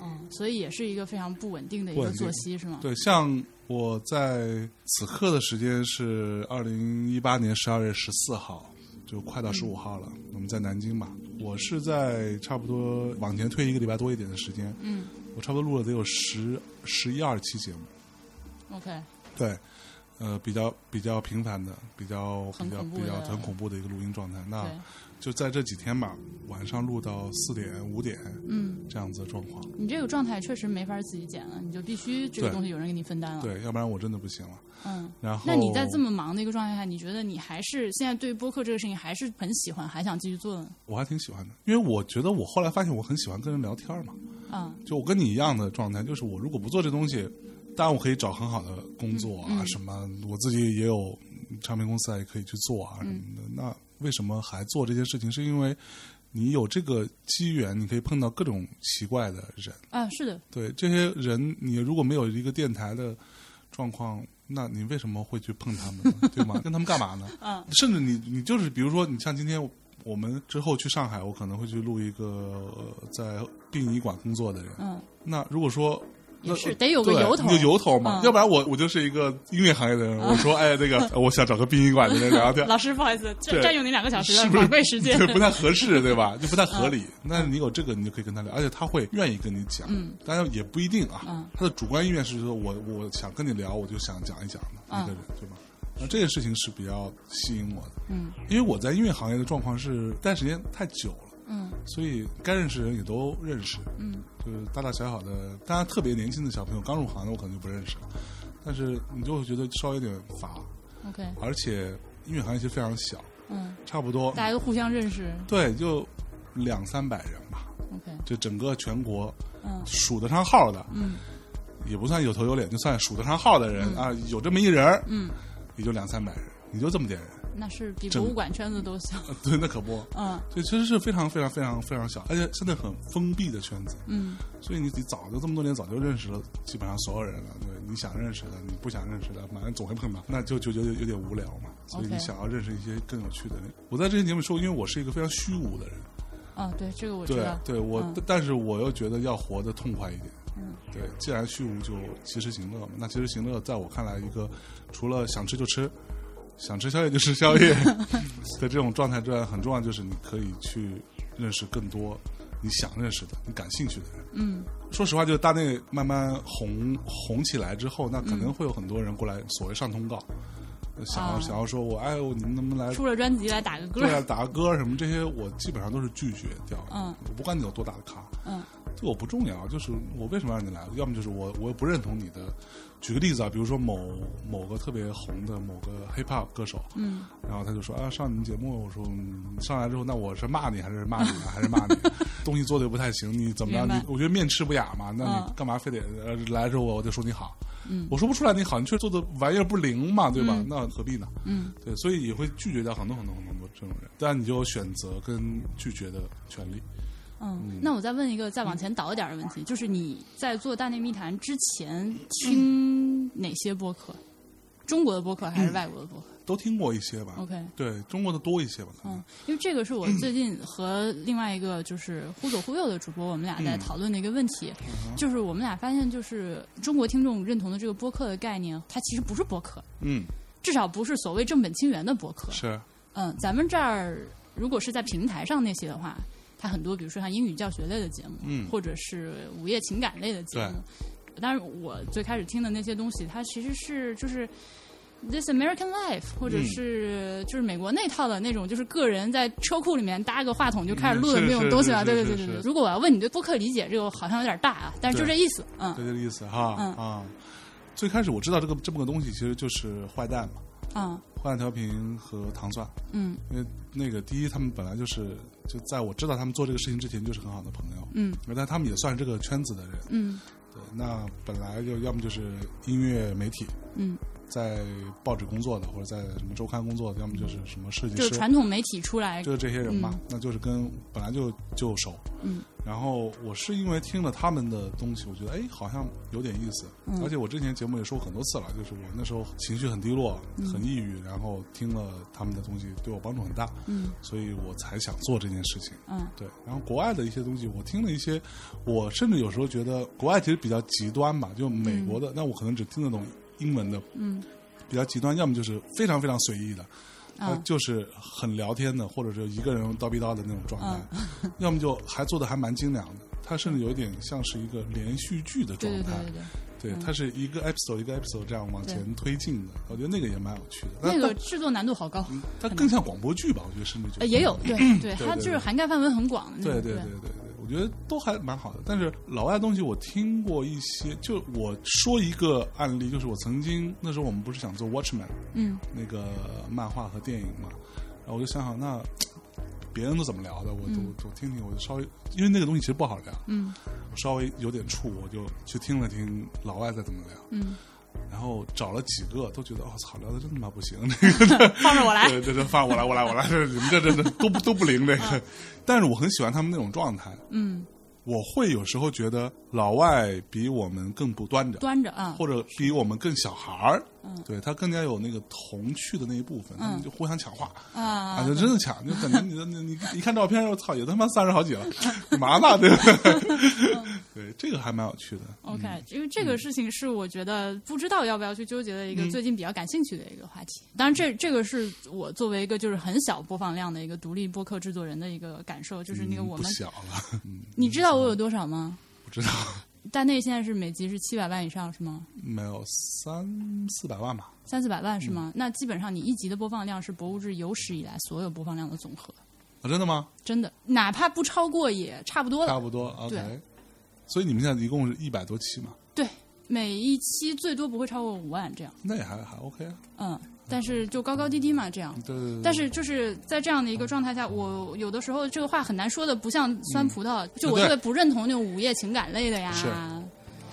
[SPEAKER 2] 嗯，所以也是一个非常不稳定的一
[SPEAKER 1] 不
[SPEAKER 2] 个
[SPEAKER 1] 稳定
[SPEAKER 2] 作息，是吗？
[SPEAKER 1] 对，像我在此刻的时间是二零一八年十二月十四号，就快到十五号了。我们在南京嘛，我是在差不多往前推一个礼拜多一点的时间，
[SPEAKER 2] 嗯
[SPEAKER 1] 我差不多录了得有十十一二期节目。
[SPEAKER 2] ，OK，
[SPEAKER 1] 对，呃，比较比较频繁的，比较比
[SPEAKER 2] 很
[SPEAKER 1] 较
[SPEAKER 2] 恐怖
[SPEAKER 1] 比较
[SPEAKER 2] 的
[SPEAKER 1] 很恐怖的一个录音状态。那
[SPEAKER 2] 对，
[SPEAKER 1] 就在这几天吧，晚上录到四点五点
[SPEAKER 2] 嗯，
[SPEAKER 1] 这样子的状况。
[SPEAKER 2] 你这个状态确实没法自己剪了，你就必须这个
[SPEAKER 1] 对
[SPEAKER 2] 东西有人给你分担了。
[SPEAKER 1] 对，要不然我真的不行了。
[SPEAKER 2] 嗯，
[SPEAKER 1] 然后，
[SPEAKER 2] 啊那你在这么忙的一个状态下，你觉得你还是现在对播客这个事情还是很喜欢，还想继续做呢？
[SPEAKER 1] 我还挺喜欢的，因为我觉得我后来发现我很喜欢跟人聊天嘛，
[SPEAKER 2] 啊、
[SPEAKER 1] 就我跟你一样的状态，就是我如果不做这东西，当然我可以找很好的工作啊，
[SPEAKER 2] 嗯嗯
[SPEAKER 1] 什么我自己也有唱片公司啊，也可以去做啊什么的。
[SPEAKER 2] 嗯
[SPEAKER 1] 那为什么还做这件事情？是因为你有这个机缘，你可以碰到各种奇怪的人。
[SPEAKER 2] 啊，是的，
[SPEAKER 1] 对这些人，你如果没有一个电台的状况，那你为什么会去碰他们呢？对吗？跟他们干嘛呢？
[SPEAKER 2] 嗯
[SPEAKER 1] 甚至你你就是比如说，你像今天我们之后去上海，我可能会去录一个、呃在殡仪馆工作的人。
[SPEAKER 2] 嗯，
[SPEAKER 1] 那如果说
[SPEAKER 2] 也
[SPEAKER 1] 那
[SPEAKER 2] 是得有个
[SPEAKER 1] 对
[SPEAKER 2] 由头，
[SPEAKER 1] 有由头嘛，
[SPEAKER 2] 嗯
[SPEAKER 1] 要不然我我就是一个音乐行业的人，我说哎，这个我想找个殡仪馆的人聊 聊天，
[SPEAKER 2] 老师，不好意思，占
[SPEAKER 1] 对
[SPEAKER 2] 占用你两个小时
[SPEAKER 1] 是
[SPEAKER 2] 的
[SPEAKER 1] 不是
[SPEAKER 2] 宝贵时间。嗯
[SPEAKER 1] 对，不太合适，对吧？就不太合理。那你有这个，你就可以跟他聊，而且他会愿意跟你讲。
[SPEAKER 2] 嗯，
[SPEAKER 1] 当然也不一定啊。
[SPEAKER 2] 嗯
[SPEAKER 1] 他的主观意愿是说我我想跟你聊，我就想讲一讲的
[SPEAKER 2] 嗯
[SPEAKER 1] 一个人，对吧？那这件事情是比较吸引我的，
[SPEAKER 2] 嗯
[SPEAKER 1] 因为我在音乐行业的状况是待时间太久了，
[SPEAKER 2] 嗯
[SPEAKER 1] 所以该认识的人也都认识，
[SPEAKER 2] 嗯
[SPEAKER 1] 就是大大小小的，当然特别年轻的小朋友刚入行的我可能就不认识了，但是你就会觉得稍微有点乏，
[SPEAKER 2] ，OK，
[SPEAKER 1] 而且音乐行业其实非常小，
[SPEAKER 2] 嗯，
[SPEAKER 1] 差不多
[SPEAKER 2] 大家都互相认识
[SPEAKER 1] 对，就两三百人吧，
[SPEAKER 2] ，OK，
[SPEAKER 1] 就整个全国
[SPEAKER 2] 嗯
[SPEAKER 1] 数得上号的，
[SPEAKER 2] 嗯
[SPEAKER 1] 也不算有头有脸，就算数得上号的人、啊，有这么一人儿，
[SPEAKER 2] 嗯，
[SPEAKER 1] 也就两三百人，也就这么点人，
[SPEAKER 2] 那是比
[SPEAKER 1] 整
[SPEAKER 2] 博物馆圈子都 小。
[SPEAKER 1] 啊对，那可不。
[SPEAKER 2] 嗯
[SPEAKER 1] 所以其实是非常非常非常非常小，而且真的很封闭的圈子，
[SPEAKER 2] 嗯
[SPEAKER 1] 所以你你早就这么多年早就认识了基本上所有人了，对，你想认识的，你不想认识的，反正总会碰到，那就就觉得有点无聊嘛。所以你
[SPEAKER 2] OK
[SPEAKER 1] 想要认识一些更有趣的人。我在这些节目说，因为我是一个非常虚无的人，
[SPEAKER 2] 啊，对，这个我知
[SPEAKER 1] 对
[SPEAKER 2] 道。
[SPEAKER 1] 对，我、
[SPEAKER 2] 嗯
[SPEAKER 1] 但是我又觉得要活得痛快一点。
[SPEAKER 2] 嗯，
[SPEAKER 1] 对，既然虚无就及时行乐嘛。那及时行乐，在我看来，一个除了想吃就吃，想吃宵夜就吃宵 夜的这种状态之外，很重要就是你可以去认识更多你想认识的、你感兴趣的人。
[SPEAKER 2] 嗯
[SPEAKER 1] 说实话，就是大内慢慢红红起来之后，那
[SPEAKER 2] 嗯
[SPEAKER 1] 可能会有很多人过来所谓上通告，呃想要、
[SPEAKER 2] 啊
[SPEAKER 1] 想要说我哎，你们能不能来
[SPEAKER 2] 出了专辑来打个歌
[SPEAKER 1] 对。啊，打个歌什么这些，我基本上都是拒绝掉的。
[SPEAKER 2] 嗯，
[SPEAKER 1] 我不管你有多大的咖，
[SPEAKER 2] 嗯，
[SPEAKER 1] 对我不重要，啊就是我为什么让你来？要么就是我我不认同你的。举个例子啊，比如说某某个特别红的某个 hip hop 歌手，
[SPEAKER 2] 嗯
[SPEAKER 1] 然后他就说啊，上你们节目，我说嗯上来之后，那我是骂你还是骂你啊，还是骂你？ 东西做的不太行，你怎么样？
[SPEAKER 2] 明
[SPEAKER 1] 你
[SPEAKER 2] 白
[SPEAKER 1] 我觉得面吃不雅嘛，那你
[SPEAKER 2] 嗯
[SPEAKER 1] 干嘛非得、呃来的时候我我得说你好？
[SPEAKER 2] 嗯
[SPEAKER 1] 我说不出来你好，你却做的玩意儿不灵嘛，对吧？
[SPEAKER 2] 嗯
[SPEAKER 1] 那何必呢？
[SPEAKER 2] 嗯
[SPEAKER 1] 对，所以也会拒绝掉很多很多很多这种人，但你就有选择跟拒绝的权利。
[SPEAKER 2] 嗯。那我再问一个再往前倒一点的问题，就是你在做《大内密谈》之前听哪些播客？中国的播客还是外国的播客
[SPEAKER 1] 都听过一些吧
[SPEAKER 2] ？OK。
[SPEAKER 1] 对中国的多一些吧，可能
[SPEAKER 2] 啊嗯，因为这个是我最近和另外一个就是忽左忽右的主播，我们俩在讨论的一个问题，就是我们俩发现，就是中国听众认同的这个播客的概念，它其实不是播客，
[SPEAKER 1] 嗯
[SPEAKER 2] 至少不是所谓正本清源的播客。
[SPEAKER 1] 是
[SPEAKER 2] 嗯，咱们这儿如果是在平台上那些的话，它很多，比如说像英语教学类的节目，
[SPEAKER 1] 嗯
[SPEAKER 2] 或者是午夜情感类的节目。当然，我最开始听的那些东西，它其实是就是《This American Life》，或者
[SPEAKER 1] 嗯
[SPEAKER 2] 是就是美国那套的那种，就是个人在车库里面搭个话筒就开始
[SPEAKER 1] 嗯
[SPEAKER 2] 录的
[SPEAKER 1] 是
[SPEAKER 2] 那种
[SPEAKER 1] 是
[SPEAKER 2] 东西
[SPEAKER 1] 是
[SPEAKER 2] 啊。
[SPEAKER 1] 是
[SPEAKER 2] 对对
[SPEAKER 1] 是
[SPEAKER 2] 对
[SPEAKER 1] 是
[SPEAKER 2] 对对。如果我要问你对播客理解，这个好像有点大啊，但是就
[SPEAKER 1] 对
[SPEAKER 2] 这意思。嗯
[SPEAKER 1] 就这个意思哈
[SPEAKER 2] 嗯
[SPEAKER 1] 啊。最开始我知道这个这么个东西，其实就是坏蛋嘛，
[SPEAKER 2] 嗯
[SPEAKER 1] 坏蛋调频和糖蒜，
[SPEAKER 2] 嗯
[SPEAKER 1] 因为那个第一他们本来就是就在我知道他们做这个事情之前就是很好的朋友，
[SPEAKER 2] 嗯
[SPEAKER 1] 但他们也算这个圈子的人，
[SPEAKER 2] 嗯
[SPEAKER 1] 对，那本来就要么就是音乐媒体，
[SPEAKER 2] 嗯，
[SPEAKER 1] 在报纸工作的，或者在什么周刊工作的，要么就是什么设计
[SPEAKER 2] 就是
[SPEAKER 1] 师，
[SPEAKER 2] 传统媒体出来。
[SPEAKER 1] 就是这些人嘛，那就是跟本来就就熟。
[SPEAKER 2] 嗯。
[SPEAKER 1] 然后我是因为听了他们的东西，我觉得哎，好像有点意思。
[SPEAKER 2] 嗯
[SPEAKER 1] 而且我之前节目也说过很多次了，就是我那时候情绪很低落，
[SPEAKER 2] 嗯
[SPEAKER 1] 很抑郁，然后听了他们的东西，对我帮助很大，
[SPEAKER 2] 嗯
[SPEAKER 1] 所以我才想做这件事情。
[SPEAKER 2] 嗯
[SPEAKER 1] 对，然后国外的一些东西，我听了一些，我甚至有时候觉得国外其实比较极端吧，就美国的，那我可能只听得懂英文的，
[SPEAKER 2] 嗯
[SPEAKER 1] 比较极端，要么就是非常非常随意的，他
[SPEAKER 2] 啊
[SPEAKER 1] 就是很聊天的，或者是一个人叨逼叨的那种状态，
[SPEAKER 2] 嗯
[SPEAKER 1] 要么就还做的还蛮精良的，它甚至有一点像是一个连续剧的
[SPEAKER 2] 对
[SPEAKER 1] 状
[SPEAKER 2] 对对
[SPEAKER 1] 态，
[SPEAKER 2] 对对。嗯
[SPEAKER 1] 对它是一个 episode 一个 episode 这样往前推进的，我觉得那个也蛮有趣的，
[SPEAKER 2] 那
[SPEAKER 1] 但
[SPEAKER 2] 个制作难度好高，
[SPEAKER 1] 它它更像广播剧吧，我觉得甚至嗯觉
[SPEAKER 2] 呃，
[SPEAKER 1] 得
[SPEAKER 2] 也有，对对，它
[SPEAKER 1] 对
[SPEAKER 2] 就是
[SPEAKER 1] 对
[SPEAKER 2] 涵盖范围很广的那
[SPEAKER 1] 对
[SPEAKER 2] 种。
[SPEAKER 1] 对
[SPEAKER 2] 嗯对
[SPEAKER 1] 对对对，我觉得都还蛮好的。但是老外的东西我听过一些，就我说一个案例，就是我曾经那时候我们不是想做 Watchman
[SPEAKER 2] 嗯
[SPEAKER 1] 那个漫画和电影嘛，然后我就想想那。别人都怎么聊的，我都
[SPEAKER 2] 嗯
[SPEAKER 1] 我听听，我就稍微，因为那个东西其实不好聊，
[SPEAKER 2] 嗯
[SPEAKER 1] 我稍微有点怵，我就去听了听老外在怎么聊，
[SPEAKER 2] 嗯，
[SPEAKER 1] 然后找了几个都觉得，哦操，聊的真他妈不行，
[SPEAKER 2] 放着我 来。
[SPEAKER 1] 对对对，放我来，我来，我来，这你们这这这都不都不灵这个，但是我很喜欢他们那种状态，
[SPEAKER 2] 嗯
[SPEAKER 1] 我会有时候觉得老外比我们更不端着，
[SPEAKER 2] 端着啊，
[SPEAKER 1] 或者比我们更小孩儿，
[SPEAKER 2] 嗯
[SPEAKER 1] 对他更加有那个童趣的那一部分，他们就互相抢话。啊，
[SPEAKER 2] 啊
[SPEAKER 1] 就，真的抢，就感觉你的你你一看照片，我操，也他妈三十好 几了，干嘛呢？对不对？
[SPEAKER 2] 嗯
[SPEAKER 1] 对，这个还蛮有趣的。
[SPEAKER 2] OK，因为
[SPEAKER 1] 嗯
[SPEAKER 2] 这个事情是我觉得不知道要不要去纠结的一个最近比较感兴趣的一个话题。当然这，这个是我作为一个就是很小播放量的一个独立播客制作人的一个感受，就是那个
[SPEAKER 1] 嗯
[SPEAKER 2] 我
[SPEAKER 1] 不
[SPEAKER 2] 们，
[SPEAKER 1] 小了，嗯，
[SPEAKER 2] 你知道我有多少吗？
[SPEAKER 1] 不知道，
[SPEAKER 2] 大内现在是每集是七百万以上是吗？
[SPEAKER 1] 没有三四百万吧？
[SPEAKER 2] 三四百万是
[SPEAKER 1] 嗯
[SPEAKER 2] 吗？那基本上你一集的播放量是博物志有史以来所有播放量的总和，
[SPEAKER 1] 啊，真的吗？
[SPEAKER 2] 真的，哪怕不超过也差不 多了
[SPEAKER 1] 差。不多，OK
[SPEAKER 2] 对。
[SPEAKER 1] 所以你们现在一共是一百多期嘛？
[SPEAKER 2] 对，每一期最多不会超过五万这样。
[SPEAKER 1] 那也还还 OK 啊。
[SPEAKER 2] 嗯，但是就高高低低嘛这样。
[SPEAKER 1] 对对对。
[SPEAKER 2] 但是就是在这样的一个状态下，我有的时候这个话很难说的，不像酸葡萄，就我
[SPEAKER 1] 对
[SPEAKER 2] 特别不认同那种午夜情感类的呀
[SPEAKER 1] 嗯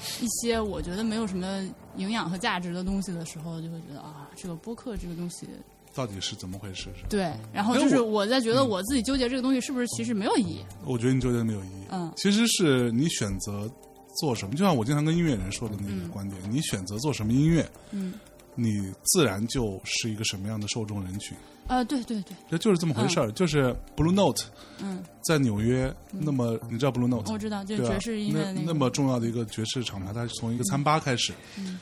[SPEAKER 1] 是，
[SPEAKER 2] 一些我觉得没有什么营养和价值的东西的时候，就会觉得啊，这个播客这个东西，
[SPEAKER 1] 到底是怎么回事？是吧
[SPEAKER 2] 对，然后
[SPEAKER 1] 哎
[SPEAKER 2] 就是
[SPEAKER 1] 我
[SPEAKER 2] 我在觉得我自己纠结这个东西是不是其实没有意义，
[SPEAKER 1] 我觉得你纠结的没有意义。
[SPEAKER 2] 嗯
[SPEAKER 1] 其实是你选择做什么，就像我经常跟音乐人说的那个观点，你选择做什么音乐，
[SPEAKER 2] 嗯，
[SPEAKER 1] 你自然就是一个什么样的受众人群。
[SPEAKER 2] 啊，对对对，
[SPEAKER 1] 这就是这么回事儿，就是 Blue Note
[SPEAKER 2] 嗯，
[SPEAKER 1] 在纽约，那么你知道 Blue Note
[SPEAKER 2] 我知道，就
[SPEAKER 1] 对
[SPEAKER 2] 是
[SPEAKER 1] 吧？
[SPEAKER 2] 爵士音乐的
[SPEAKER 1] 那
[SPEAKER 2] 那个，
[SPEAKER 1] 么重要的一个爵士厂牌，它是从一个餐吧开始，
[SPEAKER 2] 嗯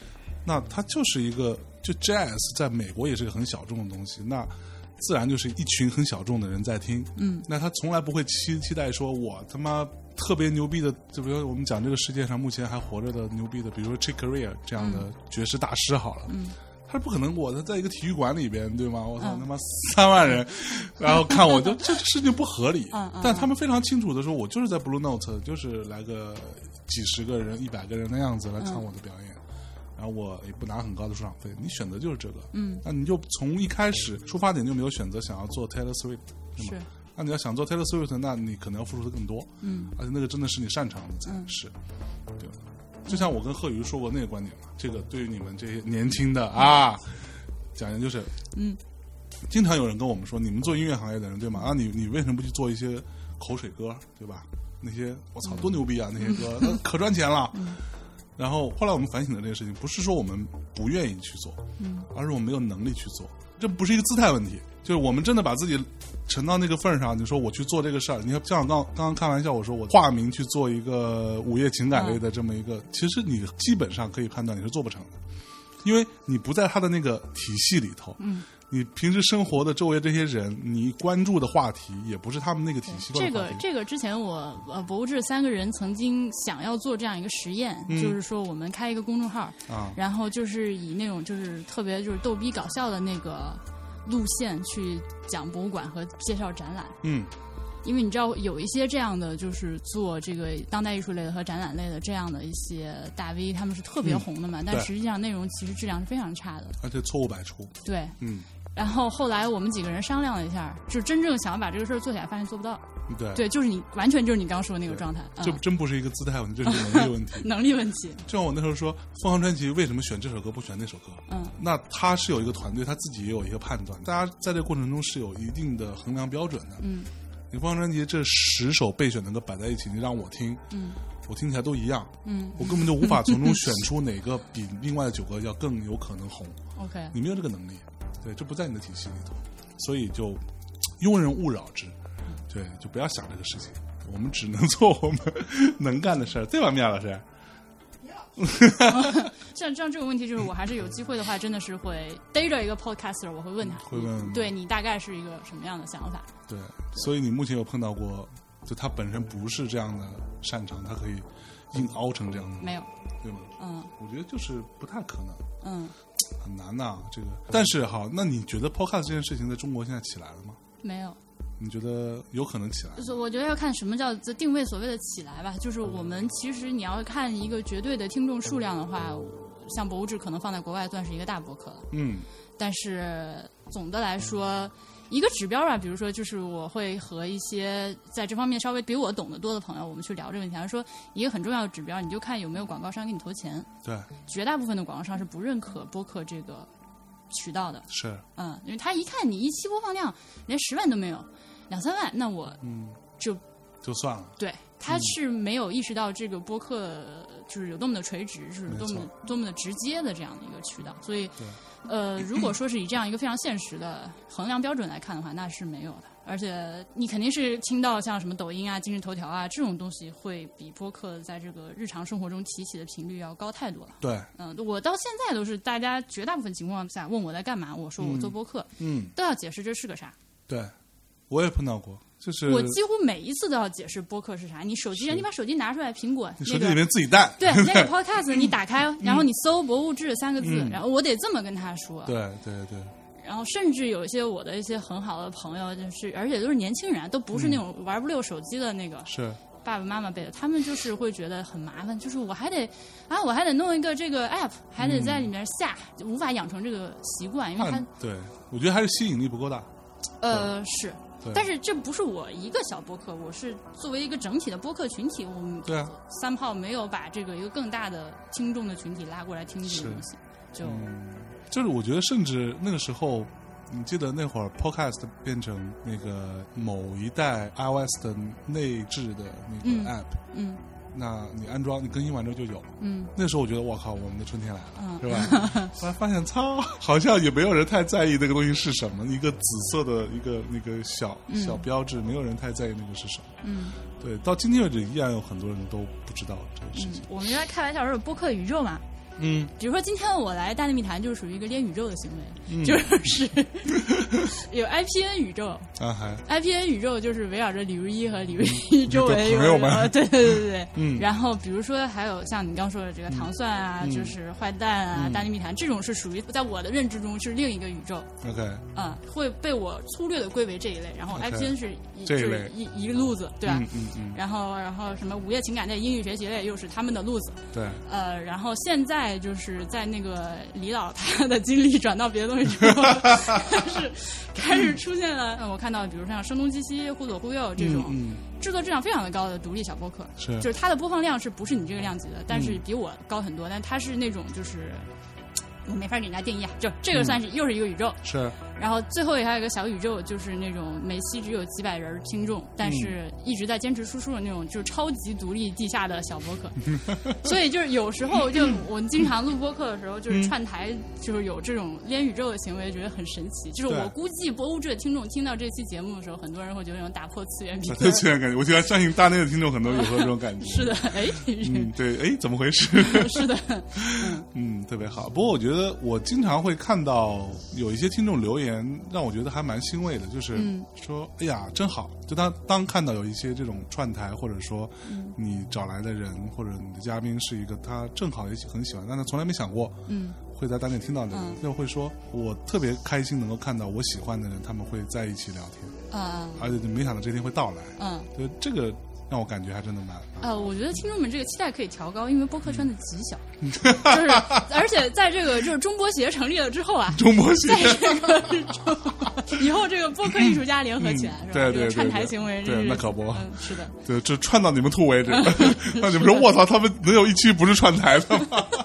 [SPEAKER 1] 那它就是一个就 jazz 在美国也是个很小众的东西，那自然就是一群很小众的人在听，
[SPEAKER 2] 嗯，
[SPEAKER 1] 那他从来不会期期待说我他妈。特别牛逼的，就比如说我们讲这个世界上目前还活着的牛逼的，比如说 Chick Corea 这样的爵士大师好了，
[SPEAKER 2] 嗯
[SPEAKER 1] 他是不可能我在一个体育馆里边，对吗？我操
[SPEAKER 2] 嗯
[SPEAKER 1] 他妈三万 人，然后看我就这这事情不合理
[SPEAKER 2] 嗯嗯。
[SPEAKER 1] 但他们非常清楚的说，我就是在 Blue Note，就是来个几十个人、一百个人的样
[SPEAKER 2] 嗯
[SPEAKER 1] 子来看我的表演。然后我也不拿很高的出场费，你选择就是这个，
[SPEAKER 2] 嗯，
[SPEAKER 1] 那你就从一开始出发点就没有选择想要做 Taylor Swift，对
[SPEAKER 2] 是
[SPEAKER 1] 吗，那你要想做 Taylor Swift，那你可能要付出的更多，
[SPEAKER 2] 嗯
[SPEAKER 1] 而且那个真的是你擅长的才
[SPEAKER 2] 嗯
[SPEAKER 1] 是，对吧？就像我跟贺宇说过那个观点嘛，这个对于你们这些年轻的啊，讲的就是，
[SPEAKER 2] 嗯，
[SPEAKER 1] 经常有人跟我们说，你们做音乐行业的人对吗？啊，你你为什么不去做一些口水歌，对吧？那些我操多牛逼啊，那些 歌那可赚钱了。然后后来我们反省了这个事情，不是说我们不愿意去做，
[SPEAKER 2] 嗯，
[SPEAKER 1] 而是我们没有能力去做。这不是一个姿态问题，就是我们真的把自己沉到那个份儿上。你说我去做这个事儿，你看像我刚刚刚开玩笑，我说我化名去做一个午夜情感类的这么一个，
[SPEAKER 2] 嗯
[SPEAKER 1] 其实你基本上可以判断你是做不成的，因为你不在他的那个体系里头。嗯。你平时生活的周围这些人，你关注的话题也不是他们那个体系
[SPEAKER 2] 这
[SPEAKER 1] 中的话
[SPEAKER 2] 个
[SPEAKER 1] 题。
[SPEAKER 2] 这个之前我呃博物志三个人曾经想要做这样一个实验，
[SPEAKER 1] 嗯
[SPEAKER 2] 就是说我们开一个公众号，
[SPEAKER 1] 啊，
[SPEAKER 2] 然后就是以那种就是特别就是逗逼搞笑的那个路线去讲博物馆和介绍展览，
[SPEAKER 1] 嗯，
[SPEAKER 2] 因为你知道有一些这样的就是做这个当代艺术类的和展览类的这样的一些大 V，他们是特别
[SPEAKER 1] 嗯
[SPEAKER 2] 红的嘛，但
[SPEAKER 1] 对
[SPEAKER 2] 实际上内容其实质量是非常差的，
[SPEAKER 1] 而且错误百出。
[SPEAKER 2] 对。
[SPEAKER 1] 嗯，
[SPEAKER 2] 然后后来我们几个人商量了一下，就真正想要把这个事儿做起来，发现做不到。
[SPEAKER 1] 对，
[SPEAKER 2] 对，就是你完全就是你刚说的那个状态，
[SPEAKER 1] 这
[SPEAKER 2] 嗯、
[SPEAKER 1] 真不是一个姿态问题，这是一个能力 问题。
[SPEAKER 2] 能力问题。
[SPEAKER 1] 就像我那时候说，凤凰传奇为什么选这首歌不选那首歌？
[SPEAKER 2] 嗯，
[SPEAKER 1] 那他是有一个团队，他自己也有一个判断，大家在这个过程中是有一定的衡量标准的。
[SPEAKER 2] 嗯
[SPEAKER 1] 你凤凰传奇这十首备选的歌摆在一起，你让我听，
[SPEAKER 2] 嗯
[SPEAKER 1] 我听起来都一样，
[SPEAKER 2] 嗯
[SPEAKER 1] 我根本就无法从中选出哪个比另外的九个要更有可能红。
[SPEAKER 2] ，OK，
[SPEAKER 1] 你没有这个能力，对，这不在你的体系里头，所以就庸人勿扰之，对，就不要想这个事情，我们只能做我们能干的事儿，对吧，米娅老师？
[SPEAKER 2] 像像这种问题，就是我还是有机会的话，真的是会逮着一个 podcaster，我会嗯问他，
[SPEAKER 1] 会问
[SPEAKER 2] 对你大概是一个什么样的想法？
[SPEAKER 1] 对，所以你目前有碰到过，就他本身不是这样的擅长，他可以硬凹成这样的吗，
[SPEAKER 2] 没有，
[SPEAKER 1] 对吗？
[SPEAKER 2] 嗯
[SPEAKER 1] 我觉得就是不太可能，
[SPEAKER 2] 嗯，
[SPEAKER 1] 很难呐、这个。但是好，那你觉得 podcast 这件事情在中国现在起来了吗？
[SPEAKER 2] 没有。
[SPEAKER 1] 你觉得有可能起来？
[SPEAKER 2] 就是我觉得要看什么叫做定位所谓的起来吧。就是我们其实你要看一个绝对的听众数量的话，像博物志可能放在国外算是一个大博客了。
[SPEAKER 1] 嗯
[SPEAKER 2] 但是总的来说，一个指标吧，比如说，就是我会和一些在这方面稍微比我懂得多的朋友，我们去聊这个问题。他说，一个很重要的指标，你就看有没有广告商给你投钱。
[SPEAKER 1] 对，
[SPEAKER 2] 绝大部分的广告商是不认可播客这个渠道的，
[SPEAKER 1] 是，
[SPEAKER 2] 嗯，因为他一看你一期播放量连十万都没有，两三万，那我
[SPEAKER 1] 嗯，
[SPEAKER 2] 就
[SPEAKER 1] 就算了。
[SPEAKER 2] 对，他
[SPEAKER 1] 嗯
[SPEAKER 2] 是没有意识到这个播客就是有多么的垂直，是多么
[SPEAKER 1] 没
[SPEAKER 2] 多么的直接的这样的一个渠道。所以
[SPEAKER 1] 对，
[SPEAKER 2] 呃，如果说是以这样一个非常现实的衡量标准来看的话，那是没有的。而且你肯定是听到像什么抖音啊、今日头条啊这种东西，会比播客在这个日常生活中提起的频率要高太多了。
[SPEAKER 1] 对，
[SPEAKER 2] 嗯、我到现在都是大家绝大部分情况下问我在干嘛，我说我做播客，
[SPEAKER 1] 嗯，
[SPEAKER 2] 都要解释这是个啥。
[SPEAKER 1] 对，我也碰到过，就是
[SPEAKER 2] 我几乎每一次都要解释播客是啥。你手机上，你把手机拿出来，苹果
[SPEAKER 1] 你手
[SPEAKER 2] 那
[SPEAKER 1] 机
[SPEAKER 2] 个
[SPEAKER 1] 里面自己带，
[SPEAKER 2] 对，那个 podcast 你打开，然后你搜“博物志”三个字，然后我得这么跟他说。
[SPEAKER 1] 嗯对对对，
[SPEAKER 2] 然后甚至有一些我的一些很好的朋友，就是而且都是年轻人，都不是那种
[SPEAKER 1] 嗯
[SPEAKER 2] 玩不溜手机的那个
[SPEAKER 1] 是，
[SPEAKER 2] 爸爸妈妈辈的，他们就是会觉得很麻烦，就是我还得啊，我还得弄一个这个 app，还得在里面下，就无法养成这个习惯，因为他
[SPEAKER 1] 嗯看，对我觉得还是吸引力不够大。
[SPEAKER 2] 呃是。
[SPEAKER 1] 对，
[SPEAKER 2] 但是这不是我一个小播客，我是作为一个整体的播客群体，我们
[SPEAKER 1] 对啊，
[SPEAKER 2] 三炮没有把这个一个更大的听众的群体拉过来听这个东西，就、
[SPEAKER 1] 嗯就是我觉得，甚至那个时候，你记得那会儿 Podcast 变成那个某一代 iOS 的内置的那
[SPEAKER 2] 嗯
[SPEAKER 1] 个 App，、
[SPEAKER 2] 嗯
[SPEAKER 1] 那你安装你更新完之后就有了。
[SPEAKER 2] 嗯，
[SPEAKER 1] 那时候我觉得，我靠，我们的春天来了，
[SPEAKER 2] 嗯
[SPEAKER 1] 是吧？后来发现，操，好像也没有人太在意那个东西是什么，一个紫色的一个那个小小标志，没有人太在意那个是什么。
[SPEAKER 2] 嗯
[SPEAKER 1] 对，到今天为止，依然有很多人都不知道这个事
[SPEAKER 2] 嗯
[SPEAKER 1] 情。，
[SPEAKER 2] 我们原来开玩笑说有播客宇宙嘛，
[SPEAKER 1] 嗯，
[SPEAKER 2] 比如说今天我来大内密谈就是属于一个练宇宙的行为，
[SPEAKER 1] 嗯
[SPEAKER 2] 就是 有 IPN 宇宙
[SPEAKER 1] 啊还
[SPEAKER 2] ，IPN 宇宙就是围绕着李如一和李如一周围
[SPEAKER 1] 你的朋友们
[SPEAKER 2] 呃 对对对对对，
[SPEAKER 1] 嗯
[SPEAKER 2] 然后比如说还有像你刚说的这个糖蒜啊，
[SPEAKER 1] 嗯
[SPEAKER 2] 就是坏蛋啊，大内密谈这种是属于在我的认知中是另一个宇宙，
[SPEAKER 1] OK，
[SPEAKER 2] 啊、会被我粗略的归为这一类，然后
[SPEAKER 1] 嗯 OK，
[SPEAKER 2] IPN 是一
[SPEAKER 1] 这一
[SPEAKER 2] 就
[SPEAKER 1] 类
[SPEAKER 2] 是一一个路子，对吧？
[SPEAKER 1] 嗯嗯嗯，
[SPEAKER 2] 然后，然后什么午夜情感类、英语学习类又是他们的路子，
[SPEAKER 1] 对，
[SPEAKER 2] 呃，然后现在就是在那个李导他的精力转到别的东西之后， 是开始出现了、呃我看到比如像声东击西、忽左忽右这种、
[SPEAKER 1] 嗯
[SPEAKER 2] 制作质量非常的高的独立小播客，
[SPEAKER 1] 是嗯
[SPEAKER 2] 就是它的播放量是不是你这个量级的，但是比我高很多，但它是那种就是我没法给人家定义啊，就这个算是、又是一个宇宙，
[SPEAKER 1] 嗯是，
[SPEAKER 2] 然后最后还有一个小宇宙，就是那种每期只有几百人听众，但
[SPEAKER 1] 嗯
[SPEAKER 2] 是一直在坚持输出的那种，就是超级独立地下的小播客。 所以就是有时候就我们经常录播客的时候，
[SPEAKER 1] 嗯
[SPEAKER 2] 就是串台，就是有这种连宇宙的行为，觉得很神奇。就是
[SPEAKER 1] 对
[SPEAKER 2] 我估计博物志的听众听到这期节目的时候，很多人会觉得有种打破次元壁
[SPEAKER 1] 这
[SPEAKER 2] 的。
[SPEAKER 1] 确然感觉，我觉得相信大内的听众很多也会有这种感觉。
[SPEAKER 2] 是的，哎，
[SPEAKER 1] 嗯，对，哎，怎么回事？
[SPEAKER 2] 是的，
[SPEAKER 1] 嗯，特别好。不过我觉得我经常会看到有一些听众留言，让我觉得还蛮欣慰的，就是
[SPEAKER 2] 嗯
[SPEAKER 1] 说，哎呀，真好。就当当看到有一些这种串台，或者说
[SPEAKER 2] 嗯
[SPEAKER 1] 你找来的人或者你的嘉宾是一个他正好也很喜欢，但他从来没想过，
[SPEAKER 2] 嗯，
[SPEAKER 1] 会在当面听到的
[SPEAKER 2] 嗯
[SPEAKER 1] 人，就会说我特别开心能够看到我喜欢的人，他们会在一起聊天，
[SPEAKER 2] 啊、
[SPEAKER 1] 而且就没想到这天会到来。
[SPEAKER 2] 嗯。
[SPEAKER 1] 就这个让我感觉还真的蛮，
[SPEAKER 2] 呃，我觉得听众们这个期待可以调高，因为播客圈子极小， 就是而且在这个就是中国协成立了之后啊
[SPEAKER 1] 中国戏，
[SPEAKER 2] 以后这个播客艺术家联合起来、是吧？
[SPEAKER 1] 嗯对对
[SPEAKER 2] 这个
[SPEAKER 1] 对
[SPEAKER 2] 串
[SPEAKER 1] 对
[SPEAKER 2] 台行为
[SPEAKER 1] 对
[SPEAKER 2] 真是
[SPEAKER 1] 那可不
[SPEAKER 2] 嗯，是的，
[SPEAKER 1] 对，就串到你们吐为止。 那你们说，卧槽，他们能有一期不是串台的吗？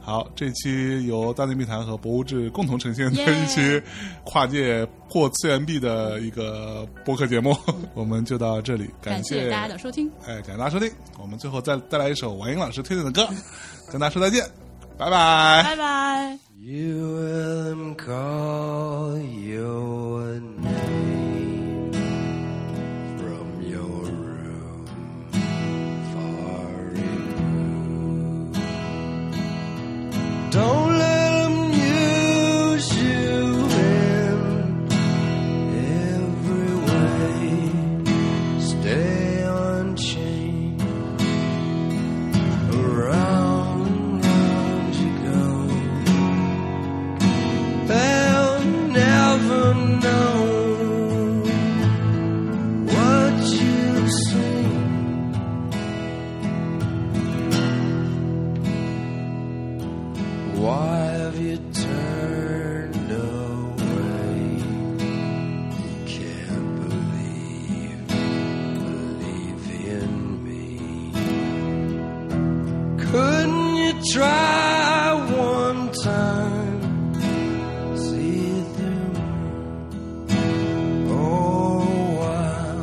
[SPEAKER 1] 好，这期由大内密谈和博物志共同呈现的一期跨界破次元壁的一个播客节目， 我们就到这里，
[SPEAKER 2] 感
[SPEAKER 1] 谢
[SPEAKER 2] 大家的收听，
[SPEAKER 1] 哎，感谢大家收听。我们最后再带来一首王英老师推荐的歌，跟大家说再见，拜拜。
[SPEAKER 2] 拜拜。
[SPEAKER 3] You will call your name from your room far removed. Don't let 'em use you in every way. Stay unchained. Around, round you go. They'll never know what you've seen. Why have you turned away? You can't believe, believe in me. Couldn't you try one time? see through. Oh, wow.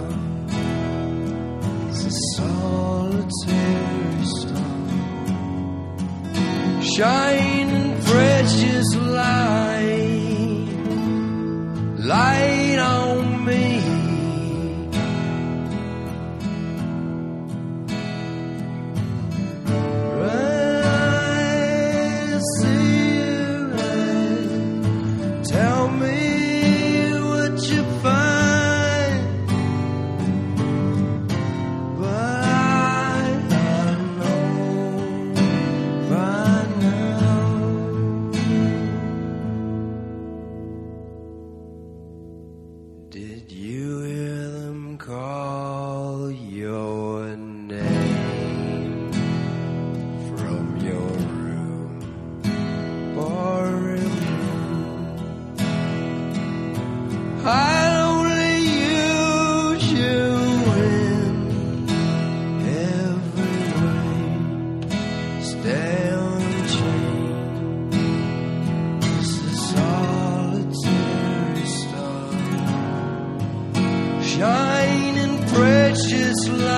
[SPEAKER 3] slide.